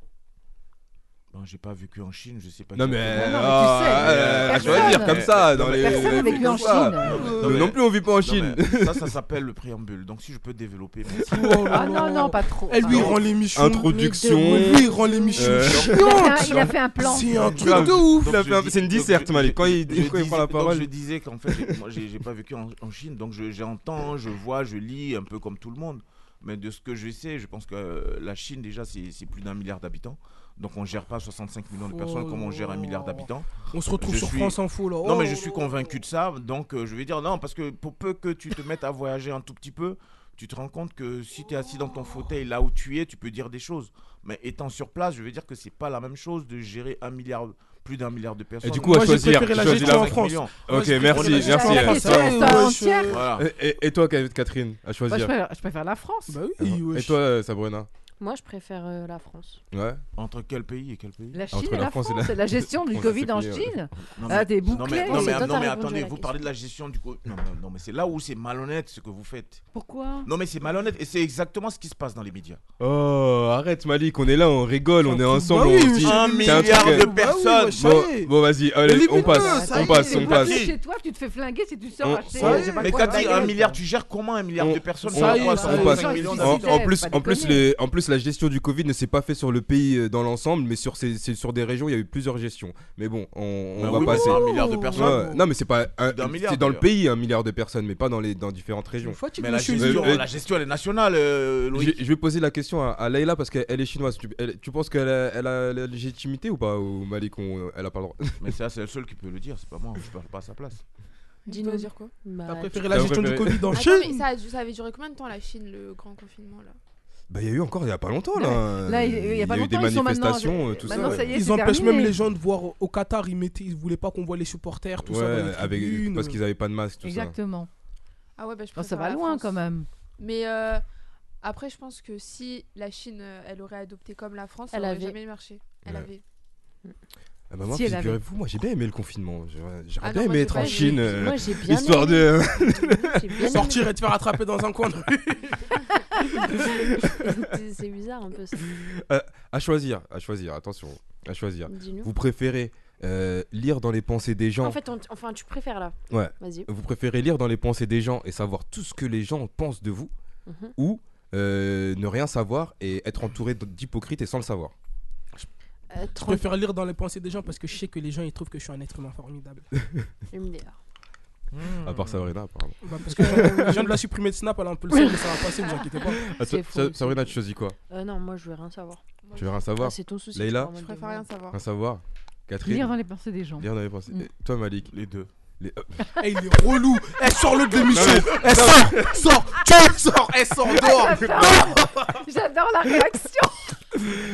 Speaker 4: Bon, j'ai pas vécu en Chine, je sais pas.
Speaker 1: Non mais,
Speaker 4: exactement.
Speaker 2: mais tu
Speaker 1: ah,
Speaker 2: sais,
Speaker 1: euh, à
Speaker 2: personne.
Speaker 1: choisir comme ça dans les.
Speaker 2: Personne n'a vécu en
Speaker 1: comme ça.
Speaker 2: Chine.
Speaker 1: Nous
Speaker 4: Non,
Speaker 1: non,
Speaker 4: mais-
Speaker 1: plus on vit pas en
Speaker 4: Non,
Speaker 1: Chine.
Speaker 4: mais ça, ça s'appelle le préambule. Donc, si je peux développer, merci.
Speaker 5: Oh là
Speaker 2: Ah non,
Speaker 5: là.
Speaker 2: non, pas trop.
Speaker 5: Eh, lui, il
Speaker 2: Ah,
Speaker 5: rend l'émission.
Speaker 1: Introduction.
Speaker 5: Lui, il rend l'émission
Speaker 1: Euh,
Speaker 2: il, a fait un-
Speaker 5: chiante.
Speaker 2: il a fait un plan.
Speaker 5: C'est un truc
Speaker 1: Grave.
Speaker 5: de ouf.
Speaker 4: Donc,
Speaker 1: Il a
Speaker 4: je
Speaker 1: fait un-
Speaker 4: dis-
Speaker 1: C'est une
Speaker 4: donc,
Speaker 1: disserte,
Speaker 4: je-
Speaker 1: Malik. Quand il,
Speaker 4: je
Speaker 1: quand il prend
Speaker 4: disais-
Speaker 1: la
Speaker 4: donc,
Speaker 1: parole.
Speaker 4: je disais qu'en fait, j'ai- moi, j'ai j'ai pas vécu en, en Chine, donc je- j'entends, je vois, je lis un peu comme tout le monde. Mais de ce que je sais, je pense que euh, la Chine, déjà, c'est c'est plus d'un milliard d'habitants. Donc on gère pas 65 millions de personnes
Speaker 5: Oh
Speaker 4: comme on gère un
Speaker 5: là
Speaker 4: milliard
Speaker 5: là.
Speaker 4: d'habitants.
Speaker 5: On se retrouve
Speaker 4: Je
Speaker 5: sur
Speaker 4: suis-
Speaker 5: France Info là.
Speaker 4: Non, mais
Speaker 5: Oh
Speaker 4: je suis
Speaker 5: là
Speaker 4: convaincu de ça. Donc euh, je vais dire non, parce que pour peu que tu te mettes à voyager un tout petit peu, tu te rends compte que si tu es assis dans ton fauteuil là où tu es, tu peux dire des choses. Mais étant sur place, je veux dire que c'est pas la même chose de gérer un milliard, plus d'un milliard de personnes.
Speaker 1: Et du coup, à
Speaker 5: Moi, j'ai
Speaker 1: choisir.
Speaker 5: préféré la
Speaker 1: tu choisis
Speaker 5: gestion
Speaker 1: la-
Speaker 5: en France.
Speaker 4: Millions.
Speaker 1: Ok,
Speaker 5: j'ai
Speaker 1: merci,
Speaker 5: préféré la
Speaker 1: merci.
Speaker 5: gestion en
Speaker 1: euh,
Speaker 5: France.
Speaker 1: toi-
Speaker 5: Ouais,
Speaker 2: Toi,
Speaker 5: ouais,
Speaker 2: entière.
Speaker 5: je-
Speaker 4: Voilà.
Speaker 1: Et- et- Et toi, Catherine, à
Speaker 2: Moi, je,
Speaker 1: choisir.
Speaker 2: préfère, je préfère la France.
Speaker 5: Bah oui,
Speaker 1: Et
Speaker 5: wesh.
Speaker 1: toi, euh, Sabrina
Speaker 3: Moi, je préfère euh, la France.
Speaker 1: Ouais.
Speaker 4: Entre quel pays et quel pays
Speaker 2: La Chine
Speaker 1: Entre
Speaker 2: et la France. La... gestion du
Speaker 1: On
Speaker 2: Covid
Speaker 1: s'est
Speaker 2: en
Speaker 1: plié, ouais.
Speaker 2: Chine.
Speaker 4: non,
Speaker 2: Ah, des
Speaker 4: non, mais,
Speaker 2: bouclés.
Speaker 3: C'est
Speaker 4: non, mais,
Speaker 3: toi, t'as
Speaker 4: non,
Speaker 3: répondu
Speaker 4: mais
Speaker 3: à la
Speaker 4: attendez, vous
Speaker 3: question.
Speaker 4: parlez de la gestion du Covid. Non, non, non, mais c'est là où c'est malhonnête ce que vous faites.
Speaker 2: Pourquoi
Speaker 4: Non, mais c'est malhonnête et c'est exactement ce qui se passe dans les médias.
Speaker 1: Oh, arrête, Malik. On est là, on rigole, on est ensemble.
Speaker 5: Bah oui,
Speaker 1: on se dit-
Speaker 5: je-
Speaker 4: Un
Speaker 5: c'est
Speaker 1: un
Speaker 4: milliard
Speaker 1: truc, euh,
Speaker 4: de
Speaker 5: Bah oui,
Speaker 4: personnes.
Speaker 5: wesh, ça
Speaker 1: Bon,
Speaker 5: y est.
Speaker 1: bon, vas-y, allez, on
Speaker 5: limite-le,
Speaker 1: passe,
Speaker 5: ça y
Speaker 1: on
Speaker 5: est,
Speaker 1: passe,
Speaker 5: c'est
Speaker 1: on
Speaker 2: Toi,
Speaker 1: passe.
Speaker 2: tu es chez toi, tu te fais flinguer si tu
Speaker 1: On-
Speaker 2: sors acheter.
Speaker 5: ça y est.
Speaker 2: j'ai pas
Speaker 4: mais
Speaker 2: quoi
Speaker 4: quand
Speaker 2: de
Speaker 4: dit
Speaker 2: baguette.
Speaker 4: un milliard, tu gères comment un milliard
Speaker 1: On-
Speaker 4: de personnes
Speaker 5: on-
Speaker 4: sur
Speaker 5: ça y est,
Speaker 4: quoi,
Speaker 5: ça y est,
Speaker 4: 135
Speaker 1: ça y
Speaker 2: est. Ils
Speaker 4: millions
Speaker 1: En,
Speaker 2: sont
Speaker 4: d'habitants
Speaker 1: en
Speaker 2: pas
Speaker 1: plus, en plus,
Speaker 2: déconner.
Speaker 1: les, en plus, la gestion du Covid ne s'est pas faite sur le pays euh, dans l'ensemble, mais sur, ces, c'est sur des régions, il y a eu plusieurs gestions. Mais bon, on, on
Speaker 4: Bah
Speaker 1: va
Speaker 4: oui, mais
Speaker 1: passer.
Speaker 4: c'est un milliard de
Speaker 5: Ouais.
Speaker 4: personnes.
Speaker 1: Ouais, non, mais c'est pas. un-
Speaker 4: D'un milliard,
Speaker 1: c'est dans le
Speaker 4: d'ailleurs.
Speaker 1: pays un milliard de personnes, mais pas dans, les, dans différentes régions.
Speaker 5: Une fois, tu
Speaker 4: Mais
Speaker 5: me
Speaker 4: la
Speaker 5: suis
Speaker 1: suis-
Speaker 4: gestion,
Speaker 1: Euh,
Speaker 4: la gestion, elle est nationale, euh,
Speaker 1: Je,
Speaker 4: Loïc.
Speaker 1: je vais poser la question à, à Leïla parce qu'elle elle est chinoise. Tu, elle- tu penses qu'elle a, elle a la légitimité ou pas Ou Malik, on- elle a pas le droit
Speaker 4: Mais ça, c'est le seul qui peut le dire, c'est pas moi, je parle pas à sa place.
Speaker 6: Tu dois dire quoi
Speaker 3: Bah,
Speaker 5: T'as
Speaker 3: tu-
Speaker 5: préféré la
Speaker 1: T'as
Speaker 5: gestion du
Speaker 1: préféré-
Speaker 5: Covid en
Speaker 6: Attends, mais
Speaker 5: Chine
Speaker 6: ça, a dû- ça avait duré combien de temps la Chine, le grand confinement là
Speaker 1: Bah, il y a eu encore il y a pas longtemps là.
Speaker 2: Là, il- il y a pas
Speaker 1: eu des
Speaker 2: longtemps, ils sont maintenant- bah
Speaker 1: manifestations, euh, tout
Speaker 2: Maintenant,
Speaker 1: ça.
Speaker 2: ça y est,
Speaker 5: Ils
Speaker 2: c'est
Speaker 5: empêchent
Speaker 2: terminé.
Speaker 5: même les gens de voir au- au Qatar. Ils mettaient, ils voulaient pas qu'on voit les supporters, tout ça. dans
Speaker 1: ouais,
Speaker 5: les
Speaker 1: avec-
Speaker 5: tribunes.
Speaker 1: parce qu'ils avaient pas de masque, tout ça.
Speaker 2: Exactement.
Speaker 6: Ah ouais, bah je
Speaker 2: Non, ça
Speaker 6: préfère
Speaker 2: va
Speaker 6: la
Speaker 2: loin
Speaker 6: France.
Speaker 2: quand même.
Speaker 6: Mais euh, après, je pense que si la Chine, euh, elle aurait adopté comme la France,
Speaker 3: Elle
Speaker 6: ça aurait
Speaker 3: avait.
Speaker 6: jamais marché. Elle
Speaker 1: Ouais.
Speaker 6: avait.
Speaker 1: Ah bah moi,
Speaker 2: Si elle avait-
Speaker 1: figurez-vous, moi j'ai bien aimé le confinement. J'aurais j'aurais
Speaker 6: Ah
Speaker 1: bien
Speaker 6: non, moi,
Speaker 1: aimé
Speaker 6: j'ai
Speaker 1: être
Speaker 6: pas
Speaker 1: en
Speaker 6: aimé.
Speaker 1: Chine, euh,
Speaker 3: Moi, j'ai bien
Speaker 1: histoire
Speaker 3: aimé.
Speaker 1: de.
Speaker 3: J'ai bien aimé.
Speaker 5: sortir et te faire attraper dans un coin. de rue.
Speaker 3: C'est- C'est bizarre un peu ça.
Speaker 1: À choisir, à choisir, attention, à choisir.
Speaker 3: Dis-nous.
Speaker 1: Vous préférez euh, lire dans les pensées des gens
Speaker 3: En fait, on t- enfin, tu préfères là.
Speaker 1: Ouais.
Speaker 3: Vas-y.
Speaker 1: Vous préférez lire dans les pensées des gens et savoir tout ce que les gens pensent de vous
Speaker 3: Mhm.
Speaker 1: ou euh, ne rien savoir et être entouré d- d'hypocrites et sans le savoir
Speaker 3: Euh,
Speaker 5: Je
Speaker 3: 30
Speaker 5: préfère lire dans les pensées des gens parce que je sais que les gens ils trouvent que je suis un être humain formidable.
Speaker 3: MDR.
Speaker 5: Hmm.
Speaker 1: À part Sabrina, apparemment.
Speaker 5: Bah, parce que je viens de la supprimer de Snap, elle a un peu le seum, mais ça va passer, vous inquiétez pas.
Speaker 3: C'est
Speaker 1: Ah, toi-
Speaker 3: faux,
Speaker 1: Sa-
Speaker 3: c'est
Speaker 1: Sabrina,
Speaker 3: faux.
Speaker 1: tu choisis quoi
Speaker 3: Euh, non, moi, je veux rien savoir.
Speaker 6: Moi,
Speaker 1: Tu veux rien
Speaker 3: Ah,
Speaker 1: savoir
Speaker 3: c'est ton souci.
Speaker 1: Leïla
Speaker 6: je préfère rien savoir.
Speaker 1: Rien savoir Catherine
Speaker 2: Lire dans les pensées des gens.
Speaker 1: Lire dans les pensées.
Speaker 2: Mm.
Speaker 1: Et Toi, Malik
Speaker 4: Les deux.
Speaker 1: les- euh,
Speaker 5: Eh, il est relou. Eh, sors-le de l'émission.
Speaker 1: Non,
Speaker 5: Eh, sors, sors,
Speaker 2: Ah,
Speaker 5: tu sors, eh, sors dehors.
Speaker 2: J'adore la réaction.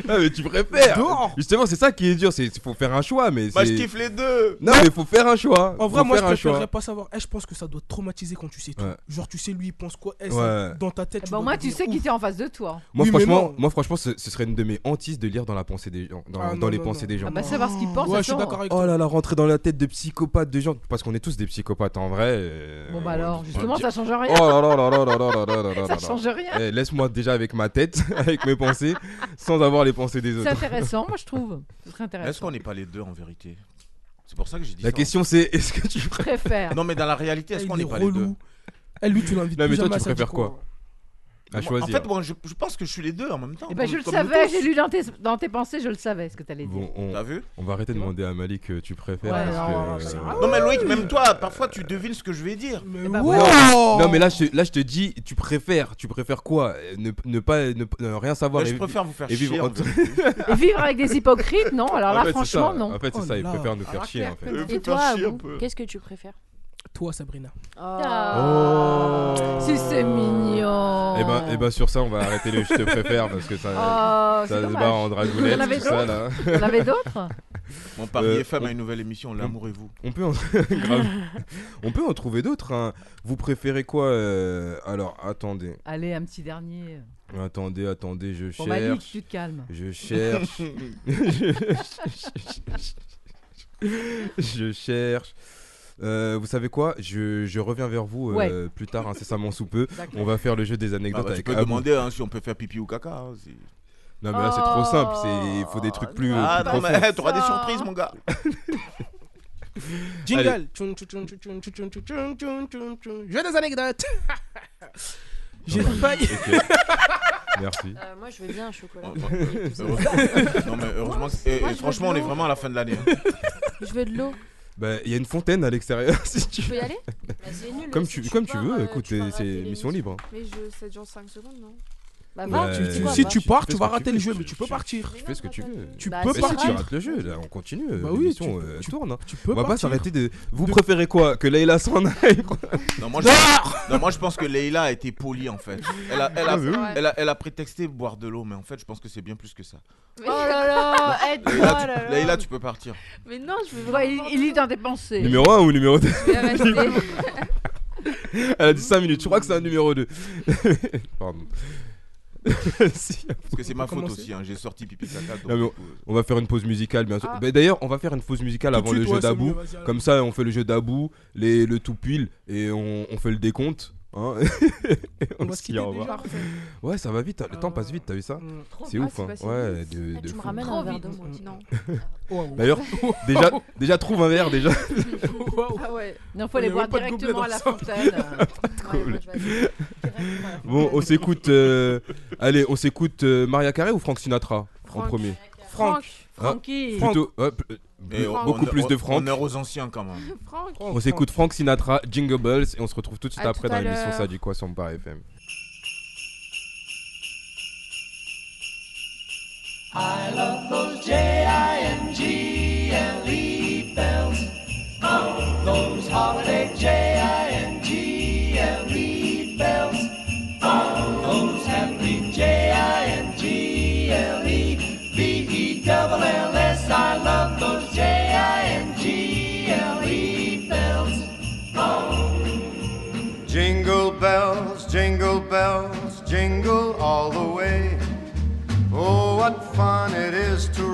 Speaker 1: Ah, mais tu préfères
Speaker 5: Dehors.
Speaker 1: Justement, c'est ça qui est dur, c'est faut faire un choix, mais
Speaker 4: Bah, je
Speaker 1: c'est-
Speaker 4: kiffe les deux
Speaker 1: Non, mais faut faire un choix.
Speaker 5: En vrai,
Speaker 1: faut
Speaker 5: moi, je
Speaker 1: faire un choix.
Speaker 5: préférerais pas savoir. Eh, je pense que ça doit te traumatiser quand tu sais tout.
Speaker 1: Ouais.
Speaker 5: Genre, tu sais, lui, il pense quoi Eh, ben, ça,
Speaker 1: Ouais.
Speaker 5: dans ta tête.
Speaker 2: Bah, au
Speaker 5: dois
Speaker 2: moins, tu
Speaker 5: devenir
Speaker 2: sais qui
Speaker 5: ouf.
Speaker 2: t'es en face de toi.
Speaker 1: Moi,
Speaker 5: Oui, mais
Speaker 1: franchement,
Speaker 5: non.
Speaker 1: moi, franchement, ce, ce serait une de mes hantises de lire dans la pensée des gens, dans,
Speaker 5: Ah,
Speaker 1: dans
Speaker 5: non,
Speaker 1: les
Speaker 5: non,
Speaker 1: pensées
Speaker 5: non.
Speaker 1: des gens.
Speaker 2: Ah bah, savoir ce qu'ils pensent.
Speaker 5: Ouais,
Speaker 2: ça
Speaker 5: je suis
Speaker 2: sent.
Speaker 5: d'accord avec toi.
Speaker 1: Oh là là, rentrer dans la tête de psychopathes, de gens, parce qu'on est tous des psychopathes en vrai. euh,
Speaker 2: Bon,
Speaker 1: on-
Speaker 2: bah alors,
Speaker 1: on-
Speaker 2: justement,
Speaker 1: on-
Speaker 2: ça change rien.
Speaker 1: Oh là là là là là là là là là là
Speaker 2: Ça
Speaker 1: là.
Speaker 2: change rien.
Speaker 1: Eh, Laisse-moi déjà avec ma tête, avec mes pensées, sans avoir les pensées des
Speaker 2: C'est
Speaker 1: autres.
Speaker 2: intéressant, moi, je trouve. Ce serait
Speaker 4: Mais Est-ce
Speaker 2: intéressant.
Speaker 4: qu'on n'est pas les deux en vérité C'est pour ça que j'ai dit
Speaker 1: La
Speaker 4: ça.
Speaker 1: question c'est est-ce que tu
Speaker 2: Je
Speaker 1: préfères
Speaker 2: préfère.
Speaker 4: Non, mais dans la réalité, est-ce
Speaker 5: Eh,
Speaker 4: qu'on
Speaker 5: il
Speaker 4: n'est
Speaker 5: est
Speaker 4: pas les deux
Speaker 5: relou. Eh, lui, tu l'invites.
Speaker 1: Non, mais
Speaker 5: plus
Speaker 1: toi,
Speaker 5: jamais
Speaker 1: tu
Speaker 5: à sa
Speaker 1: préfères
Speaker 5: disco.
Speaker 1: À
Speaker 4: Moi, En
Speaker 1: choisir.
Speaker 4: fait, moi, je, je pense que je suis les deux en même temps.
Speaker 2: Eh ben,
Speaker 4: comme-
Speaker 2: je le
Speaker 4: comme
Speaker 2: savais,
Speaker 4: tous.
Speaker 2: j'ai lu dans tes, dans tes pensées, je le savais ce que t'allais dire.
Speaker 1: Bon, on,
Speaker 4: T'as vu
Speaker 1: on va arrêter de demander à Malik euh, tu préfères.
Speaker 2: Ouais,
Speaker 1: parce
Speaker 5: non,
Speaker 1: que,
Speaker 5: non,
Speaker 1: euh,
Speaker 4: Non, mais Loïc, même toi, parfois tu devines ce que je vais dire.
Speaker 5: Mais
Speaker 2: Eh ben,
Speaker 5: wow
Speaker 2: voilà.
Speaker 1: Non mais là je, te- là je te dis tu préfères tu préfères quoi Euh, ne, ne pas ne, ne rien savoir
Speaker 4: Mais je
Speaker 1: et-
Speaker 4: préfère vous faire
Speaker 1: et vivre
Speaker 4: chier. en
Speaker 1: entre-
Speaker 4: fait.
Speaker 2: Et vivre avec des hypocrites, non. Alors
Speaker 1: En
Speaker 2: là,
Speaker 1: fait, Ah, c'est
Speaker 2: franchement,
Speaker 1: ça.
Speaker 2: non.
Speaker 1: En fait c'est
Speaker 5: Oh
Speaker 1: ça ils
Speaker 5: là.
Speaker 1: préfèrent nous faire
Speaker 2: Alors,
Speaker 1: chier en
Speaker 2: clair que
Speaker 1: fait.
Speaker 4: Euh,
Speaker 3: Et
Speaker 4: faites
Speaker 3: toi,
Speaker 4: un chier un
Speaker 3: vous,
Speaker 4: peu.
Speaker 3: qu'est-ce que tu préfères
Speaker 5: Toi, Sabrina.
Speaker 3: Ah.
Speaker 2: Si c'est mignon.
Speaker 1: Et ben et ben sur ça on va arrêter le je te préfère parce que ça
Speaker 2: Oh,
Speaker 1: ça
Speaker 2: c'est
Speaker 1: se
Speaker 2: dommage.
Speaker 1: barre en dragoulette
Speaker 2: Vous en avez
Speaker 1: tout ça là.
Speaker 2: Vous en avez d'autres
Speaker 4: Mon pari
Speaker 1: Euh,
Speaker 4: FM
Speaker 1: on-
Speaker 4: a une nouvelle émission, L'amour et vous.
Speaker 1: On peut en... grave. on peut en trouver d'autres hein. Vous préférez quoi euh, alors attendez
Speaker 2: Allez, un petit dernier.
Speaker 1: attendez attendez je
Speaker 2: Bon, Malik,
Speaker 1: cherche
Speaker 2: tu te calmes.
Speaker 1: je cherche je cherche Euh, vous savez quoi je, je reviens vers vous euh, plus tard incessamment sous peu
Speaker 2: D'accord.
Speaker 1: On va faire le jeu des
Speaker 4: Ah
Speaker 1: anecdotes
Speaker 4: bah, tu
Speaker 1: avec
Speaker 4: peux
Speaker 1: Abou.
Speaker 4: demander hein, si on peut faire pipi ou caca. hein, si-
Speaker 1: Non mais là c'est trop simple, c'est il faut des trucs plus.
Speaker 4: Ah
Speaker 1: plus
Speaker 4: non,
Speaker 1: profonds.
Speaker 4: mais t'auras des surprises, mon gars.
Speaker 1: Allez.
Speaker 5: Jingle Tchoun, tchoun, tchoun, tchoun, tchoun, tchoun, tchoun, tchoun, tchoun. J'ai des anecdotes J'ai
Speaker 1: Non, mais-
Speaker 5: failli
Speaker 1: Ok. Merci.
Speaker 3: Euh, Moi, je veux bien un chocolat.
Speaker 4: Ouais, ouais.
Speaker 3: Et tout ça.
Speaker 4: Heureusement- non, mais heureusement, c'est- et-
Speaker 3: Moi,
Speaker 4: et
Speaker 3: je
Speaker 4: franchement, on
Speaker 3: veux de
Speaker 4: est
Speaker 3: l'eau.
Speaker 4: vraiment à la fin de l'année. hein.
Speaker 3: Je veux de l'eau.
Speaker 1: Bah il y a une fontaine à l'extérieur si tu.
Speaker 3: Tu peux y
Speaker 1: veux.
Speaker 3: aller Bah, c'est nul,
Speaker 1: Comme
Speaker 3: si
Speaker 1: tu comme tu
Speaker 3: pars,
Speaker 1: veux,
Speaker 3: euh,
Speaker 1: écoute
Speaker 3: tu vas
Speaker 1: c'est-
Speaker 3: rater
Speaker 1: c'est
Speaker 3: l'émission.
Speaker 1: mission libre. hein.
Speaker 6: Mais je, ça dure 5 secondes, non
Speaker 3: Bah,
Speaker 1: Ouais,
Speaker 3: va, tu-
Speaker 1: euh,
Speaker 3: tu vois,
Speaker 5: Si
Speaker 3: va.
Speaker 5: tu pars,
Speaker 1: fais
Speaker 5: tu
Speaker 1: ce
Speaker 5: vas
Speaker 1: que
Speaker 5: rater le jeu,
Speaker 1: veux,
Speaker 5: mais tu peux partir.
Speaker 1: Tu fais ce que tu veux.
Speaker 5: Bah, Tu
Speaker 3: Bah,
Speaker 5: peux
Speaker 3: si,
Speaker 1: Mais si tu
Speaker 5: partir.
Speaker 3: rates.
Speaker 1: rates le jeu là, on continue.
Speaker 5: Bah
Speaker 1: euh,
Speaker 5: oui,
Speaker 1: l'émission,
Speaker 5: tu-
Speaker 1: euh,
Speaker 5: tu-
Speaker 1: tourne. hein.
Speaker 5: Tu peux
Speaker 1: On va pas
Speaker 5: partir.
Speaker 1: s'arrêter de. Vous préférez quoi Que Leïla s'en aille quoi
Speaker 4: Non, moi,
Speaker 1: Ah
Speaker 4: je, non, moi, je pense que Leïla a été polie en fait. Elle a, elle, a,
Speaker 6: oui.
Speaker 4: elle, a, elle a prétexté boire de l'eau, mais en fait, je pense que c'est bien plus que ça.
Speaker 6: mais,
Speaker 3: Oh là là, aide-toi
Speaker 4: Leïla,
Speaker 3: là
Speaker 4: tu,
Speaker 3: là.
Speaker 4: Leïla, tu peux partir.
Speaker 6: mais non, je veux
Speaker 2: Ouais, il, il lit dans tes pensées.
Speaker 1: Numéro 1 ou numéro 2
Speaker 6: Je vais rester.
Speaker 1: Elle a dit 5 minutes, je crois que c'est un numéro 2. Pardon. Si.
Speaker 4: Parce que c'est ma faute
Speaker 5: commencer
Speaker 4: aussi, hein, j'ai sorti pipi caca. donc,
Speaker 1: Non, Ah, mais
Speaker 4: euh, du coup,
Speaker 1: On va faire une pause musicale, bien sûr.
Speaker 3: Ah.
Speaker 1: Bah, D'ailleurs, on va faire une pause musicale
Speaker 5: Tout de
Speaker 1: avant
Speaker 5: suite,
Speaker 1: le jeu
Speaker 5: ouais, c'est mieux,
Speaker 1: d'Abou.
Speaker 5: vas-y, alors.
Speaker 1: Comme ça, on fait le jeu d'Abou, les- le tout pile, et on, on fait le décompte. hein. Et
Speaker 5: On va se
Speaker 1: se dit
Speaker 5: quitter
Speaker 1: au revoir.
Speaker 5: déjà.
Speaker 1: Ouais, ça va vite, hein. le temps passe vite, t'as vu ça
Speaker 5: Mm.
Speaker 1: C'est
Speaker 6: Ah,
Speaker 1: ouf,
Speaker 6: c'est
Speaker 1: hein.
Speaker 6: passé
Speaker 1: Ouais,
Speaker 6: vite.
Speaker 1: de,
Speaker 3: Eh,
Speaker 1: de
Speaker 3: Tu me
Speaker 1: fou.
Speaker 3: ramènes
Speaker 6: Trop
Speaker 3: un verre
Speaker 6: vite.
Speaker 3: d'eau, moi aussi.
Speaker 6: Non.
Speaker 5: Waouh.
Speaker 1: D'ailleurs, déjà, déjà, trouve un verre, déjà.
Speaker 5: Waouh.
Speaker 6: Ah ouais.
Speaker 2: Non, faut
Speaker 5: Il y
Speaker 2: aller boire
Speaker 5: avait pas de gobelet
Speaker 2: directement
Speaker 5: dans
Speaker 2: à la
Speaker 5: ça.
Speaker 2: fontaine. Euh,
Speaker 3: Ouais, moi, je vais aller.
Speaker 1: Bon, on s'écoute. euh, Allez, on s'écoute euh, Maria Carré ou Frank Sinatra en
Speaker 6: Frank.
Speaker 1: premier
Speaker 5: Franck.
Speaker 2: Francky.
Speaker 5: Franck.
Speaker 1: Plutôt, ouais, p-
Speaker 4: et on-
Speaker 1: beaucoup
Speaker 4: on-
Speaker 1: plus de Franck.
Speaker 4: Honneur aux anciens quand même.
Speaker 6: Franck.
Speaker 1: On s'écoute Frank Sinatra, Jingle Bells, et on se retrouve tout de suite
Speaker 6: À
Speaker 1: après
Speaker 6: tout
Speaker 1: dans
Speaker 6: à
Speaker 1: l'émission
Speaker 6: l'heure.
Speaker 1: Ça dit quoi sur Bar FM.
Speaker 7: E E E E
Speaker 10: Jingle bells, jingle bells, jingle all the way. Oh, what fun it is to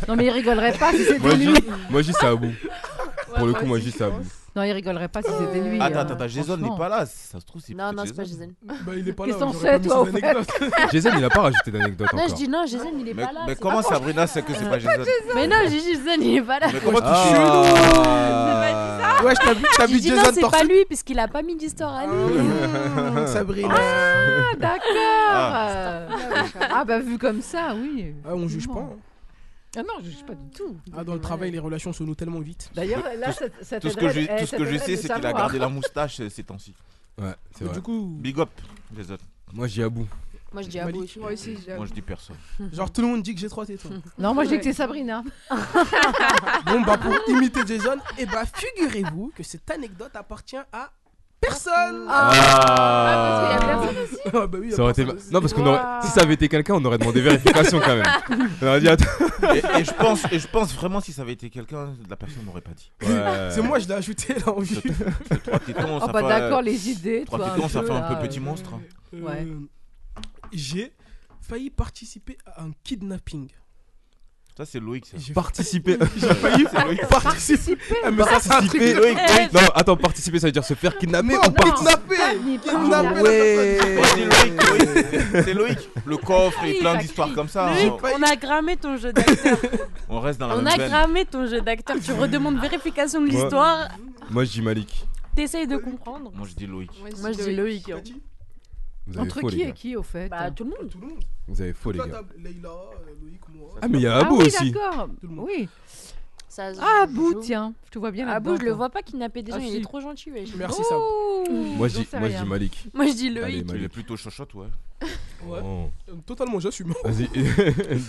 Speaker 2: Non, mais il rigolerait pas si
Speaker 1: Moi,
Speaker 2: c'était
Speaker 1: je
Speaker 2: lui.
Speaker 1: dis- moi, je dis c'est à bout. Pour le coup, moi, je dis c'est à bout.
Speaker 2: Non, il rigolerait pas si c'était lui.
Speaker 4: Attends,
Speaker 2: hein,
Speaker 4: attends, attends, Jason n'est
Speaker 2: franchement.
Speaker 4: pas là. Ça se trouve, c'est
Speaker 3: Non,
Speaker 4: peut-être
Speaker 3: non, c'est pas Jason.
Speaker 5: Bah, il est pas là.
Speaker 2: Qu'est-ce qu'on
Speaker 5: j'aurais
Speaker 2: sait,
Speaker 5: pas mis
Speaker 2: toi,
Speaker 5: ses
Speaker 2: au fait
Speaker 5: anecdotes.
Speaker 1: Jason, il a pas rajouté d'anecdote
Speaker 3: Non, je
Speaker 1: encore.
Speaker 3: dis non, Jason, il est
Speaker 4: Mais,
Speaker 3: pas là.
Speaker 4: mais
Speaker 3: c'est
Speaker 4: comment
Speaker 3: pas
Speaker 4: ça, Brina, c'est que c'est pas Jason
Speaker 3: possible. Mais non, j'ai dit Jason, il est pas là.
Speaker 4: Mais comment tu
Speaker 1: Ah.
Speaker 4: sais
Speaker 5: Ouais, t'as vu, t'as
Speaker 3: J'ai
Speaker 5: vu
Speaker 3: dit non,
Speaker 5: Jason
Speaker 3: c'est pas
Speaker 5: torse.
Speaker 3: lui, puisqu'il a pas mis d'histoire à lui.
Speaker 5: Mmh, Sabrina.
Speaker 2: Ah, d'accord. Ah, bah, vu comme ça, oui.
Speaker 5: Ah, on juge pas.
Speaker 2: Effectivement.
Speaker 5: hein.
Speaker 2: Ah non, je juge pas du tout.
Speaker 5: Ah, dans le travail, les relations se nouent tellement vite.
Speaker 2: D'ailleurs, là, ça, ça
Speaker 4: Tout ce que
Speaker 2: t'aiderait-
Speaker 4: je,
Speaker 2: eh,
Speaker 4: tout ce
Speaker 2: ça
Speaker 4: que je
Speaker 2: t'aiderait
Speaker 4: sais,
Speaker 2: de
Speaker 4: c'est qu'il a
Speaker 2: savoir.
Speaker 4: gardé la moustache euh, ces temps-ci.
Speaker 1: Ouais, c'est
Speaker 5: Mais
Speaker 1: vrai.
Speaker 5: Du coup,
Speaker 4: Big up, Jason.
Speaker 1: Moi, je dis à bout.
Speaker 3: Moi, je dis à
Speaker 5: Malik.
Speaker 3: vous aussi.
Speaker 6: Moi aussi, j'ai-
Speaker 4: Moi, je dis personne.
Speaker 5: genre, tout le monde dit que j'ai trois tétons.
Speaker 2: Non, moi, je dis que c'est Sabrina.
Speaker 5: Bon, bah, pour imiter Jason, et bah, figurez-vous que cette anecdote appartient à personne.
Speaker 6: Ah, parce qu'il y a personne aussi.
Speaker 5: Ah, bah oui,
Speaker 1: Ça aurait été...
Speaker 5: personne.
Speaker 1: Non, parce qu'on aurait... si ça avait été quelqu'un, on aurait demandé vérification quand même. On aurait dit attends.
Speaker 4: Et, et je pense, et je pense vraiment, si ça avait été quelqu'un, la personne n'aurait pas dit.
Speaker 5: C'est moi, je l'ai ajouté là en vue.
Speaker 4: Trois tétons,
Speaker 2: Oh,
Speaker 4: ça
Speaker 2: bah,
Speaker 4: fait, euh,
Speaker 2: d'accord, les idées.
Speaker 4: trois
Speaker 2: toi,
Speaker 4: tétons, ça
Speaker 2: peu,
Speaker 4: fait un
Speaker 2: là,
Speaker 4: peu petit
Speaker 2: euh,
Speaker 4: monstre. hein.
Speaker 2: Ouais.
Speaker 5: Euh, J'ai failli participer à un kidnapping.
Speaker 4: Ça, c'est Loïc, ça.
Speaker 5: J'ai
Speaker 1: Participer.
Speaker 5: j'ai failli participer. Ah, mais ça, c'est un truc de-
Speaker 1: non, attends, participer, ça veut dire se faire kidnapper.
Speaker 5: Non,
Speaker 1: ou
Speaker 2: Ah,
Speaker 5: kidnapper
Speaker 2: Ni pas, ni
Speaker 5: Kidnapper
Speaker 2: là.
Speaker 5: la personne.
Speaker 4: Ouais, Oh, c'est Loïc, Loïc. C'est Loïc. Le coffre et plein d'histoires comme
Speaker 1: Ah,
Speaker 4: ça.
Speaker 3: Loïc,
Speaker 4: On,
Speaker 3: on a grammé ton jeu d'acteur.
Speaker 4: on reste dans la
Speaker 3: on
Speaker 4: même
Speaker 3: a
Speaker 4: veine.
Speaker 3: grammé ton jeu d'acteur. Tu redemandes vérification de
Speaker 1: Ouais.
Speaker 3: l'histoire.
Speaker 1: Moi, je dis Malik.
Speaker 3: T'essayes de comprendre.
Speaker 4: Moi, je dis Loïc.
Speaker 3: Moi, je dis Loïc. hein.
Speaker 5: T'as dit
Speaker 1: Vous avez
Speaker 2: Entre
Speaker 1: faux,
Speaker 2: qui
Speaker 1: les
Speaker 2: et
Speaker 1: gars.
Speaker 2: qui, au fait
Speaker 3: Bah, tout le monde.
Speaker 5: Tout le monde.
Speaker 1: Vous avez faux, les
Speaker 5: Toute la
Speaker 1: gars.
Speaker 5: table, Leïla, euh, Loïc, moi.
Speaker 1: Ah, mais il y a
Speaker 2: Ah
Speaker 1: Abou
Speaker 2: oui,
Speaker 1: aussi.
Speaker 2: d'accord.
Speaker 5: Tout le monde.
Speaker 2: Oui.
Speaker 3: Ça se
Speaker 2: Ah,
Speaker 3: joue. Ah,
Speaker 2: Abou, tiens. Je te vois bien Oh, là-dedans,
Speaker 3: Abou, je le
Speaker 2: toi.
Speaker 3: vois pas kidnapper des gens.
Speaker 2: Ah,
Speaker 3: Il
Speaker 2: si.
Speaker 3: est trop gentil. wesh.
Speaker 5: Merci, ça.
Speaker 1: Moi, je
Speaker 2: J'en
Speaker 1: dis
Speaker 2: sais
Speaker 1: moi, je
Speaker 2: rien.
Speaker 1: dis Malik.
Speaker 3: Moi, je dis
Speaker 1: Allez,
Speaker 3: Loïc.
Speaker 4: Il est
Speaker 1: Malik.
Speaker 4: plutôt chochotte, ouais.
Speaker 5: Ouais.
Speaker 1: Oh.
Speaker 5: Euh, Totalement, j'assume.
Speaker 1: Vas-y.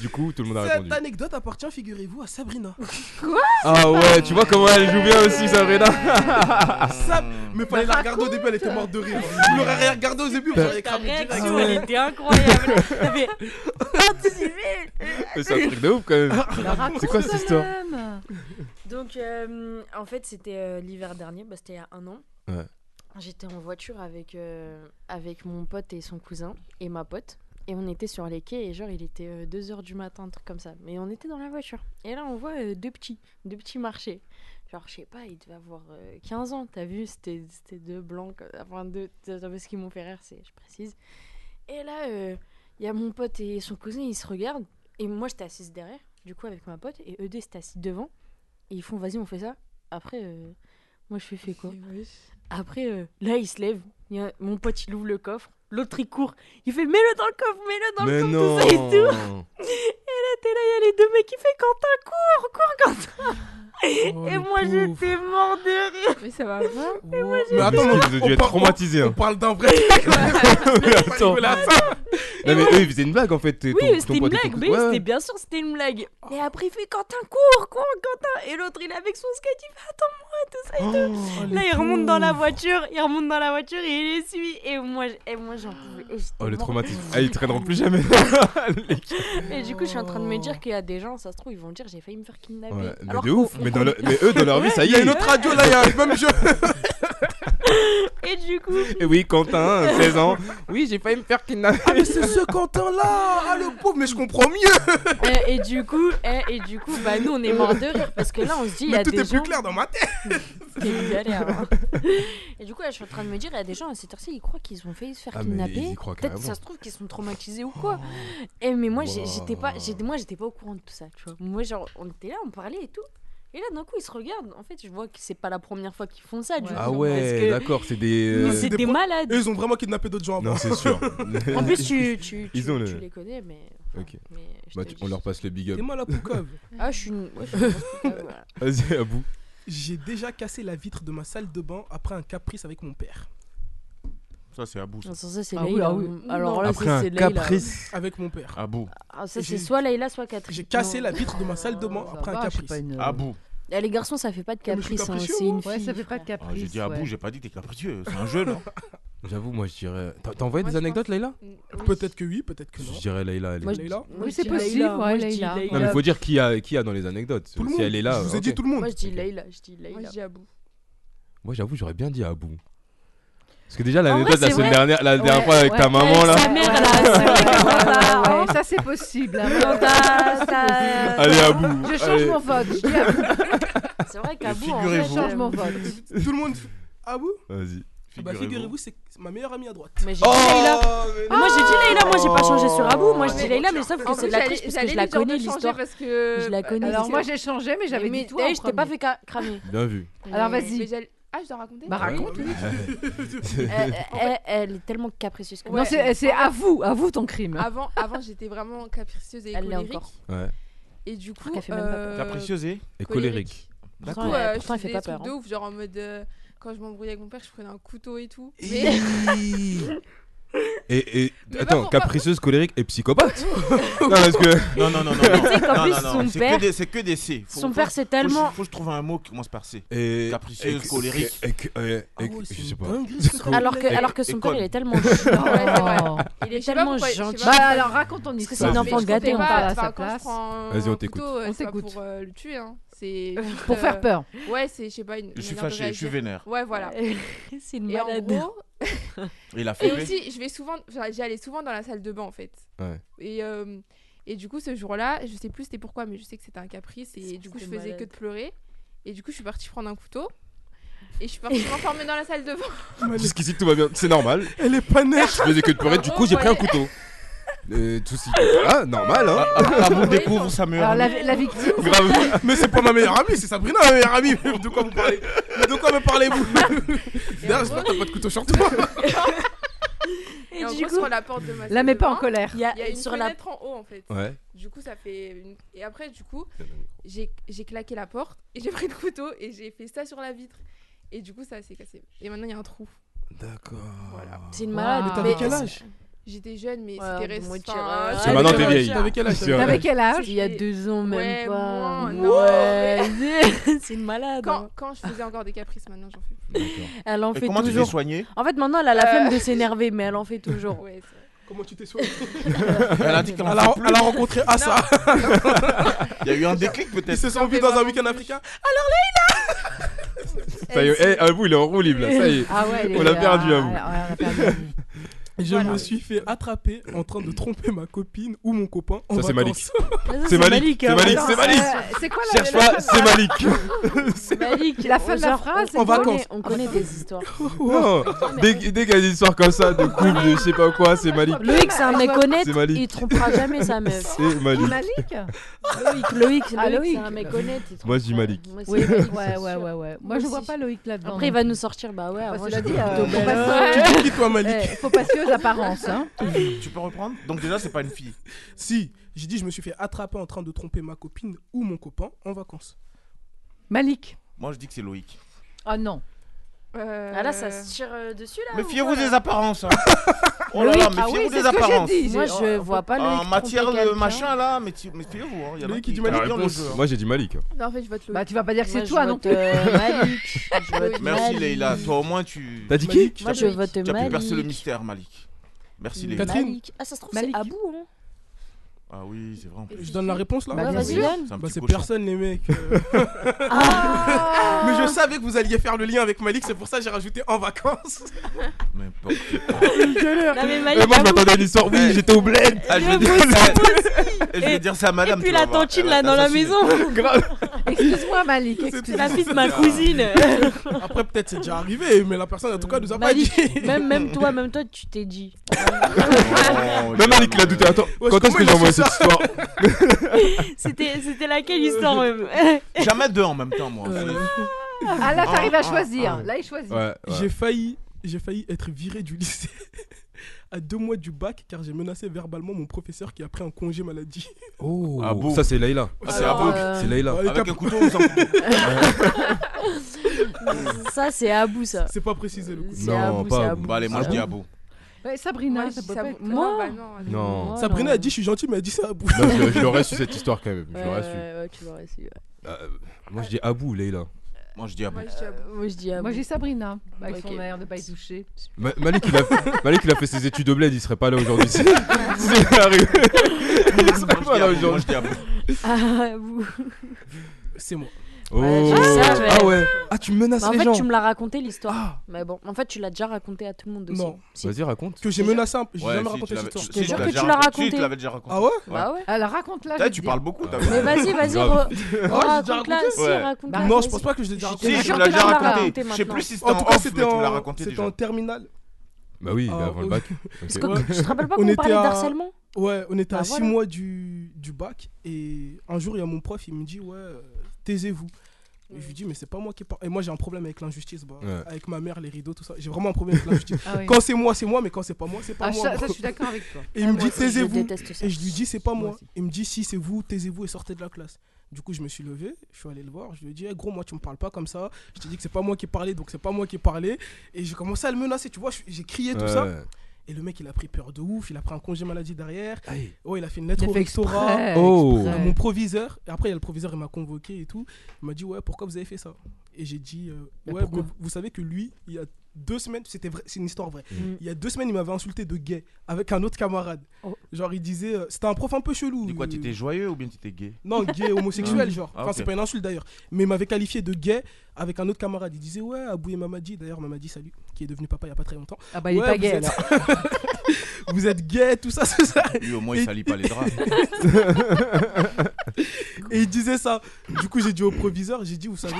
Speaker 1: du coup, tout le monde a répondu.
Speaker 5: Cette anecdote appartient, figurez-vous, à Sabrina.
Speaker 1: Ah ouais, tu vois comment elle joue bien aussi, Sabrina.
Speaker 5: Sab...
Speaker 4: Mmh.
Speaker 5: Mais fallait la regarder au début, elle était morte de rire. Vous l'aurez regardé au début, vous l'aurez
Speaker 3: Ta
Speaker 5: cramé direct.
Speaker 3: réaction, elle était incroyable. T'avais participé.
Speaker 1: C'est un truc de ouf quand même. C'est quoi cette histoire
Speaker 2: Même.
Speaker 3: Donc, euh, en fait, c'était euh, l'hiver dernier, bah, c'était il y a un an.
Speaker 1: Ouais.
Speaker 3: J'étais en voiture avec, euh, avec mon pote et son cousin et ma pote. Et on était sur les quais, et genre, il était 2h du matin, un truc comme ça. Mais on était dans la voiture. Et là, on voit euh, deux petits, deux petits marchés. Genre, je sais pas, il devait avoir euh, 15 ans, t'as vu C'était c'était deux blancs, quoi. enfin, deux. T'as t'as vu ce qu'ils m'ont fait rire, c'est- je précise. Et là, euh, il y a mon pote et son cousin, ils se regardent. Et moi, j'étais assise derrière, du coup, avec ma pote. Et eux deux, c'était assis devant. Et ils font, vas-y, on fait ça. Après, euh, moi, je fais, fais quoi Après, euh, là, il se lève. Il y a- mon pote, il ouvre le coffre. L'autre, il court. Il fait, mets-le dans le coffre, mets-le dans
Speaker 1: Mais
Speaker 3: le coffre,
Speaker 1: non.
Speaker 3: tout ça et tout. T'es là, il y a les deux mecs qui fait, Quentin, cours, cours, Quentin. et moi, j'étais mort de rire.
Speaker 6: Mais ça va pas.
Speaker 5: Mais
Speaker 1: Mais
Speaker 5: attends,
Speaker 1: attends, vous avez dû
Speaker 5: on
Speaker 1: être
Speaker 5: parle-
Speaker 1: traumatisé.
Speaker 5: on parle d'un vrai.
Speaker 1: hein. Attends. Non, mais eux, ils faisaient une blague en fait. ton-
Speaker 3: Oui,
Speaker 1: ton
Speaker 3: c'était une
Speaker 1: pote et ton
Speaker 3: blague,
Speaker 1: cou-
Speaker 3: mais
Speaker 1: Ouais, ouais.
Speaker 3: c'était bien sûr, c'était une blague. Mais après, il fait Quentin, cours, cours, Quentin. Et l'autre, il est avec son skate, il fait Attends-moi, tout ça et tout.
Speaker 9: les
Speaker 3: Là, il remonte dans la
Speaker 9: pauvres.
Speaker 3: voiture, il remonte dans la voiture et il les suit. Et moi, j- et moi j'en pouvais. et j'étais
Speaker 1: Oh, le
Speaker 3: morte.
Speaker 1: traumatisme. Ah, ils traîneront plus jamais. Les gars.
Speaker 3: Et du coup, je suis en train de me dire qu'il y a des gens, ça se trouve, ils vont dire J'ai failli me faire kidnapper.
Speaker 1: Ouais, mais
Speaker 3: Alors
Speaker 1: de
Speaker 3: qu'on-
Speaker 1: ouf.
Speaker 3: on
Speaker 1: Mais, dans le-
Speaker 3: connaît-
Speaker 1: mais eux, dans leur vie, ça y est.
Speaker 5: Il y a une autre radio là, il y a le même jeu.
Speaker 3: Et du coup.
Speaker 1: Et Eh oui, Quentin, 16 ans. Oui, j'ai failli me faire kidnapper.
Speaker 5: Ah, mais c'est ce Quentin là Ah, le pauvre, mais je comprends mieux
Speaker 3: Eh, et, du coup, eh, et du coup, bah nous on est morts de rire parce que là on se dit il y
Speaker 5: Mais
Speaker 3: a
Speaker 5: tout
Speaker 3: des
Speaker 5: est
Speaker 3: gens.
Speaker 5: plus clair dans ma tête
Speaker 3: C'est une galère. hein. Et du coup, là, je suis en train de me dire, il y a des gens à cette heure-ci, ils croient qu'ils ont failli se faire
Speaker 1: Ah, mais ils
Speaker 3: kidnapper.
Speaker 1: y croient
Speaker 3: Peut-être que
Speaker 1: carrément. Oh.
Speaker 3: ça se trouve qu'ils sont traumatisés ou quoi. Et mais moi, j'ai-
Speaker 1: Wow.
Speaker 3: j'étais pas, j'étais- moi, j'étais pas au courant de tout ça. Tu vois. Moi, genre, on était là, on parlait et tout. Et là, d'un coup, ils se regardent. En fait, je vois que c'est pas la première fois qu'ils font ça. Du
Speaker 1: Ah
Speaker 3: coup, parce
Speaker 1: ouais,
Speaker 3: que-
Speaker 1: d'accord, c'est des.
Speaker 3: Mais
Speaker 1: euh,
Speaker 3: c'est des malades.
Speaker 5: Eux, ils ont vraiment kidnappé d'autres gens avant.
Speaker 1: Non, c'est sûr.
Speaker 3: En plus, tu, tu,
Speaker 1: Euh, Ils
Speaker 3: tu-
Speaker 1: ont le-
Speaker 3: tu les connais, mais. enfin,
Speaker 1: Ok.
Speaker 3: mais je
Speaker 1: Bah,
Speaker 3: te
Speaker 1: tu-
Speaker 3: dis-
Speaker 1: on leur passe le big up.
Speaker 5: T'es mal à Poucave.
Speaker 3: Ah, je suis. une- ouais, je suis une grosse poucave, voilà.
Speaker 1: Vas-y, à bout.
Speaker 5: J'ai déjà cassé la vitre de ma salle de bain après un caprice avec mon père.
Speaker 4: Ça, c'est à bout. ça.
Speaker 3: Non, sans ça, c'est
Speaker 2: Ah oui,
Speaker 3: Leïla.
Speaker 2: ah oui.
Speaker 3: Alors là,
Speaker 1: Après
Speaker 3: ça,
Speaker 1: un
Speaker 3: c'est hein. Leïla.
Speaker 1: caprice.
Speaker 5: Avec mon père.
Speaker 4: À bout.
Speaker 3: Ah, ça,
Speaker 5: J'ai-
Speaker 3: c'est soit Leïla, soit Catherine.
Speaker 5: J'ai cassé
Speaker 3: Non.
Speaker 5: la vitre de ma salle de bain après un
Speaker 2: va, je suis
Speaker 5: caprice.
Speaker 2: pas une-
Speaker 4: À bout.
Speaker 3: Eh, les garçons, ça fait pas de
Speaker 5: mais je suis
Speaker 3: caprice. hein,
Speaker 5: capricieux,
Speaker 3: C'est
Speaker 5: moi.
Speaker 3: une fille.
Speaker 2: Ouais, ça fait pas de
Speaker 3: frère.
Speaker 2: caprice.
Speaker 4: Ah, j'ai dit à
Speaker 2: ouais.
Speaker 4: bout, j'ai pas dit t'es capricieux. C'est un hein. jeu, non
Speaker 1: J'avoue, moi, je dirais. T'as t'as envoyé
Speaker 6: Moi,
Speaker 1: des
Speaker 6: je
Speaker 1: anecdotes, Leïla
Speaker 5: Peut-être que oui, peut-être que non.
Speaker 1: Je dirais Leïla, elle est.
Speaker 3: Moi, je-
Speaker 5: Leïla
Speaker 3: Moi,
Speaker 2: Oui,
Speaker 3: je
Speaker 2: c'est
Speaker 3: dis
Speaker 2: possible,
Speaker 3: Leïla,
Speaker 2: ouais,
Speaker 3: moi, je dis
Speaker 2: Leïla.
Speaker 1: Non, mais faut dire qui a, qui a dans les anecdotes.
Speaker 5: Tout le
Speaker 1: si
Speaker 5: monde.
Speaker 1: elle est là.
Speaker 5: Je vous ai
Speaker 1: ok.
Speaker 5: dit tout le monde.
Speaker 3: Moi, je dis
Speaker 1: Ok.
Speaker 3: Leïla, je dis
Speaker 6: Moi,
Speaker 3: Leïla.
Speaker 6: je dis à bout.
Speaker 1: Moi, j'avoue, j'aurais bien dit à bout. Parce que déjà,
Speaker 3: vrai,
Speaker 1: l'anecdote de la
Speaker 3: c'est
Speaker 1: semaine
Speaker 3: vrai.
Speaker 1: dernière, la dernière
Speaker 3: Ouais,
Speaker 1: fois avec
Speaker 2: ouais.
Speaker 1: ta maman, là.
Speaker 3: Sa mère, elle a-
Speaker 2: Ouais, ouais,
Speaker 3: sa mère,
Speaker 2: ouais,
Speaker 3: elle a-
Speaker 2: ouais, Ça, c'est possible. hein.
Speaker 3: Quand t'as- t'as-
Speaker 1: Allez, à bout.
Speaker 2: Je change
Speaker 1: Allez.
Speaker 2: mon vote. Je dis à bout,
Speaker 3: C'est vrai qu'à
Speaker 4: Je
Speaker 3: bout, en
Speaker 4: figurez-vous.
Speaker 3: fait,
Speaker 2: je change mon vote.
Speaker 5: Tout le monde. Ah vous
Speaker 1: Vas-y.
Speaker 5: Ah Bah figurez-vous, Oh, c'est ma meilleure amie à droite.
Speaker 3: Mais j'ai dit Leïla. Oh Mais Moi, j'ai dit Leïla, moi, j'ai pas changé sur Abou. Moi, je dis Leïla, mais sauf que
Speaker 6: En
Speaker 3: c'est
Speaker 6: plus,
Speaker 3: de la triche
Speaker 6: j'allais-
Speaker 3: parce que je
Speaker 6: j'allais
Speaker 3: la
Speaker 6: lui dire de
Speaker 3: connais,
Speaker 6: changer
Speaker 3: l'histoire.
Speaker 6: parce que-
Speaker 3: Je la connais,
Speaker 6: Alors,
Speaker 3: c'est
Speaker 2: Alors, moi,
Speaker 6: moi,
Speaker 2: j'ai changé, mais eh, j'avais dit
Speaker 3: Mais
Speaker 2: toi.
Speaker 3: d'ailleurs,
Speaker 2: en
Speaker 3: je t'ai pas
Speaker 2: premier.
Speaker 3: fait ca- cramer.
Speaker 1: Bien vu.
Speaker 3: Alors,
Speaker 6: Mais-
Speaker 3: vas-y.
Speaker 6: mais j'allais- Ah, je dois raconter
Speaker 2: Bah, raconte.
Speaker 3: Euh, euh, Elle est tellement capricieuse. que-
Speaker 6: Ouais.
Speaker 2: Non, c'est c'est à vous, à vous ton crime.
Speaker 6: Avant, avant j'étais vraiment capricieuse et
Speaker 3: Elle l'est
Speaker 6: colérique.
Speaker 3: encore.
Speaker 1: Ouais.
Speaker 6: Et du coup,
Speaker 3: qu'elle fait même pas peur.
Speaker 6: euh,
Speaker 4: Capricieuse eh. et
Speaker 1: Et colérique.
Speaker 6: Du coup,
Speaker 3: Pourtant,
Speaker 6: euh,
Speaker 3: elle-
Speaker 6: je
Speaker 3: pourtant, elle
Speaker 6: faisais des
Speaker 3: fait pas
Speaker 6: trucs
Speaker 3: peur.
Speaker 6: de
Speaker 3: hein.
Speaker 6: ouf, genre en mode euh, quand je m'embrouillais avec mon père, je prenais un couteau et tout. Mais-
Speaker 1: Et, et
Speaker 6: Mais pas
Speaker 1: attends,
Speaker 6: pour- pas-
Speaker 1: capricieuse, colérique et psychopathe. non, parce que.
Speaker 4: Non, non, non, non.
Speaker 3: tu sais qu'en
Speaker 4: non,
Speaker 3: plus,
Speaker 4: non, non,
Speaker 3: son
Speaker 4: c'est
Speaker 3: père-
Speaker 4: que des- C'est que des C. Faut-
Speaker 3: Son
Speaker 4: faut-
Speaker 3: père, c'est
Speaker 4: faut que je-
Speaker 3: tellement.
Speaker 4: Faut que je trouve un mot qui commence par C.
Speaker 1: Et,
Speaker 4: Capricieuse,
Speaker 1: et-
Speaker 4: colérique.
Speaker 1: Et, et- et- et-
Speaker 5: Ah ouais, c'est
Speaker 1: je sais
Speaker 5: une
Speaker 1: pas.
Speaker 5: dinguerie,
Speaker 1: C'est
Speaker 5: ça.
Speaker 1: cool.
Speaker 3: Alors que,
Speaker 4: Et-
Speaker 3: alors que
Speaker 4: et
Speaker 3: son
Speaker 4: con.
Speaker 3: père, il est tellement chiant.
Speaker 6: Ouais, c'est vrai.
Speaker 2: Oh.
Speaker 3: Il
Speaker 6: Mais
Speaker 3: est
Speaker 6: je sais pas
Speaker 3: tellement
Speaker 6: pourquoi- je sais
Speaker 3: gentil.
Speaker 6: pas
Speaker 2: Bah alors raconte ton
Speaker 3: Parce que
Speaker 2: histoire.
Speaker 3: c'est un
Speaker 1: Vas-y.
Speaker 3: enfant
Speaker 6: je
Speaker 3: gâté,
Speaker 6: fais
Speaker 3: on
Speaker 6: pas-
Speaker 3: parle
Speaker 2: à
Speaker 6: enfin,
Speaker 2: sa
Speaker 6: quand
Speaker 2: place.
Speaker 6: je prends
Speaker 1: Vas-y, on
Speaker 6: un
Speaker 1: t'écoute.
Speaker 6: couteau, euh,
Speaker 2: On
Speaker 6: c'est pas
Speaker 2: t'écoute.
Speaker 6: pour euh, le tuer, hein. C'est juste,
Speaker 2: Pour faire
Speaker 6: euh,
Speaker 2: peur.
Speaker 6: Ouais, c'est, je sais pas, une.
Speaker 4: Je
Speaker 6: une
Speaker 4: suis
Speaker 6: manière de
Speaker 4: fâché, je suis
Speaker 6: réagir.
Speaker 4: vénère.
Speaker 6: Ouais, voilà.
Speaker 3: C'est une
Speaker 6: Et en
Speaker 3: malade.
Speaker 6: gros,
Speaker 4: Il a
Speaker 6: et
Speaker 4: fait.
Speaker 6: aussi, je vais souvent, enfin, j'allais souvent dans la salle de bain en fait.
Speaker 1: Ouais.
Speaker 6: Et, euh, et du coup, ce jour-là, je sais plus c'était pourquoi, mais je sais que c'était un caprice.
Speaker 3: C'est-
Speaker 6: Et du coup, je
Speaker 3: c'est
Speaker 6: faisais
Speaker 3: malade.
Speaker 6: que de pleurer. Et du coup, je suis partie prendre un couteau. Et je suis partie m'enfermer dans la salle de bain.
Speaker 1: Jusqu'ici, tout va bien. C'est normal.
Speaker 5: Elle est pas nette
Speaker 1: Je faisais que de pleurer, du coup, j'ai pris un couteau. Euh, tout si. Ah, normal, hein.
Speaker 4: Ah bon, découvre sa meilleure.
Speaker 2: Alors la, la victime,
Speaker 1: Grave.
Speaker 5: Ah, Mais c'est pas ma meilleure amie, c'est Sabrina ma meilleure amie. De quoi vous parlez Mais De quoi me parlez-vous D'ailleurs, j'espère que t'as pas de couteau sur toi.
Speaker 6: Et,
Speaker 3: Et
Speaker 6: en
Speaker 3: du
Speaker 6: gros,
Speaker 3: coup,
Speaker 6: sur la porte de ma salle
Speaker 2: la mets
Speaker 6: de
Speaker 2: pas en
Speaker 6: bain,
Speaker 2: colère.
Speaker 6: Il
Speaker 3: il y
Speaker 6: y a
Speaker 3: a
Speaker 6: une
Speaker 3: euh, sur la.
Speaker 6: fenêtre en haut en fait.
Speaker 5: Ah,
Speaker 1: Ouais.
Speaker 6: Du coup, ça fait. une- Et après, du coup, j'ai j'ai claqué la porte et j'ai pris le couteau et j'ai fait ça sur la vitre. Et du coup, ça s'est cassé. Et maintenant, il y a un trou.
Speaker 1: D'accord.
Speaker 6: Voilà.
Speaker 3: C'est une
Speaker 2: Wow.
Speaker 3: malade.
Speaker 2: Mais t'avais
Speaker 3: mais-
Speaker 5: T'avais quel âge
Speaker 6: J'étais jeune, mais
Speaker 3: Ouais,
Speaker 6: c'était récent.
Speaker 3: moi, tu-
Speaker 6: enfin,
Speaker 3: ouais.
Speaker 1: C'est
Speaker 3: Ah,
Speaker 1: maintenant
Speaker 3: mais
Speaker 1: t'es
Speaker 3: quel
Speaker 1: vieille.
Speaker 3: âge T'avais
Speaker 5: quel âge
Speaker 1: C'est vrai.
Speaker 2: T'avais quel âge
Speaker 3: Il y a deux ans, même
Speaker 6: Ouais,
Speaker 3: pas.
Speaker 6: moins, non,
Speaker 3: Ouais. C'est une malade.
Speaker 6: Quand,
Speaker 3: hein.
Speaker 6: quand je faisais encore des caprices, maintenant j'en fais plus.
Speaker 3: Elle en
Speaker 4: Et
Speaker 3: fait
Speaker 4: comment tu t'es
Speaker 3: toujours.
Speaker 4: soigné
Speaker 3: En fait, maintenant, elle a la
Speaker 6: Euh.
Speaker 3: flemme de s'énerver, mais elle en fait toujours.
Speaker 6: Ouais, c'est vrai.
Speaker 5: Comment tu t'es soigné
Speaker 4: Elle a dit qu'elle
Speaker 5: elle,
Speaker 4: en
Speaker 5: a-
Speaker 4: fait
Speaker 5: elle
Speaker 4: plus.
Speaker 5: a rencontré Assa.
Speaker 4: Il y a eu un déclic
Speaker 5: Ils
Speaker 4: peut-être.
Speaker 5: se sont vus dans un week-end africain.
Speaker 1: Ça y est, eh, à vous, il est en roue libre, là. Ça y est.
Speaker 2: Ah ouais, les
Speaker 1: On l'a
Speaker 2: gars,
Speaker 1: perdu,
Speaker 2: ah,
Speaker 1: avoue.
Speaker 2: ouais, on l'a perdu.
Speaker 5: Et je me suis fait attraper en train de tromper ma copine ou mon copain. en
Speaker 1: Ça, c'est
Speaker 5: vacances.
Speaker 3: Ah, ça,
Speaker 1: C'est Malik, c'est
Speaker 3: hein.
Speaker 1: Malik,
Speaker 3: Attends,
Speaker 1: c'est Malik.
Speaker 2: Euh, C'est quoi la
Speaker 1: Cherche
Speaker 2: la-
Speaker 1: pas,
Speaker 2: la-
Speaker 1: c'est Malik.
Speaker 3: Malik,
Speaker 2: La fin de la
Speaker 3: genre,
Speaker 2: phrase, c'est
Speaker 3: On
Speaker 5: en
Speaker 3: Ah,
Speaker 2: quoi
Speaker 3: connaît,
Speaker 5: vacances.
Speaker 3: on connaît des histoires.
Speaker 1: Non, dès dès qu'il y a des histoires comme ça, de couple, de je sais pas quoi, c'est Malik.
Speaker 3: Loïc, c'est un mec honnête,
Speaker 1: C'est Malik.
Speaker 3: il trompera jamais sa meuf.
Speaker 1: C'est Malik.
Speaker 2: Malik
Speaker 3: Loïc, Loïc,
Speaker 2: Ah,
Speaker 3: Loïc, c'est
Speaker 2: Loïc.
Speaker 3: un mec honnête. il trompera-
Speaker 1: Moi, je dis Malik.
Speaker 3: Moi, c'est
Speaker 2: Oui,
Speaker 3: Malik,
Speaker 2: ouais,
Speaker 3: c'est
Speaker 2: ouais,
Speaker 3: sûr.
Speaker 2: ouais, ouais. Moi, je
Speaker 3: Moi
Speaker 2: vois
Speaker 3: aussi.
Speaker 2: pas Loïc là-dedans.
Speaker 3: Après, il va nous sortir, bah ouais,
Speaker 2: Bah,
Speaker 3: avant,
Speaker 2: cela
Speaker 3: j'étais
Speaker 2: dit, euh,
Speaker 3: plutôt
Speaker 2: faut
Speaker 3: belle.
Speaker 2: passer-
Speaker 5: Tu te quittes, toi, Malik.
Speaker 2: Eh, faut passer aux apparences. Hein.
Speaker 4: Tu peux reprendre Donc déjà, c'est pas une fille.
Speaker 5: Si, j'ai dit, je me suis fait attraper en train de tromper ma copine ou mon copain en vacances.
Speaker 2: Malik.
Speaker 4: Moi, je dis que c'est Loïc.
Speaker 2: Ah non.
Speaker 3: Ah là, ça se tire euh, dessus là. ou
Speaker 4: Méfiez-vous
Speaker 3: quoi, là
Speaker 4: des apparences. hein. Oh là
Speaker 3: Oui.
Speaker 4: là,
Speaker 3: Ah oui,
Speaker 4: méfiez-vous
Speaker 3: c'est
Speaker 4: des
Speaker 3: ce que j'ai
Speaker 4: apparences.
Speaker 3: dit, Moi, j'ai- je vois pas le
Speaker 4: En
Speaker 3: mec
Speaker 4: matière
Speaker 3: tromper
Speaker 4: de
Speaker 3: quelqu'un.
Speaker 4: machin là, méfi- méfiez-vous. hein. Il y en a
Speaker 5: Mec,
Speaker 4: qui
Speaker 5: il dit Malik.
Speaker 4: perdent bien le
Speaker 5: Réponse.
Speaker 4: jeu. hein.
Speaker 1: Moi j'ai dit Malik.
Speaker 6: Non, en fait, je vote Loïc.
Speaker 2: Bah, tu vas pas dire que
Speaker 3: Moi,
Speaker 2: c'est
Speaker 3: je
Speaker 2: toi non
Speaker 3: vote,
Speaker 2: plus.
Speaker 3: euh, Malik. Je vote
Speaker 4: Merci
Speaker 3: Malik.
Speaker 4: Leïla, toi au moins tu.
Speaker 1: T'as dit qui
Speaker 3: Moi,
Speaker 4: Tu
Speaker 3: je
Speaker 4: as pu-
Speaker 3: vote
Speaker 4: Tu as pu percer le
Speaker 3: Malik.
Speaker 4: mystère, Malik. Merci Leïla.
Speaker 5: Catherine
Speaker 3: Malik. Ah, ça se trouve,
Speaker 2: Malik.
Speaker 3: c'est Abou, hein.
Speaker 4: Ah oui, c'est vrai. en plus.
Speaker 5: Je donne la réponse là
Speaker 2: Bah,
Speaker 3: Ouais,
Speaker 2: bien
Speaker 3: vas-y,
Speaker 2: sûr.
Speaker 3: donne.
Speaker 5: Bah,
Speaker 4: un petit
Speaker 5: c'est
Speaker 4: cochon.
Speaker 5: personne, les mecs. euh.
Speaker 3: Ah.
Speaker 5: Mais je savais que vous alliez faire le lien avec Malik, c'est pour ça que j'ai rajouté en vacances.
Speaker 4: N'importe quoi.
Speaker 3: Non, mais Malik.
Speaker 1: moi je
Speaker 3: Abou.
Speaker 1: m'attendais à une histoire, oui, j'étais au bled.
Speaker 4: Ah, je vais dire, Eh, je vais
Speaker 3: Et-
Speaker 4: dire ça à madame.
Speaker 3: Et puis
Speaker 4: tu Ah, vas
Speaker 3: la
Speaker 4: voir.
Speaker 3: tantine
Speaker 4: Elle
Speaker 3: là
Speaker 4: va
Speaker 3: dans la
Speaker 4: t'assassiner.
Speaker 3: maison.
Speaker 2: Excuse-moi, Malik.
Speaker 3: C'est
Speaker 2: excuse-
Speaker 3: la fille de ma cousine.
Speaker 5: Après, peut-être c'est déjà arrivé, mais la personne en tout cas nous a pas dit.
Speaker 3: Malik, même, même toi, même toi, tu t'es dit.
Speaker 4: Oh, Non,
Speaker 1: Non,
Speaker 4: Malik,
Speaker 1: Malik, il a douté. Attends,
Speaker 5: Ouais,
Speaker 1: quand
Speaker 5: comment
Speaker 1: est-ce que
Speaker 5: il
Speaker 1: j'ai
Speaker 5: a
Speaker 1: envoyé
Speaker 5: su
Speaker 1: cette histoire
Speaker 3: C'était c'était laquelle histoire même
Speaker 4: Jamais deux en même temps, moi.
Speaker 5: Euh,
Speaker 2: Ah là, t'arrives à
Speaker 4: Ah, ah,
Speaker 2: choisir.
Speaker 4: ah.
Speaker 2: Là, il choisit.
Speaker 1: Ouais, ouais.
Speaker 5: J'ai failli, j'ai failli être viré du lycée à deux mois du bac car j'ai menacé verbalement mon professeur qui a pris un congé maladie.
Speaker 1: Oh,
Speaker 4: Ah bon
Speaker 1: ça c'est Leïla.
Speaker 4: Ah, c'est aveugle.
Speaker 1: C'est Leïla.
Speaker 5: Ouais,
Speaker 4: Avec
Speaker 5: t'as-
Speaker 4: un couteau ou sans couteau
Speaker 3: Ça, c'est Abou, ça.
Speaker 5: C'est pas précisé le coup.
Speaker 3: C'est
Speaker 1: Non,
Speaker 3: Abou,
Speaker 1: pas
Speaker 3: c'est
Speaker 1: Abou.
Speaker 3: Abou.
Speaker 4: Bah allez, moi je
Speaker 3: c'est
Speaker 4: dis
Speaker 3: Abou.
Speaker 4: à bout.
Speaker 2: Ouais, Sabrina,
Speaker 6: Moi,
Speaker 2: ça
Speaker 6: je
Speaker 2: peut
Speaker 6: ça
Speaker 2: pas
Speaker 6: vaut-
Speaker 2: être.
Speaker 3: Moi
Speaker 6: non, bah non, allez.
Speaker 1: Non.
Speaker 3: Oh,
Speaker 5: Sabrina
Speaker 3: non.
Speaker 5: a dit je suis gentil mais elle a dit c'est Abou.
Speaker 4: Bah,
Speaker 11: Non, je, je l'aurais su cette histoire quand même. Je
Speaker 3: Ouais,
Speaker 11: l'aurais su.
Speaker 3: ouais, ouais, tu l'aurais su. ouais.
Speaker 1: Euh, Moi je dis Abou, Leïla.
Speaker 4: Moi je dis à bout.
Speaker 6: Moi, je dis à bout.
Speaker 3: Moi, je dis Abou.
Speaker 2: Moi, j'ai Sabrina. Avec
Speaker 3: Ok.
Speaker 2: son air de pas y toucher.
Speaker 1: Ma- Malik, il a fait, Malik, il a fait ses études au bled, il serait pas là aujourd'hui. Si- si C'est arrivé. Il serait
Speaker 4: Moi,
Speaker 1: pas là
Speaker 4: je dis à bout, moi,
Speaker 1: aujourd'hui.
Speaker 4: je dis à bout.
Speaker 3: Ah, Abou.
Speaker 5: C'est moi.
Speaker 3: Ouais, je
Speaker 1: Oh.
Speaker 3: savais.
Speaker 1: Ah ouais. Ah, tu menaces
Speaker 3: Bah, en
Speaker 1: les
Speaker 3: fait,
Speaker 1: gens.
Speaker 3: tu me l'as raconté l'histoire. Mais bon, en fait, tu l'as déjà raconté à tout le monde aussi.
Speaker 5: Ah. Non.
Speaker 3: Si.
Speaker 1: Vas-y, raconte.
Speaker 5: Que j'ai menacé un... J'ai
Speaker 4: Ouais,
Speaker 5: jamais
Speaker 4: si, tu
Speaker 5: raconté cette
Speaker 4: l'avais-
Speaker 5: histoire.
Speaker 4: si,
Speaker 3: te jure
Speaker 4: l'as
Speaker 3: que
Speaker 4: déjà
Speaker 3: tu l'as
Speaker 4: Si, tu
Speaker 3: raconté.
Speaker 4: l'avais déjà raconté.
Speaker 5: Ah ouais
Speaker 3: Bah ouais.
Speaker 2: Alors, raconte-la.
Speaker 4: Putain,
Speaker 2: je
Speaker 4: Tu
Speaker 2: veux
Speaker 4: parles
Speaker 2: dire.
Speaker 4: beaucoup, t'as
Speaker 3: Mais vas-y, vas-y,
Speaker 1: Grave.
Speaker 3: re-
Speaker 5: déjà
Speaker 3: raconte-la.
Speaker 5: raconté
Speaker 3: Si,
Speaker 4: Ouais.
Speaker 3: raconte-la.
Speaker 2: Bah,
Speaker 5: Non, je
Speaker 3: Ah, vas-y.
Speaker 5: pense pas que je l'ai déjà
Speaker 4: Si,
Speaker 5: raconté.
Speaker 4: tu
Speaker 3: sûr
Speaker 4: me
Speaker 3: que
Speaker 4: l'as
Speaker 3: tu
Speaker 4: déjà
Speaker 3: l'as
Speaker 4: raconté.
Speaker 3: raconté
Speaker 4: Je sais plus si c'était
Speaker 5: En
Speaker 4: en
Speaker 5: tout cas,
Speaker 4: off, mais tu
Speaker 5: c'était
Speaker 4: me l'as
Speaker 5: en,
Speaker 4: raconté
Speaker 5: c'était
Speaker 4: déjà.
Speaker 5: en terminale.
Speaker 1: Bah oui,
Speaker 5: Ah,
Speaker 1: avant le
Speaker 5: ok.
Speaker 1: bac.
Speaker 3: Parce
Speaker 1: Ok.
Speaker 3: que tu te rappelles pas
Speaker 5: On
Speaker 3: qu'on parlait
Speaker 5: était à-
Speaker 3: d'harcèlement
Speaker 5: Ouais, on était
Speaker 2: Ah,
Speaker 3: Bah,
Speaker 5: à 6
Speaker 3: voilà.
Speaker 5: mois du, du bac et un jour il y a mon prof, il me dit ouais, euh, taisez-vous. Et Je lui dis mais c'est pas moi qui parle. Et moi j'ai un problème avec l'injustice, bah,
Speaker 1: Ouais.
Speaker 5: avec ma mère, les rideaux, tout ça. J'ai vraiment un problème avec l'injustice.
Speaker 2: Ah oui.
Speaker 5: quand c'est moi, c'est moi, mais quand c'est pas moi, c'est pas
Speaker 2: Ah,
Speaker 5: moi.
Speaker 2: ça, ça, je suis d'accord avec toi.
Speaker 5: Et il me
Speaker 3: Moi
Speaker 5: dit
Speaker 3: aussi, je
Speaker 5: taisez-vous.
Speaker 3: déteste ça.
Speaker 5: Et je lui dis c'est pas
Speaker 2: Moi
Speaker 5: moi.
Speaker 2: aussi.
Speaker 5: Il me dit si c'est vous, taisez-vous et sortez de la classe. Du coup je me suis levé, je suis allé le voir, je lui ai dit Eh, gros moi tu me parles pas comme ça. Je t'ai dit que c'est pas moi qui parlais donc c'est pas moi qui parlais. Et j'ai commencé à le menacer, tu vois, je- j'ai crié tout ça.
Speaker 1: Ouais.
Speaker 5: Et le mec il a pris peur de ouf, il a pris un congé maladie derrière.
Speaker 1: Aïe.
Speaker 5: Oh il a fait une
Speaker 2: Il
Speaker 5: lettre
Speaker 2: a
Speaker 5: au
Speaker 2: fait
Speaker 5: rectorat
Speaker 2: exprès.
Speaker 1: Oh.
Speaker 5: à
Speaker 2: exprès.
Speaker 5: mon proviseur. Et après, il y a le proviseur, il m'a convoqué et tout. Il m'a dit, ouais, pourquoi vous avez fait ça Et j'ai dit, euh,
Speaker 2: Mais
Speaker 5: ouais,
Speaker 2: pourquoi
Speaker 5: mais vous- vous savez que lui, il y a deux semaines, c'était vrai, c'est une histoire vraie.
Speaker 3: Mm.
Speaker 5: Il y a deux semaines, il m'avait insulté de gay avec un autre camarade.
Speaker 3: Oh.
Speaker 5: Genre, il disait, euh, c'était un prof un peu chelou.
Speaker 4: Dis quoi,
Speaker 5: euh,
Speaker 4: t'étais joyeux ou bien t'étais gay
Speaker 5: non, gay, homosexuel,
Speaker 4: Mm.
Speaker 5: genre.
Speaker 4: Ah,
Speaker 5: Enfin,
Speaker 4: ok.
Speaker 5: c'est pas une insulte d'ailleurs. Mais il m'avait qualifié de gay avec un autre camarade. Il disait, ouais, Abou et Mamadi. D'ailleurs, Mamadi, salut, qui est devenu papa il y a pas très longtemps.
Speaker 2: Ah bah, il est
Speaker 5: Ouais,
Speaker 2: pas
Speaker 5: vous
Speaker 2: gay
Speaker 5: êtes-
Speaker 2: alors.
Speaker 5: vous êtes gay, tout ça, tout ça.
Speaker 4: Lui au moins il salit pas les draps.
Speaker 5: Et il disait ça. Du coup, j'ai dit au proviseur, j'ai dit, vous savez.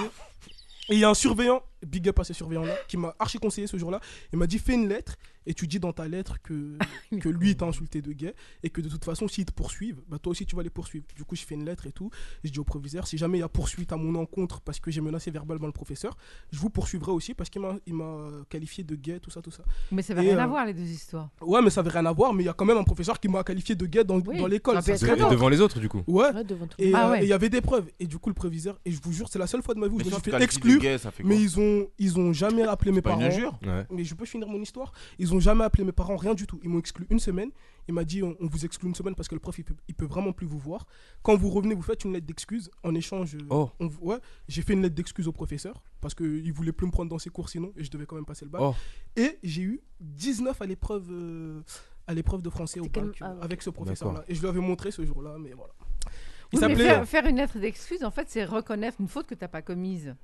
Speaker 5: Et il y a un surveillant, big up à ce surveillant-là, qui m'a archi conseillé ce jour-là. Il m'a dit, fais une lettre et tu dis dans ta lettre que, que lui t'a insulté de gay et que de toute façon, s'ils te poursuivent, bah, toi aussi tu vas les poursuivre. Du coup, je fais une lettre et tout. Et je dis au proviseur, si jamais il y a poursuite à mon encontre parce que j'ai menacé verbalement le professeur, je vous poursuivrai aussi parce qu'il m'a- il m'a qualifié de gay, tout ça, tout ça.
Speaker 2: Mais ça va
Speaker 5: Et,
Speaker 2: rien à
Speaker 5: euh,
Speaker 2: voir, les deux histoires.
Speaker 5: Ouais, mais ça avait rien à voir, mais il y a quand même un professeur qui m'a qualifié de gay dans,
Speaker 2: Oui, Ah,
Speaker 5: dans l'école.
Speaker 2: ça peut
Speaker 5: Ça,
Speaker 2: être
Speaker 5: c'est-
Speaker 1: De-
Speaker 2: très
Speaker 1: et
Speaker 2: bon.
Speaker 1: devant les autres, du coup.
Speaker 5: Ouais,
Speaker 3: Ouais, devant tout le
Speaker 5: et euh, et il
Speaker 2: Ah ouais.
Speaker 5: y avait des preuves. Et du coup, le proviseur, et je vous jure, c'est la seule fois de ma vie où
Speaker 4: Mais
Speaker 5: je me
Speaker 4: si
Speaker 5: suis
Speaker 4: tu
Speaker 5: fait
Speaker 4: qualifies de
Speaker 5: exclure.
Speaker 4: gay, ça fait quoi
Speaker 5: Mais ils ont, ils ont jamais appelé mes
Speaker 4: Pas
Speaker 5: parents.
Speaker 4: une injure
Speaker 1: Ouais.
Speaker 5: Mais je peux finir mon histoire. Ils ont jamais appelé mes parents, rien du tout. Ils m'ont exclu une semaine. Il m'a dit on, on vous exclut une semaine parce que le prof il peut, il peut vraiment plus vous voir. Quand vous revenez, vous faites une lettre d'excuse en échange. euh,
Speaker 1: Oh.
Speaker 5: on vous- ouais, j'ai fait une lettre d'excuse au professeur parce que il voulait plus me prendre dans ses cours sinon et je devais quand même passer le bac.
Speaker 1: Oh.
Speaker 5: Et j'ai eu 19 à l'épreuve euh, à l'épreuve de français au
Speaker 3: C'était
Speaker 5: bac
Speaker 3: quand même-
Speaker 5: euh,
Speaker 3: ah,
Speaker 5: avec ce professeur là et je lui avais montré ce jour-là mais voilà.
Speaker 2: Oui,
Speaker 5: Il
Speaker 2: mais
Speaker 5: s'appelait euh,
Speaker 2: faire, faire une lettre d'excuse, en fait, c'est reconnaître une faute que t'as pas commise.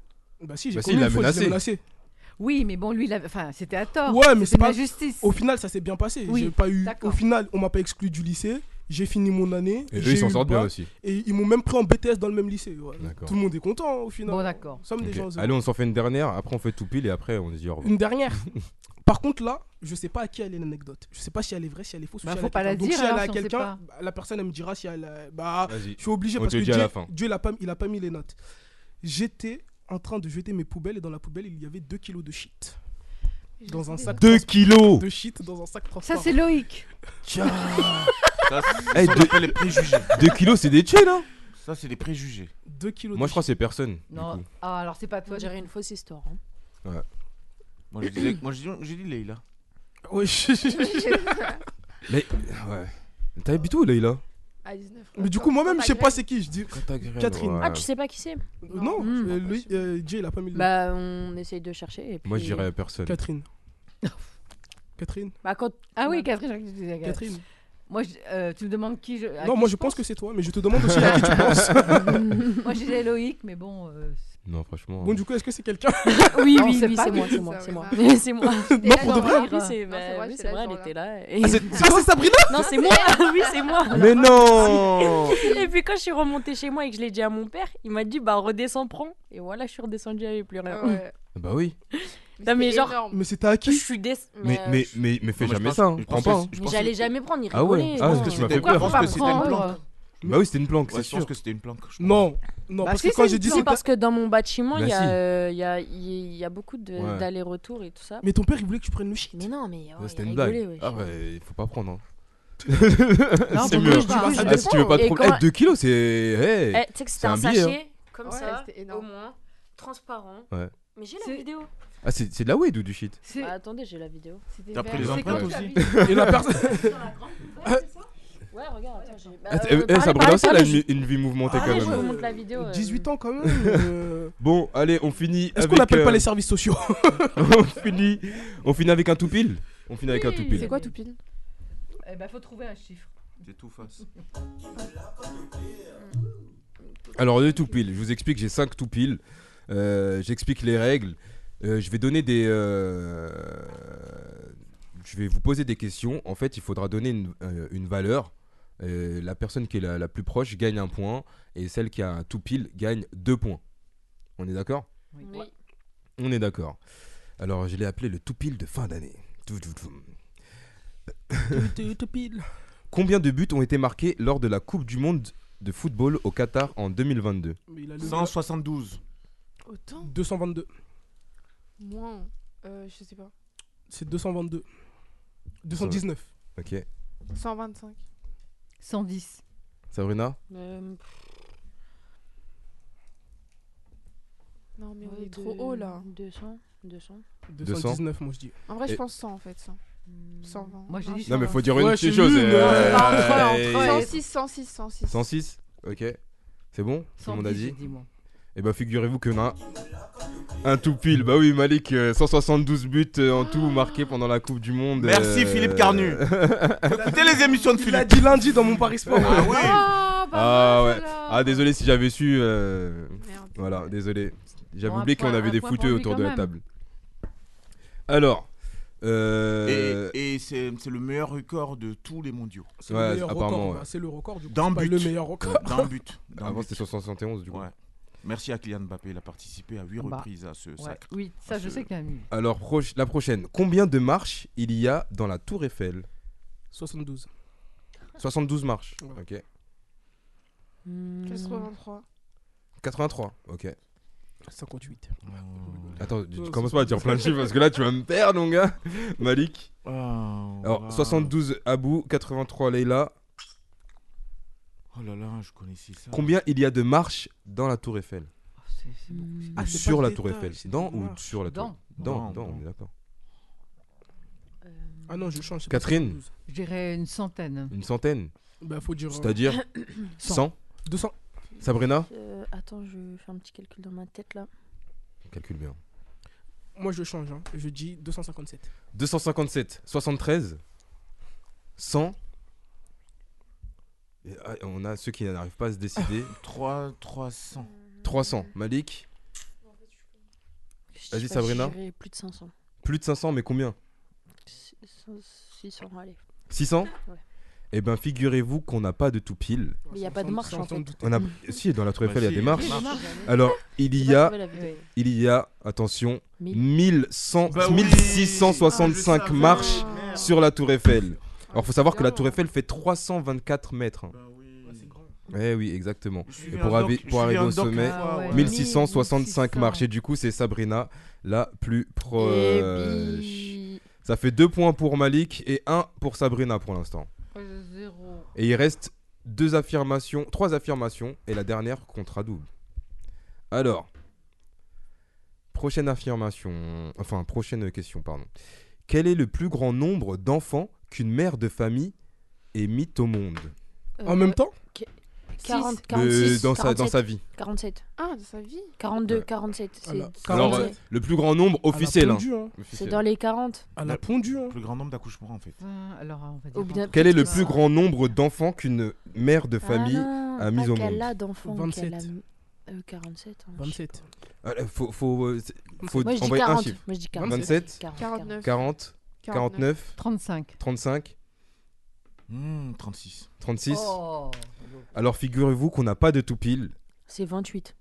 Speaker 5: Bah si, j'ai
Speaker 1: Bah si,
Speaker 5: commis
Speaker 1: il l'a
Speaker 5: une faute, je l'ai
Speaker 1: menacé.
Speaker 2: Oui, mais bon, lui, il avait- enfin, c'était à tort.
Speaker 5: Ouais, mais c'est
Speaker 2: ma
Speaker 5: pas.
Speaker 2: justice.
Speaker 5: Au final, ça s'est bien passé.
Speaker 2: Oui,
Speaker 5: J'ai pas eu.
Speaker 2: d'accord.
Speaker 5: Au final, on m'a pas exclu du lycée. J'ai fini mon année.
Speaker 1: Et
Speaker 5: j'ai
Speaker 1: eux, ils
Speaker 5: eu
Speaker 1: s'en
Speaker 5: le
Speaker 1: sortent bien
Speaker 5: bac,
Speaker 1: aussi.
Speaker 5: Et ils m'ont même pris en BTS dans le même lycée. ouais.
Speaker 1: D'accord.
Speaker 5: Tout le monde est content hein, au final.
Speaker 2: Bon, d'accord.
Speaker 5: Nous sommes des
Speaker 1: Ok.
Speaker 5: gens heureux.
Speaker 1: Allez, on s'en fait une dernière. Après, on fait tout pile et après, on se dit au revoir.
Speaker 5: Une dernière. Par contre, là, je sais pas à qui elle est l'anecdote. Je sais pas si elle est vraie, si elle est fausse.
Speaker 2: Bah,
Speaker 5: ou si
Speaker 2: faut
Speaker 5: elle est
Speaker 2: pas la
Speaker 5: quelqu'un. Donc,
Speaker 2: dire,
Speaker 5: si elle
Speaker 2: alors,
Speaker 5: est à
Speaker 2: si on sait
Speaker 5: quelqu'un,
Speaker 2: pas.
Speaker 5: bah, la personne elle me dira si elle. a- Bah,
Speaker 1: Vas-y.
Speaker 5: je suis obligé
Speaker 1: On
Speaker 5: parce
Speaker 1: te
Speaker 5: que
Speaker 1: dit à
Speaker 5: Dieu,
Speaker 1: la fin.
Speaker 5: Dieu, il a pas, il a pas mis les notes. J'étais en train de jeter mes poubelles et dans la poubelle il y avait 2 kilos de shit. Dans un sac.
Speaker 1: 2 kilos
Speaker 5: de shit dans un sac
Speaker 2: Ça,
Speaker 5: transparent.
Speaker 2: c'est Loïc.
Speaker 4: Ça, c'est-
Speaker 1: Eh,
Speaker 4: ça
Speaker 1: de-
Speaker 4: s'appelle les préjugés.
Speaker 1: 2 kilos, c'est des tchés, là
Speaker 4: Ça, c'est des préjugés.
Speaker 5: 2 kilos
Speaker 1: Moi,
Speaker 5: de
Speaker 1: je crois que c'est personne. du
Speaker 2: Non.
Speaker 1: coup.
Speaker 2: Ah, alors, c'est pas
Speaker 3: On
Speaker 2: toi.
Speaker 3: dirait une fausse histoire. hein.
Speaker 4: Moi, je disais, moi, j'ai dit- j'ai dit Leïla.
Speaker 5: Oui, je- je-
Speaker 1: Mais Ah ouais. T'as habité où, Leïla
Speaker 6: À 19.
Speaker 5: Mais du coup, moi-même, je sais pas c'est qui. Je dis
Speaker 1: Contact
Speaker 5: Catherine.
Speaker 1: ouais.
Speaker 3: Ah, tu sais pas qui c'est
Speaker 2: Hmm.
Speaker 5: Non, euh, lui, euh, Jay, il a pas mis le
Speaker 3: Bah, on essaye de chercher. Et puis...
Speaker 1: Moi, je dirais à personne.
Speaker 5: Catherine. Catherine.
Speaker 3: Bah, quand...
Speaker 2: Ah oui, Catherine, je disais Catherine.
Speaker 5: Catherine.
Speaker 2: Moi, je- euh, tu me demandes qui je. à
Speaker 5: Non,
Speaker 2: qui
Speaker 5: moi je pense que c'est toi, mais je te demande aussi à qui tu penses.
Speaker 2: moi, je disais Loïc, mais bon. euh,
Speaker 1: Non, franchement.
Speaker 5: Bon, du coup, est-ce que c'est quelqu'un
Speaker 3: Oui,
Speaker 2: Non,
Speaker 3: oui,
Speaker 2: c'est
Speaker 3: oui,
Speaker 2: pas
Speaker 3: c'est
Speaker 2: lui.
Speaker 3: moi, c'est
Speaker 2: Ça,
Speaker 3: moi,
Speaker 2: oui,
Speaker 3: c'est moi.
Speaker 2: voilà.
Speaker 3: C'est moi.
Speaker 2: J'étais là
Speaker 3: pour de
Speaker 2: dans
Speaker 3: vrai
Speaker 2: le rire.
Speaker 3: oui, c'est
Speaker 2: Non, c'est
Speaker 3: bah,
Speaker 2: vrai,
Speaker 3: oui,
Speaker 2: j'étais
Speaker 3: c'est
Speaker 2: là
Speaker 3: vrai,
Speaker 2: dans
Speaker 3: elle
Speaker 2: le
Speaker 3: était là.
Speaker 2: Ah, c'est- ah, c'est Sabrina
Speaker 3: Non, c'est moi, Ah oui, c'est moi.
Speaker 1: Mais non
Speaker 3: Et puis quand je suis remontée chez moi et que je l'ai dit à mon père, il m'a dit bah redescends, prends. Et voilà, je suis redescendue avec plus rien.
Speaker 6: euh,
Speaker 1: Bah oui.
Speaker 3: Non mais genre.
Speaker 5: Mais c'était à qui
Speaker 3: Je suis déce.
Speaker 1: Mais,
Speaker 3: euh,
Speaker 1: mais, mais, mais fais
Speaker 4: Non, mais je
Speaker 1: jamais
Speaker 4: pense-
Speaker 1: ça, hein.
Speaker 4: je
Speaker 1: prends
Speaker 4: pense
Speaker 1: pas.
Speaker 4: que-
Speaker 1: hein.
Speaker 4: je
Speaker 3: Mais j'allais jamais prendre, il
Speaker 1: Ah ouais.
Speaker 3: rigolait,
Speaker 1: Ah,
Speaker 3: non.
Speaker 1: parce que tu m'as fait
Speaker 4: Pourquoi
Speaker 1: peur.
Speaker 4: Je pense que c'était une planque.
Speaker 1: Bah oui, c'était une planque,
Speaker 4: Ouais,
Speaker 1: c'est
Speaker 4: je pense
Speaker 1: sûr.
Speaker 4: que c'était une planque. je
Speaker 5: Non, non,
Speaker 3: Bah,
Speaker 5: parce
Speaker 3: si,
Speaker 5: que quand
Speaker 3: si,
Speaker 5: j'ai dit
Speaker 3: c'est
Speaker 5: ça.
Speaker 3: parce que dans mon bâtiment, il y a,
Speaker 5: Bah, si.
Speaker 3: euh, il y, a, il y a beaucoup de-
Speaker 1: Ouais.
Speaker 3: d'allers-retours et tout ça.
Speaker 5: Mais ton père, il voulait que tu prennes le shit.
Speaker 3: Mais non, mais ouais,
Speaker 1: Ouais,
Speaker 3: il
Speaker 1: Bah, C'était
Speaker 3: a
Speaker 1: une
Speaker 3: rigolé,
Speaker 1: blague.
Speaker 3: ouais.
Speaker 1: Ah ouais, il faut pas prendre. Hein.
Speaker 3: Non,
Speaker 1: C'est
Speaker 3: pour
Speaker 1: mieux.
Speaker 3: moi, je dis,
Speaker 1: Ah,
Speaker 3: ça
Speaker 1: si tu veux
Speaker 3: dépend.
Speaker 1: pas de
Speaker 3: Et
Speaker 1: problème.
Speaker 3: quand-
Speaker 1: 2 kilos, c'est. hey,
Speaker 3: Eh, tu sais que
Speaker 1: c'est
Speaker 3: c'était un,
Speaker 1: billet,
Speaker 3: sachet,
Speaker 1: hein.
Speaker 3: comme
Speaker 6: Ouais,
Speaker 3: ça,
Speaker 6: c'était
Speaker 3: au
Speaker 6: énorme.
Speaker 3: moins, transparent.
Speaker 1: Ouais.
Speaker 3: Mais j'ai la vidéo.
Speaker 1: Ah, c'est c'est de la weed ou du shit
Speaker 3: Bah, attendez, j'ai la vidéo.
Speaker 4: T'as pris les C'est empreintes quand aussi
Speaker 1: la vidéo Et la personne-
Speaker 3: Sur la grande page, c'est ça Ouais, regarde, attends, j'ai. Bah,
Speaker 1: Ah,
Speaker 3: euh,
Speaker 1: eh, eh,
Speaker 3: parlez,
Speaker 1: Sabrina
Speaker 3: parlez,
Speaker 1: aussi, elle a
Speaker 3: parlez,
Speaker 1: une,
Speaker 3: je-
Speaker 1: une vie mouvementée
Speaker 3: Parlez,
Speaker 1: quand
Speaker 3: je vous
Speaker 1: même.
Speaker 3: montre la vidéo. euh.
Speaker 5: 18 ans quand même. euh,
Speaker 1: Bon, allez, on finit.
Speaker 5: Est-ce qu'on
Speaker 1: avec,
Speaker 5: appelle pas
Speaker 1: euh,
Speaker 5: les services sociaux
Speaker 1: on, finit, on finit avec un tout pile On finit avec un tout pile.
Speaker 6: C'est quoi tout pile
Speaker 2: Eh ben, faut trouver un chiffre.
Speaker 4: C'est tout face.
Speaker 1: Alors, le tout pile, je vous explique, j'ai 5 tout pile. J'explique les règles. Euh, je vais donner des. euh, Je vais vous poser des questions. En fait, il faudra donner une, euh, une valeur. Euh, la personne qui est la, la plus proche gagne un point. Et celle qui a un tout pile gagne deux points. On est d'accord
Speaker 3: Oui.
Speaker 1: On est d'accord. Alors, je l'ai appelé le tout pile de fin d'année. Tout, tout, tout.
Speaker 5: Tout- tout pile.
Speaker 1: Combien de buts ont été marqués lors de la Coupe du Monde de football au Qatar en 2022
Speaker 5: Mais il a levé la-
Speaker 4: 172.
Speaker 6: Autant
Speaker 5: 222.
Speaker 6: Moins. Euh, je sais pas.
Speaker 5: C'est 222. 219.
Speaker 1: Ok.
Speaker 6: 125.
Speaker 2: 110.
Speaker 1: Sabrina
Speaker 3: Euh,
Speaker 6: Non, mais on
Speaker 3: ouais,
Speaker 6: est trop
Speaker 3: deux-
Speaker 6: haut là.
Speaker 3: 200, 200.
Speaker 5: 219, moi je dis.
Speaker 6: En vrai, je
Speaker 1: Et-
Speaker 6: pense 100 en fait. 100. 120.
Speaker 2: Moi, j'ai dit
Speaker 1: Non, mais faut
Speaker 2: 120.
Speaker 1: dire une
Speaker 5: Ouais,
Speaker 1: petite
Speaker 5: c'est
Speaker 1: chose.
Speaker 5: nul, mais
Speaker 1: euh,
Speaker 6: hein. Entre eux,
Speaker 1: euh,
Speaker 6: entre eux. 106, 106, 106.
Speaker 1: 106 Ok. C'est bon Tout le monde a
Speaker 2: 110,
Speaker 1: dit
Speaker 2: j'ai dit, moi.
Speaker 1: Eh ben, figurez-vous qu'on a un tout pile. Bah oui, Malik, euh, 172 buts euh, en tout marqués pendant la Coupe du Monde.
Speaker 4: Merci,
Speaker 1: euh,
Speaker 4: Philippe Carnu. Écoutez les émissions de
Speaker 5: Il a
Speaker 4: Philippe.
Speaker 5: dit lundi dans mon Paris Sport.
Speaker 4: Ah oui.
Speaker 2: bah
Speaker 1: Ah ouais. Ah désolé si j'avais su. euh, Voilà, désolé. J'avais
Speaker 2: Bon, un
Speaker 1: oublié
Speaker 2: point-
Speaker 1: qu'on avait
Speaker 2: un
Speaker 1: des
Speaker 2: point pour
Speaker 1: fouteux
Speaker 2: lui
Speaker 1: autour
Speaker 2: quand
Speaker 1: de la
Speaker 2: même.
Speaker 1: table. Alors.
Speaker 4: Et,
Speaker 1: Euh...
Speaker 4: et c'est c'est le meilleur record de tous les mondiaux.
Speaker 5: C'est le
Speaker 1: Ouais,
Speaker 5: meilleur
Speaker 1: apparemment,
Speaker 5: record,
Speaker 1: ouais.
Speaker 5: bah, C'est le record du coup.
Speaker 4: D'un
Speaker 5: c'est pas
Speaker 4: but.
Speaker 5: Le meilleur record.
Speaker 4: Ouais, D'un but. D'un
Speaker 1: Avant
Speaker 4: but.
Speaker 1: c'était 171 du coup.
Speaker 4: Ouais. Merci à Kylian Mbappé, il a participé à 8
Speaker 2: Bah.
Speaker 4: reprises à ce
Speaker 2: Ouais.
Speaker 4: sacre.
Speaker 2: Oui, ça, je
Speaker 4: Ce-
Speaker 2: sais qu'il y a eu.
Speaker 1: Alors proche- la prochaine. Combien de marches il y a dans la Tour Eiffel
Speaker 5: 72.
Speaker 1: 72 marches.
Speaker 5: Ouais.
Speaker 1: Ok.
Speaker 6: 83.
Speaker 1: 83. Ok.
Speaker 5: 58.
Speaker 4: Oh.
Speaker 1: Attends, tu, tu
Speaker 5: Ouais,
Speaker 1: commences
Speaker 5: c'est-
Speaker 1: pas à dire plein de chiffres parce que là tu vas me perdre mon gars. Malik.
Speaker 4: Oh,
Speaker 1: Alors
Speaker 6: Ah.
Speaker 4: wow.
Speaker 1: 72 Abou, 83 Leila.
Speaker 4: Oh là là, je connaissais ça.
Speaker 1: Combien il y a de marches dans la Tour Eiffel
Speaker 2: Oh, c'est- c'est beaucoup, c'est-
Speaker 5: Ah, c'est
Speaker 1: Sur
Speaker 5: pas
Speaker 1: la
Speaker 5: le
Speaker 1: Tour
Speaker 5: détail,
Speaker 1: Eiffel.
Speaker 5: c'est
Speaker 1: Dans
Speaker 5: des
Speaker 1: ou
Speaker 5: marches.
Speaker 1: sur la Tour
Speaker 2: Dans.
Speaker 1: Dans,
Speaker 4: Dans,
Speaker 1: dans,
Speaker 4: dans.
Speaker 1: on est d'accord.
Speaker 5: Ah non, je change. c'est pas
Speaker 1: Catherine.
Speaker 5: 72.
Speaker 2: Je dirais une centaine.
Speaker 1: Une centaine.
Speaker 5: Bah faut dire. euh,
Speaker 1: C'est-à-dire 100.
Speaker 5: 200.
Speaker 1: Sabrina
Speaker 3: Euh, attends, je fais un petit calcul dans ma tête là.
Speaker 1: Calcule bien.
Speaker 5: Moi je change. hein. Je dis 257.
Speaker 1: 257, 73, 100. Et, ah, on a ceux qui n'arrivent pas à se décider.
Speaker 4: 3, 300.
Speaker 1: 300, Malik.
Speaker 3: Je sais
Speaker 1: Vas-y,
Speaker 3: pas,
Speaker 1: Sabrina.
Speaker 3: je dirais plus de 500.
Speaker 1: Plus de 500, mais combien
Speaker 3: 600, allez.
Speaker 1: 600
Speaker 3: Ouais.
Speaker 1: Eh ben, figurez-vous qu'on n'a pas de tout pile.
Speaker 3: Mais il n'y a pas de marche en fait.
Speaker 1: On a... Si, dans la Tour
Speaker 4: Bah
Speaker 1: Eiffel, il y a
Speaker 4: si,
Speaker 1: des marches.
Speaker 4: marches.
Speaker 1: Alors, il
Speaker 3: J'ai
Speaker 1: y
Speaker 3: pas
Speaker 1: a,
Speaker 3: trouvé la vidéo.
Speaker 1: il y a, attention,
Speaker 3: Bah, Mille.
Speaker 1: 1100,
Speaker 4: Bah oui.
Speaker 1: 1665
Speaker 4: Ah, je
Speaker 1: marches
Speaker 4: savais. Merde.
Speaker 1: sur la Tour Eiffel. Alors, faut savoir que
Speaker 3: Ah.
Speaker 1: la Tour Eiffel fait 324 mètres.
Speaker 4: Bah oui.
Speaker 1: Eh oui, exactement.
Speaker 4: Je
Speaker 1: Et
Speaker 4: suivais
Speaker 1: pour,
Speaker 4: un
Speaker 1: arri-
Speaker 4: doc- je
Speaker 1: pour
Speaker 4: suivais
Speaker 1: arriver
Speaker 4: un
Speaker 1: au
Speaker 4: doc une
Speaker 1: sommet,
Speaker 4: fois,
Speaker 2: Ah ouais.
Speaker 4: ouais.
Speaker 1: 1665
Speaker 2: 1600.
Speaker 1: marches. Et du coup, c'est Sabrina la plus
Speaker 3: Eh
Speaker 1: proche.
Speaker 3: bi-
Speaker 1: Ça fait 2 points pour Malik et 1 pour Sabrina pour l'instant.
Speaker 2: Zéro.
Speaker 1: Et il reste deux affirmations, trois affirmations et la dernière comptera double. Alors, Prochaine affirmation. Enfin, prochaine question, pardon. Quel est le plus grand nombre d'enfants qu'une mère de famille ait mis au monde
Speaker 3: Euh,
Speaker 5: En même temps
Speaker 3: 40,
Speaker 1: Le-
Speaker 3: 46,
Speaker 1: Euh, dans sa- dans
Speaker 3: 47,
Speaker 1: sa vie.
Speaker 3: 47.
Speaker 6: Ah, de sa vie
Speaker 3: 42, 47. c'est- c'est-
Speaker 1: Alors, euh, le plus grand nombre
Speaker 3: Elle a
Speaker 5: Ah bah,
Speaker 1: officiel. hein.
Speaker 3: pondu, hein. C'est
Speaker 1: Officiel.
Speaker 3: dans les 40.
Speaker 5: Elle a pondu. hein. Le
Speaker 4: plus grand nombre d'accouchements, en fait.
Speaker 2: alors, on va
Speaker 3: Au bout d'un-
Speaker 1: Quel est le
Speaker 3: Ah.
Speaker 1: plus grand nombre d'enfants qu'une mère de famille
Speaker 3: Ah,
Speaker 1: a mis
Speaker 3: pas
Speaker 1: au
Speaker 3: qu'elle
Speaker 1: monde
Speaker 3: a d'enfants, qu'elle a
Speaker 5: 27.
Speaker 3: mis- euh, 47. hein, je sais
Speaker 5: 27.
Speaker 1: Ah, là, Faut, faut, euh, c'est- faut
Speaker 3: Moi, je dis
Speaker 1: envoyer
Speaker 3: 40.
Speaker 1: un chiffre.
Speaker 3: Moi, je dis 40.
Speaker 1: 27,
Speaker 3: 49.
Speaker 1: 40, 49,
Speaker 2: 35.
Speaker 1: 35,
Speaker 4: Hmm, 36.
Speaker 1: 36.
Speaker 3: Oh.
Speaker 1: Alors figurez-vous qu'on n'a pas de tout pile.
Speaker 3: C'est 28.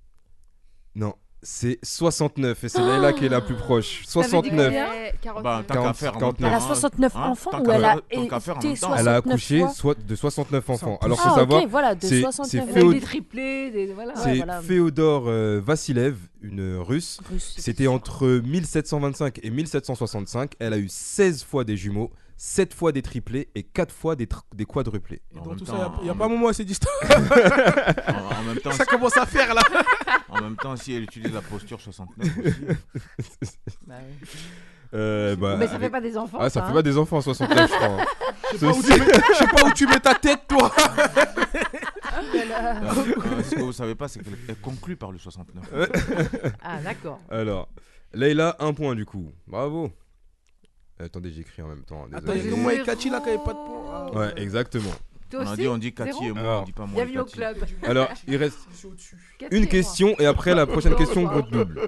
Speaker 1: Non, c'est 69
Speaker 3: Oh.
Speaker 1: et c'est Leïla qui est la plus proche. 69.
Speaker 3: T'avais dit combien
Speaker 4: Bah, tant qu'à faire en même temps,
Speaker 3: Elle a
Speaker 4: hein.
Speaker 3: 69
Speaker 4: Hein,
Speaker 3: enfants
Speaker 4: tant
Speaker 3: ou
Speaker 4: qu'à
Speaker 3: elle a
Speaker 4: faire- tant qu'à faire en
Speaker 3: été
Speaker 4: même temps.
Speaker 1: Elle a
Speaker 3: 69
Speaker 1: accouché
Speaker 3: fois
Speaker 1: soit- de 69 enfants.
Speaker 3: Sans
Speaker 1: Alors
Speaker 3: plus.
Speaker 1: faut
Speaker 3: Ah,
Speaker 1: savoir,
Speaker 3: ok, Ah, voilà, de
Speaker 1: c'est-
Speaker 3: 69.
Speaker 1: c'est
Speaker 3: Elle a
Speaker 1: Féod-
Speaker 2: Des triplés, des. Voilà.
Speaker 1: c'est Féodore euh, Vassilev, une euh, russe.
Speaker 2: Russe, c'est
Speaker 1: C'était entre 1725 et 1765. Elle a eu 16 fois des jumeaux, 7 fois des triplés et 4 fois des, tr- des quadruplés.
Speaker 5: Et dans tout ça, il n'y a,
Speaker 4: hein.
Speaker 5: pas un moment assez distant. ça commence à faire là.
Speaker 4: En même temps, si elle utilise la posture 69 aussi.
Speaker 2: Bah oui.
Speaker 1: Euh, bah,
Speaker 2: Mais ça fait pas des enfants,
Speaker 1: Ah, ça
Speaker 2: ça,
Speaker 1: fait
Speaker 2: hein.
Speaker 1: pas des enfants, 69, je crois. hein.
Speaker 5: Je sais pas où tu mets- je sais pas où tu mets ta tête, toi.
Speaker 4: Euh, euh, ce que vous savez pas, c'est qu'elle elle conclut par le 69.
Speaker 2: Ah, d'accord.
Speaker 1: Alors, Leïla, un point du coup. Bravo. Attendez, j'écris en même temps. hein,
Speaker 5: Attends,
Speaker 1: désolé.
Speaker 5: il y a que moi et Cathy là qui avait pas de points. Ah,
Speaker 1: Ouais, exactement.
Speaker 2: Toi On a aussi dit- on dit Cathy Zéro et moi,
Speaker 1: Alors.
Speaker 2: on dit pas moi et Bienvenue au Cathy. club.
Speaker 1: Alors, il reste
Speaker 2: Cathy et
Speaker 1: une
Speaker 2: moi.
Speaker 1: question et après la prochaine
Speaker 2: Non,
Speaker 1: question,
Speaker 2: pardon.
Speaker 1: votre double.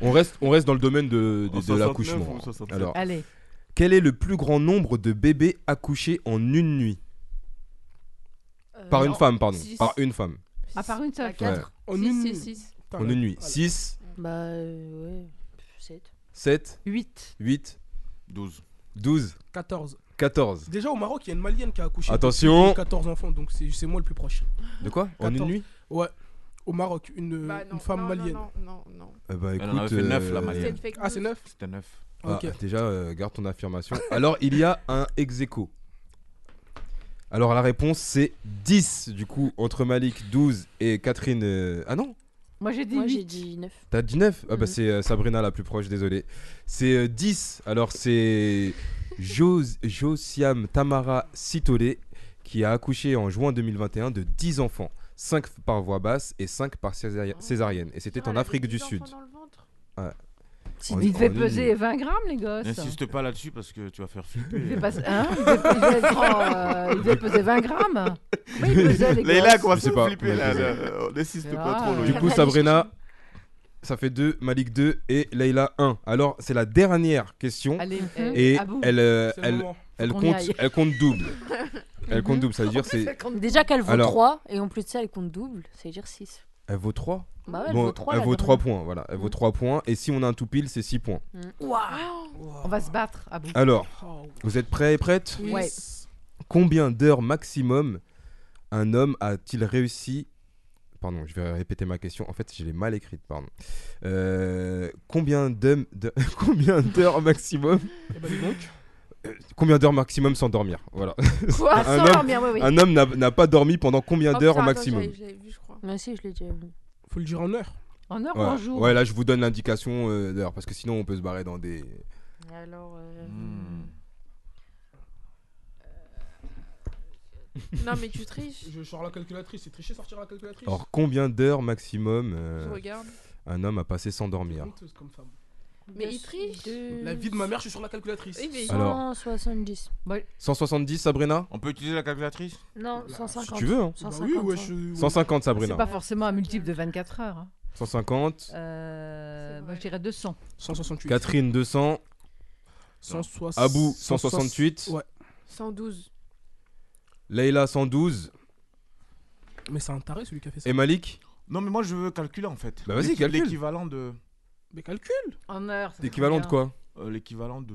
Speaker 1: On reste, on reste dans le domaine de, de-
Speaker 4: En
Speaker 1: de
Speaker 4: 69
Speaker 1: l'accouchement.
Speaker 4: ou 67?
Speaker 1: Alors,
Speaker 4: Allez.
Speaker 1: quel est le plus grand nombre de bébés accouchés en une nuit Par une
Speaker 6: Euh,
Speaker 2: Euh, non.
Speaker 1: femme, pardon.
Speaker 2: Six.
Speaker 1: Par une femme.
Speaker 2: À part une seule.
Speaker 1: Ouais. quatre.
Speaker 3: En
Speaker 2: Six, six,
Speaker 3: une nuit.
Speaker 2: six.
Speaker 1: En une nuit. 6,
Speaker 3: Bah, euh, ouais. 7.
Speaker 1: 7,
Speaker 2: 8,
Speaker 1: 8,
Speaker 4: 12,
Speaker 1: 12,
Speaker 5: 14.
Speaker 1: 14.
Speaker 5: Déjà au Maroc, il y a une Malienne qui a accouché.
Speaker 1: Attention.
Speaker 5: de 14 enfants, donc c'est c'est moi le plus proche.
Speaker 1: De quoi En une
Speaker 5: 14.
Speaker 1: nuit
Speaker 5: Ouais. Au Maroc, une, une femme malienne.
Speaker 6: Bah, Non, non.
Speaker 1: Eh ben,
Speaker 4: Elle en avait
Speaker 1: écoute,
Speaker 4: fait neuf, la
Speaker 1: euh,
Speaker 4: Malienne.
Speaker 6: Fake
Speaker 5: Ah, c'est
Speaker 6: news.
Speaker 5: 9
Speaker 4: C'était 9.
Speaker 1: Ah,
Speaker 5: Ok.
Speaker 1: Déjà, euh, garde ton affirmation. Alors, il y a un ex aequo. Alors, la réponse, c'est 10, du coup, entre Malik, 12 et Catherine. euh, Ah non
Speaker 2: Moi j'ai dit.
Speaker 3: Moi, j'ai
Speaker 2: huit.
Speaker 3: dit 9.
Speaker 1: T'as 19
Speaker 2: Mhm.
Speaker 1: Ah bah, c'est euh, Sabrina la plus proche, désolé. C'est euh, 10. Alors, c'est Jos- Josiam Tamara Sitole qui a accouché en juin 2021 de 10 enfants. 5 par voie basse et 5 par césaria-
Speaker 2: Oh.
Speaker 1: césarienne. Et c'était en Afrique du Sud. Ouais. En-
Speaker 2: Il devait
Speaker 1: en une
Speaker 2: peser
Speaker 1: nuit.
Speaker 2: 20 grammes, les gosses.
Speaker 4: N'insiste pas là-dessus parce que tu vas faire flipper.
Speaker 2: Il devait, pas... hein il devait, il devait être grand, euh, il devait peser 20 grammes. Oui, il pesait, les
Speaker 4: Leïla
Speaker 2: gosses.
Speaker 4: commence
Speaker 1: Je sais
Speaker 4: à
Speaker 1: pas,
Speaker 4: flipper
Speaker 1: mais
Speaker 4: là.
Speaker 1: je
Speaker 4: là,
Speaker 1: sais.
Speaker 4: euh, N'insiste
Speaker 2: Ah.
Speaker 4: pas trop, Loïc.
Speaker 1: Du coup, Sabrina, ça fait 2, Malik 2 et Leïla 1. Alors, c'est la dernière question.
Speaker 2: Allez, eh,
Speaker 1: et
Speaker 2: à bout.
Speaker 1: elle, euh,
Speaker 2: C'est le
Speaker 1: elle,
Speaker 2: moment.
Speaker 1: elle,
Speaker 2: Faut qu'on y
Speaker 1: compte,
Speaker 2: aille.
Speaker 1: elle compte double. elle compte double, ça veut dire c'est.
Speaker 3: Déjà qu'elle vaut
Speaker 1: Alors,
Speaker 3: 3 et en plus de ça, elle compte double, ça veut dire 6.
Speaker 1: Elle vaut 3
Speaker 3: Bah ouais, elle vaut trois,
Speaker 1: elle
Speaker 3: la Mm. dernière.
Speaker 1: vaut 3 points, voilà. Elle vaut 3 points. Et si on a un tout pile, c'est 6 points.
Speaker 6: Ah,
Speaker 2: On va se battre à bout.
Speaker 1: Alors, vous êtes prêts et prêtes
Speaker 2: Ouais.
Speaker 1: Combien d'heures maximum un homme a-t-il réussi Pardon, je vais répéter ma question. En fait, je l'ai mal écrite, pardon. Euh, combien d'hommes de... combien d'heures maximum
Speaker 5: bah, dis donc.
Speaker 1: Euh, Combien d'heures maximum sans dormir Voilà.
Speaker 3: Quoi Sans
Speaker 1: homme,
Speaker 3: dormir, oui,
Speaker 6: Ah,
Speaker 3: oui.
Speaker 1: un homme n'a- n'a pas dormi pendant combien
Speaker 3: Oh,
Speaker 1: d'heures au maximum
Speaker 3: vu, je crois. si, je l'ai déjà vu.
Speaker 5: Faut le dire en heure.
Speaker 2: En heure
Speaker 1: ouais. Ouais, là, je vous donne l'indication euh, d'heures parce que sinon, on peut se barrer dans des.
Speaker 3: Alors. euh,
Speaker 4: Hmm.
Speaker 6: Non, mais tu triches.
Speaker 5: Je sors la calculatrice, c'est tricher sortir la calculatrice.
Speaker 1: Alors, combien d'heures maximum euh,
Speaker 5: Je regarde.
Speaker 1: un homme a passé sans dormir
Speaker 5: Honteuse comme femme.
Speaker 6: Mais il triche.
Speaker 3: Euh,
Speaker 5: La vie de ma mère, je suis sur la calculatrice.
Speaker 6: Oui, mais-
Speaker 1: Alors.
Speaker 3: 170.
Speaker 1: 170, Sabrina
Speaker 4: On peut utiliser la calculatrice
Speaker 3: Non, 150.
Speaker 1: Si tu veux, hein.
Speaker 3: 150.
Speaker 5: Bah oui, ouais, je-
Speaker 1: 150, Sabrina.
Speaker 2: C'est pas forcément un multiple de 24 heures. hein.
Speaker 1: 150.
Speaker 2: Euh, moi je dirais 200.
Speaker 5: 168.
Speaker 1: Catherine 200.
Speaker 5: 160.
Speaker 1: Abou 168.
Speaker 5: Ouais.
Speaker 6: 112.
Speaker 1: Leïla 112.
Speaker 5: Mais c'est un taré celui qui a fait ça.
Speaker 1: Et Malik
Speaker 4: Non, mais moi je veux calculer en fait.
Speaker 1: Bah vas-y,
Speaker 4: L'équi-
Speaker 1: calcule.
Speaker 4: L'équivalent de.
Speaker 5: Mais calcule
Speaker 2: En heure. ça
Speaker 1: L'équivalent de
Speaker 2: serait bien.
Speaker 1: quoi
Speaker 4: Euh, L'équivalent de.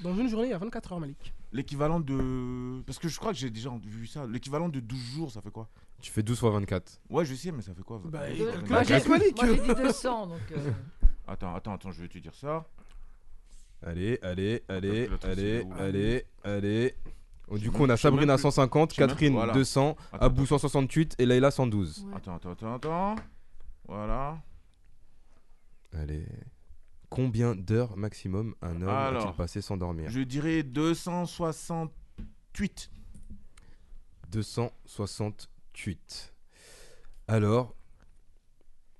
Speaker 5: Dans une journée, il y a 24 heures, Malik.
Speaker 4: L'équivalent de. Parce que je crois que j'ai déjà vu ça. L'équivalent de 12 jours, ça fait quoi
Speaker 1: Tu fais 12 fois 24.
Speaker 4: Ouais, je sais, mais ça fait quoi
Speaker 5: Bah,
Speaker 4: Ouais,
Speaker 5: il
Speaker 4: ouais,
Speaker 5: calcule
Speaker 4: ouais.
Speaker 5: avec Bah, Malik.
Speaker 2: moi, j'ai dit 200, donc, euh.
Speaker 4: Attends, attends, attends, je vais te dire ça.
Speaker 1: Allez, allez, allez,
Speaker 4: Calculatrice,
Speaker 1: allez,
Speaker 4: c'est où
Speaker 1: allez, allez. Oh,
Speaker 4: sais
Speaker 1: Du coup,
Speaker 4: même-
Speaker 1: on a
Speaker 4: je sais même
Speaker 1: Sabrina
Speaker 4: plus.
Speaker 1: 150,
Speaker 4: Je sais même-
Speaker 1: Catherine
Speaker 4: voilà.
Speaker 1: 200,
Speaker 4: Attends,
Speaker 1: Abou 168 et Leïla 112.
Speaker 4: Attends, attends, attends, attends. Voilà.
Speaker 1: Allez. Combien d'heures maximum un homme
Speaker 4: Alors,
Speaker 1: a-t-il passé sans dormir
Speaker 4: Je dirais 268.
Speaker 1: 268. Alors,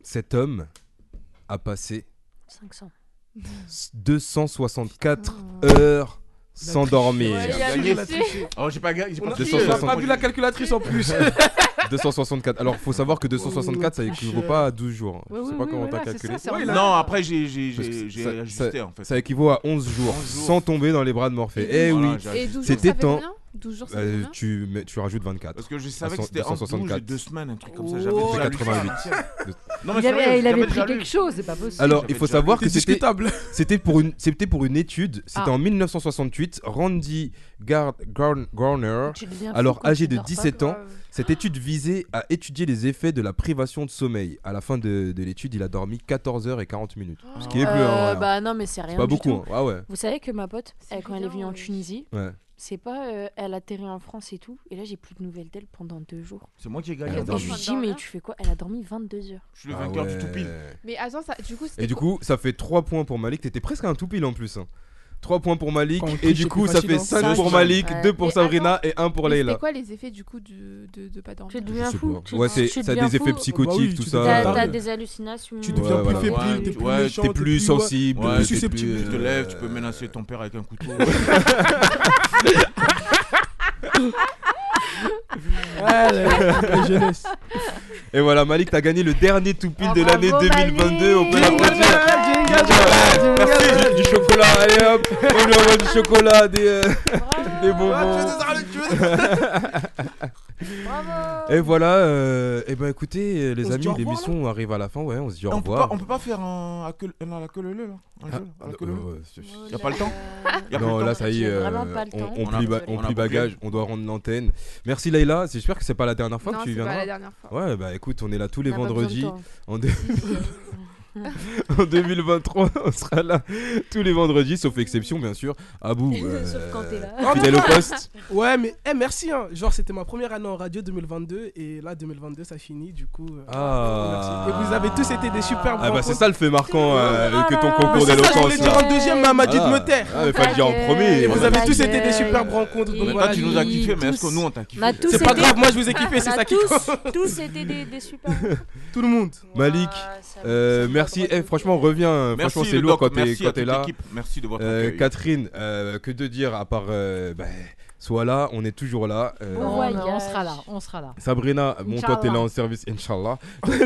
Speaker 1: cet homme a passé
Speaker 3: 500.
Speaker 1: 264
Speaker 3: Oh.
Speaker 1: heures
Speaker 5: La
Speaker 1: sans
Speaker 5: triche.
Speaker 1: dormir.
Speaker 5: Ouais, il a gagné, il a triché.
Speaker 4: Oh, j'ai pas gagné, j'ai
Speaker 5: On
Speaker 4: pas
Speaker 5: a-
Speaker 4: triché.
Speaker 5: on a pas vu la calculatrice en plus.
Speaker 1: 264. Alors, faut savoir que 264, ça
Speaker 5: Oh, la
Speaker 1: équivaut
Speaker 5: triche.
Speaker 1: pas à 12 jours.
Speaker 5: Ouais,
Speaker 1: je sais
Speaker 5: ouais,
Speaker 1: pas
Speaker 5: ouais,
Speaker 1: comment
Speaker 5: voilà,
Speaker 1: t'as
Speaker 5: c'est
Speaker 1: calculé.
Speaker 5: ça, c'est en Ouais,
Speaker 4: là- Non, après, j'ai- j'ai-
Speaker 1: Parce que
Speaker 4: j'ai- j'ai
Speaker 1: ça-
Speaker 4: ajusté,
Speaker 1: ça-
Speaker 4: en fait.
Speaker 1: Ça équivaut à 11 jours,
Speaker 4: 11 jours.
Speaker 1: sans tomber dans les bras de Morphée. Eh
Speaker 4: Voilà,
Speaker 1: oui,
Speaker 4: j'ai ajusté. Et 12 jours, ça
Speaker 1: c'était
Speaker 4: fait
Speaker 1: temps.
Speaker 4: combien 12 jours, ça
Speaker 1: Bah,
Speaker 4: fait combien
Speaker 1: tu, mets- tu rajoutes 24.
Speaker 4: Parce que je savais
Speaker 1: À
Speaker 4: que c'était entre 12 et
Speaker 1: 264.
Speaker 4: deux semaines, un truc comme ça, j'avais
Speaker 1: C'est
Speaker 4: déjà lu ça,
Speaker 1: 88.
Speaker 4: Ah, tiens. Non, mais
Speaker 2: il avait,
Speaker 4: sérieux,
Speaker 2: il avait
Speaker 4: j'avais
Speaker 2: pris
Speaker 4: déjà lu.
Speaker 2: quelque chose, c'est pas possible.
Speaker 1: Alors, il faut savoir que c'était
Speaker 5: discutable.
Speaker 1: c'était pour une c'était pour une étude, c'était
Speaker 2: Ah.
Speaker 1: en 1968, Randy Gard- Garn- Garner,
Speaker 2: Tu deviens fou
Speaker 1: Hein alors
Speaker 2: quand
Speaker 1: âgé
Speaker 2: tu
Speaker 1: de
Speaker 2: dors pas,
Speaker 1: 17 ans,
Speaker 2: grave.
Speaker 1: cette étude visait à étudier les effets de la privation de sommeil. À la fin de, de l'étude, il a dormi 14 h et 40 minutes, ce qui est peu hein,
Speaker 3: Euh,
Speaker 1: voilà.
Speaker 3: Bah non, mais c'est rien.
Speaker 1: pas
Speaker 3: du
Speaker 1: beaucoup,
Speaker 3: tout.
Speaker 1: hein. Ah ouais.
Speaker 3: Vous savez que ma pote, elle, quand elle est venue en Tunisie,
Speaker 1: Ouais.
Speaker 3: c'est pas. euh, elle atterrit en France et tout. Et là, j'ai plus de nouvelles d'elle pendant deux jours.
Speaker 4: C'est moi qui ai
Speaker 3: Et
Speaker 4: gagné.
Speaker 3: je lui dis, mais tu fais quoi Elle a dormi 22 heures.
Speaker 4: Je suis le
Speaker 1: Ah
Speaker 4: vainqueur
Speaker 1: ouais.
Speaker 4: du tout pile.
Speaker 6: Mais attends, ça, du coup,
Speaker 1: Et
Speaker 6: c'était
Speaker 1: du coup, ça fait 3 points pour Malik, t'étais presque à un tout pile en plus. 3 points pour Malik
Speaker 5: Quand on
Speaker 1: et
Speaker 5: triche,
Speaker 1: du
Speaker 5: c'est
Speaker 1: coup,
Speaker 5: plus
Speaker 1: ça
Speaker 5: facile,
Speaker 1: fait
Speaker 5: hein.
Speaker 1: 5
Speaker 5: Cinq,
Speaker 1: pour
Speaker 5: ouais.
Speaker 1: Malik,
Speaker 5: Ouais. Oh, bah
Speaker 1: 2 pour
Speaker 6: Mais
Speaker 1: Sabrina et 1 pour
Speaker 6: mais
Speaker 1: Leila.
Speaker 6: C'était quoi les effets du coup de, de, de pas dormir
Speaker 3: Tu deviens
Speaker 1: sais
Speaker 3: fou.
Speaker 1: pas.
Speaker 3: tu-
Speaker 1: Ouais, c'est-
Speaker 3: tu
Speaker 1: ça a
Speaker 3: deviens
Speaker 1: des effets
Speaker 3: fou.
Speaker 1: psychotiques, Bah oui, tout tu ça. deviens
Speaker 3: T'as t'as
Speaker 1: tarde.
Speaker 3: des hallucinations.
Speaker 5: Tu deviens plus faible, t'es plus
Speaker 4: ouais,
Speaker 5: méchant,
Speaker 4: t'es
Speaker 5: t'es
Speaker 4: plus,
Speaker 5: plus- ouais.
Speaker 4: sensible,
Speaker 5: Ouais,
Speaker 4: t'es
Speaker 5: plus
Speaker 4: plus
Speaker 5: susceptible.
Speaker 4: Tu te
Speaker 5: Euh,
Speaker 4: lèves, tu peux menacer ton père avec un couteau.
Speaker 5: Ah, la- la jeunesse.
Speaker 1: Et voilà, Malik, t'as gagné le dernier tout pile
Speaker 5: Ah,
Speaker 1: de
Speaker 5: bravo,
Speaker 1: l'année 2022. On peut
Speaker 5: Malik.
Speaker 1: l'applaudir.
Speaker 5: Jingle bell, jingle bell,
Speaker 1: Merci,
Speaker 5: jingle
Speaker 1: du du chocolat. Allez hop, on lui envoie du chocolat, des, euh,
Speaker 4: Ah,
Speaker 1: Ah, des bonbons. Et voilà, euh, et ben écoutez, euh, les
Speaker 4: On se
Speaker 1: amis,
Speaker 4: dit au revoir,
Speaker 1: l'émission arrive à la fin. Ouais, on se dit au
Speaker 4: on, peut pas,
Speaker 1: revoir.
Speaker 4: on peut pas faire un à que un à la queue leu-leu, là Un
Speaker 1: Ah,
Speaker 4: jeu à
Speaker 1: euh,
Speaker 4: la queue leu-leu
Speaker 1: ouais, c'est-
Speaker 4: Y a pas le temps Y a plus
Speaker 1: non,
Speaker 4: le temps.
Speaker 1: là, ça y est,
Speaker 3: J'ai
Speaker 1: euh,
Speaker 3: vraiment pas le
Speaker 1: on,
Speaker 3: temps.
Speaker 1: on
Speaker 4: On a-
Speaker 1: plie, ba- on
Speaker 4: on a
Speaker 1: plie
Speaker 4: bouclé.
Speaker 1: bagage, on doit rendre l'antenne. Merci Leïla, c'est- j'espère que c'est pas la dernière fois
Speaker 6: Non,
Speaker 1: que tu
Speaker 6: c'est pas
Speaker 1: viendras.
Speaker 6: la dernière
Speaker 1: Ouais, bah écoute, on est là tous les
Speaker 6: On a pas besoin de
Speaker 1: vendredis.
Speaker 6: temps.
Speaker 1: En, deux- en 2023, on sera là tous les vendredis, sauf exception, bien sûr. À bout. euh, Fidèle au poste.
Speaker 5: Ouais, Ah, mais eh, merci. Hein. Genre, c'était ma première année en radio 2022. Et là, 2022, ça finit. Du coup. euh,
Speaker 1: Ah.
Speaker 5: merci. Et vous avez tous été des superbes.
Speaker 1: Ah bah c'est
Speaker 5: rencontres.
Speaker 1: ça le fait marquant euh, que ton
Speaker 5: Mais
Speaker 1: concours
Speaker 5: c'est ça, je
Speaker 1: d'éloquence.
Speaker 5: voulais dire en deuxième, mais elle m'a dit de
Speaker 1: Ah.
Speaker 5: me taire.
Speaker 1: Ah, mais faut le dire en premier.
Speaker 5: Et vous
Speaker 1: Voilà.
Speaker 5: avez tous été des superbes rencontres.
Speaker 3: Et
Speaker 5: donc
Speaker 3: Même
Speaker 4: pas,
Speaker 5: voilà.
Speaker 4: tu nous as kiffé, mais est-ce que nous, on t'a kiffé
Speaker 3: On a tous
Speaker 5: C'est pas
Speaker 3: été-
Speaker 5: grave, moi je vous ai kiffé, c'est
Speaker 3: On a
Speaker 5: ça qui
Speaker 3: tous-
Speaker 5: compte.
Speaker 3: Tous étaient des des super. Ah,
Speaker 5: Tout le monde.
Speaker 1: Malik, euh, merci. Eh, franchement, reviens. euh,
Speaker 4: Merci,
Speaker 1: franchement, c'est
Speaker 4: le
Speaker 1: lourd
Speaker 4: doc,
Speaker 1: quand t'es
Speaker 4: merci à
Speaker 1: quand t'es
Speaker 4: toute
Speaker 1: là.
Speaker 4: l'équipe, merci de votre
Speaker 1: Euh,
Speaker 4: accueil.
Speaker 1: Catherine, euh, que de dire à part euh, bah, sois là, on est toujours là. euh,
Speaker 2: on, on sera là, on sera là.
Speaker 1: Sabrina, bon, toi t'es là
Speaker 2: Inch'Allah.
Speaker 1: en service, Inch'Allah.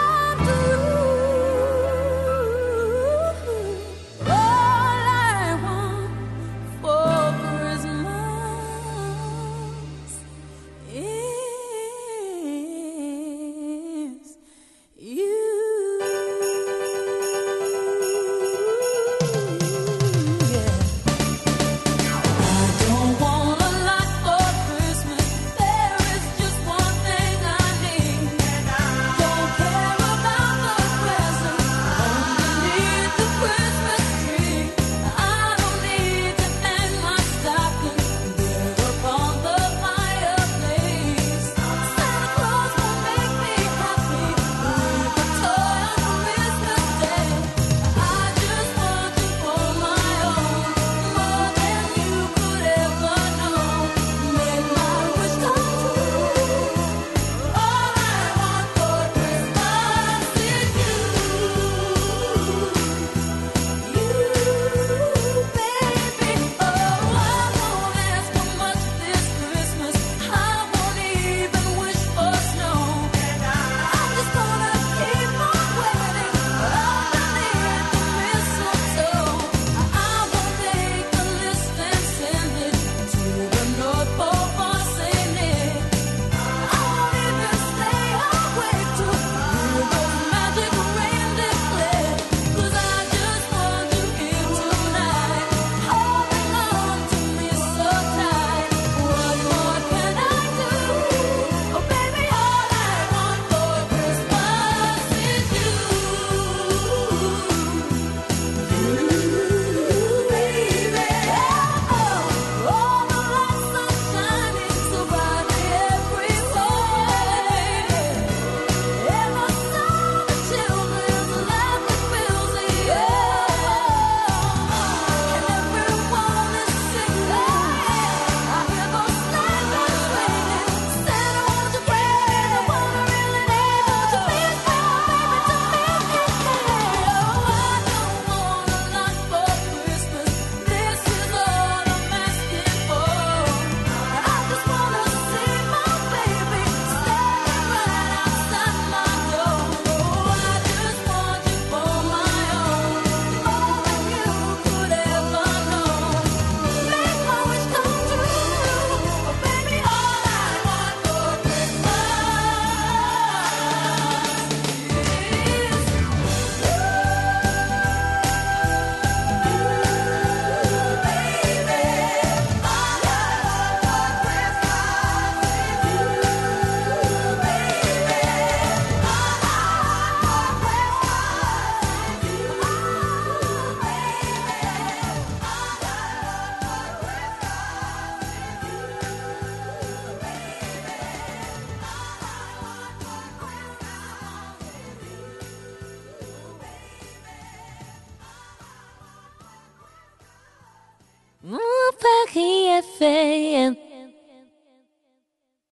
Speaker 12: fade.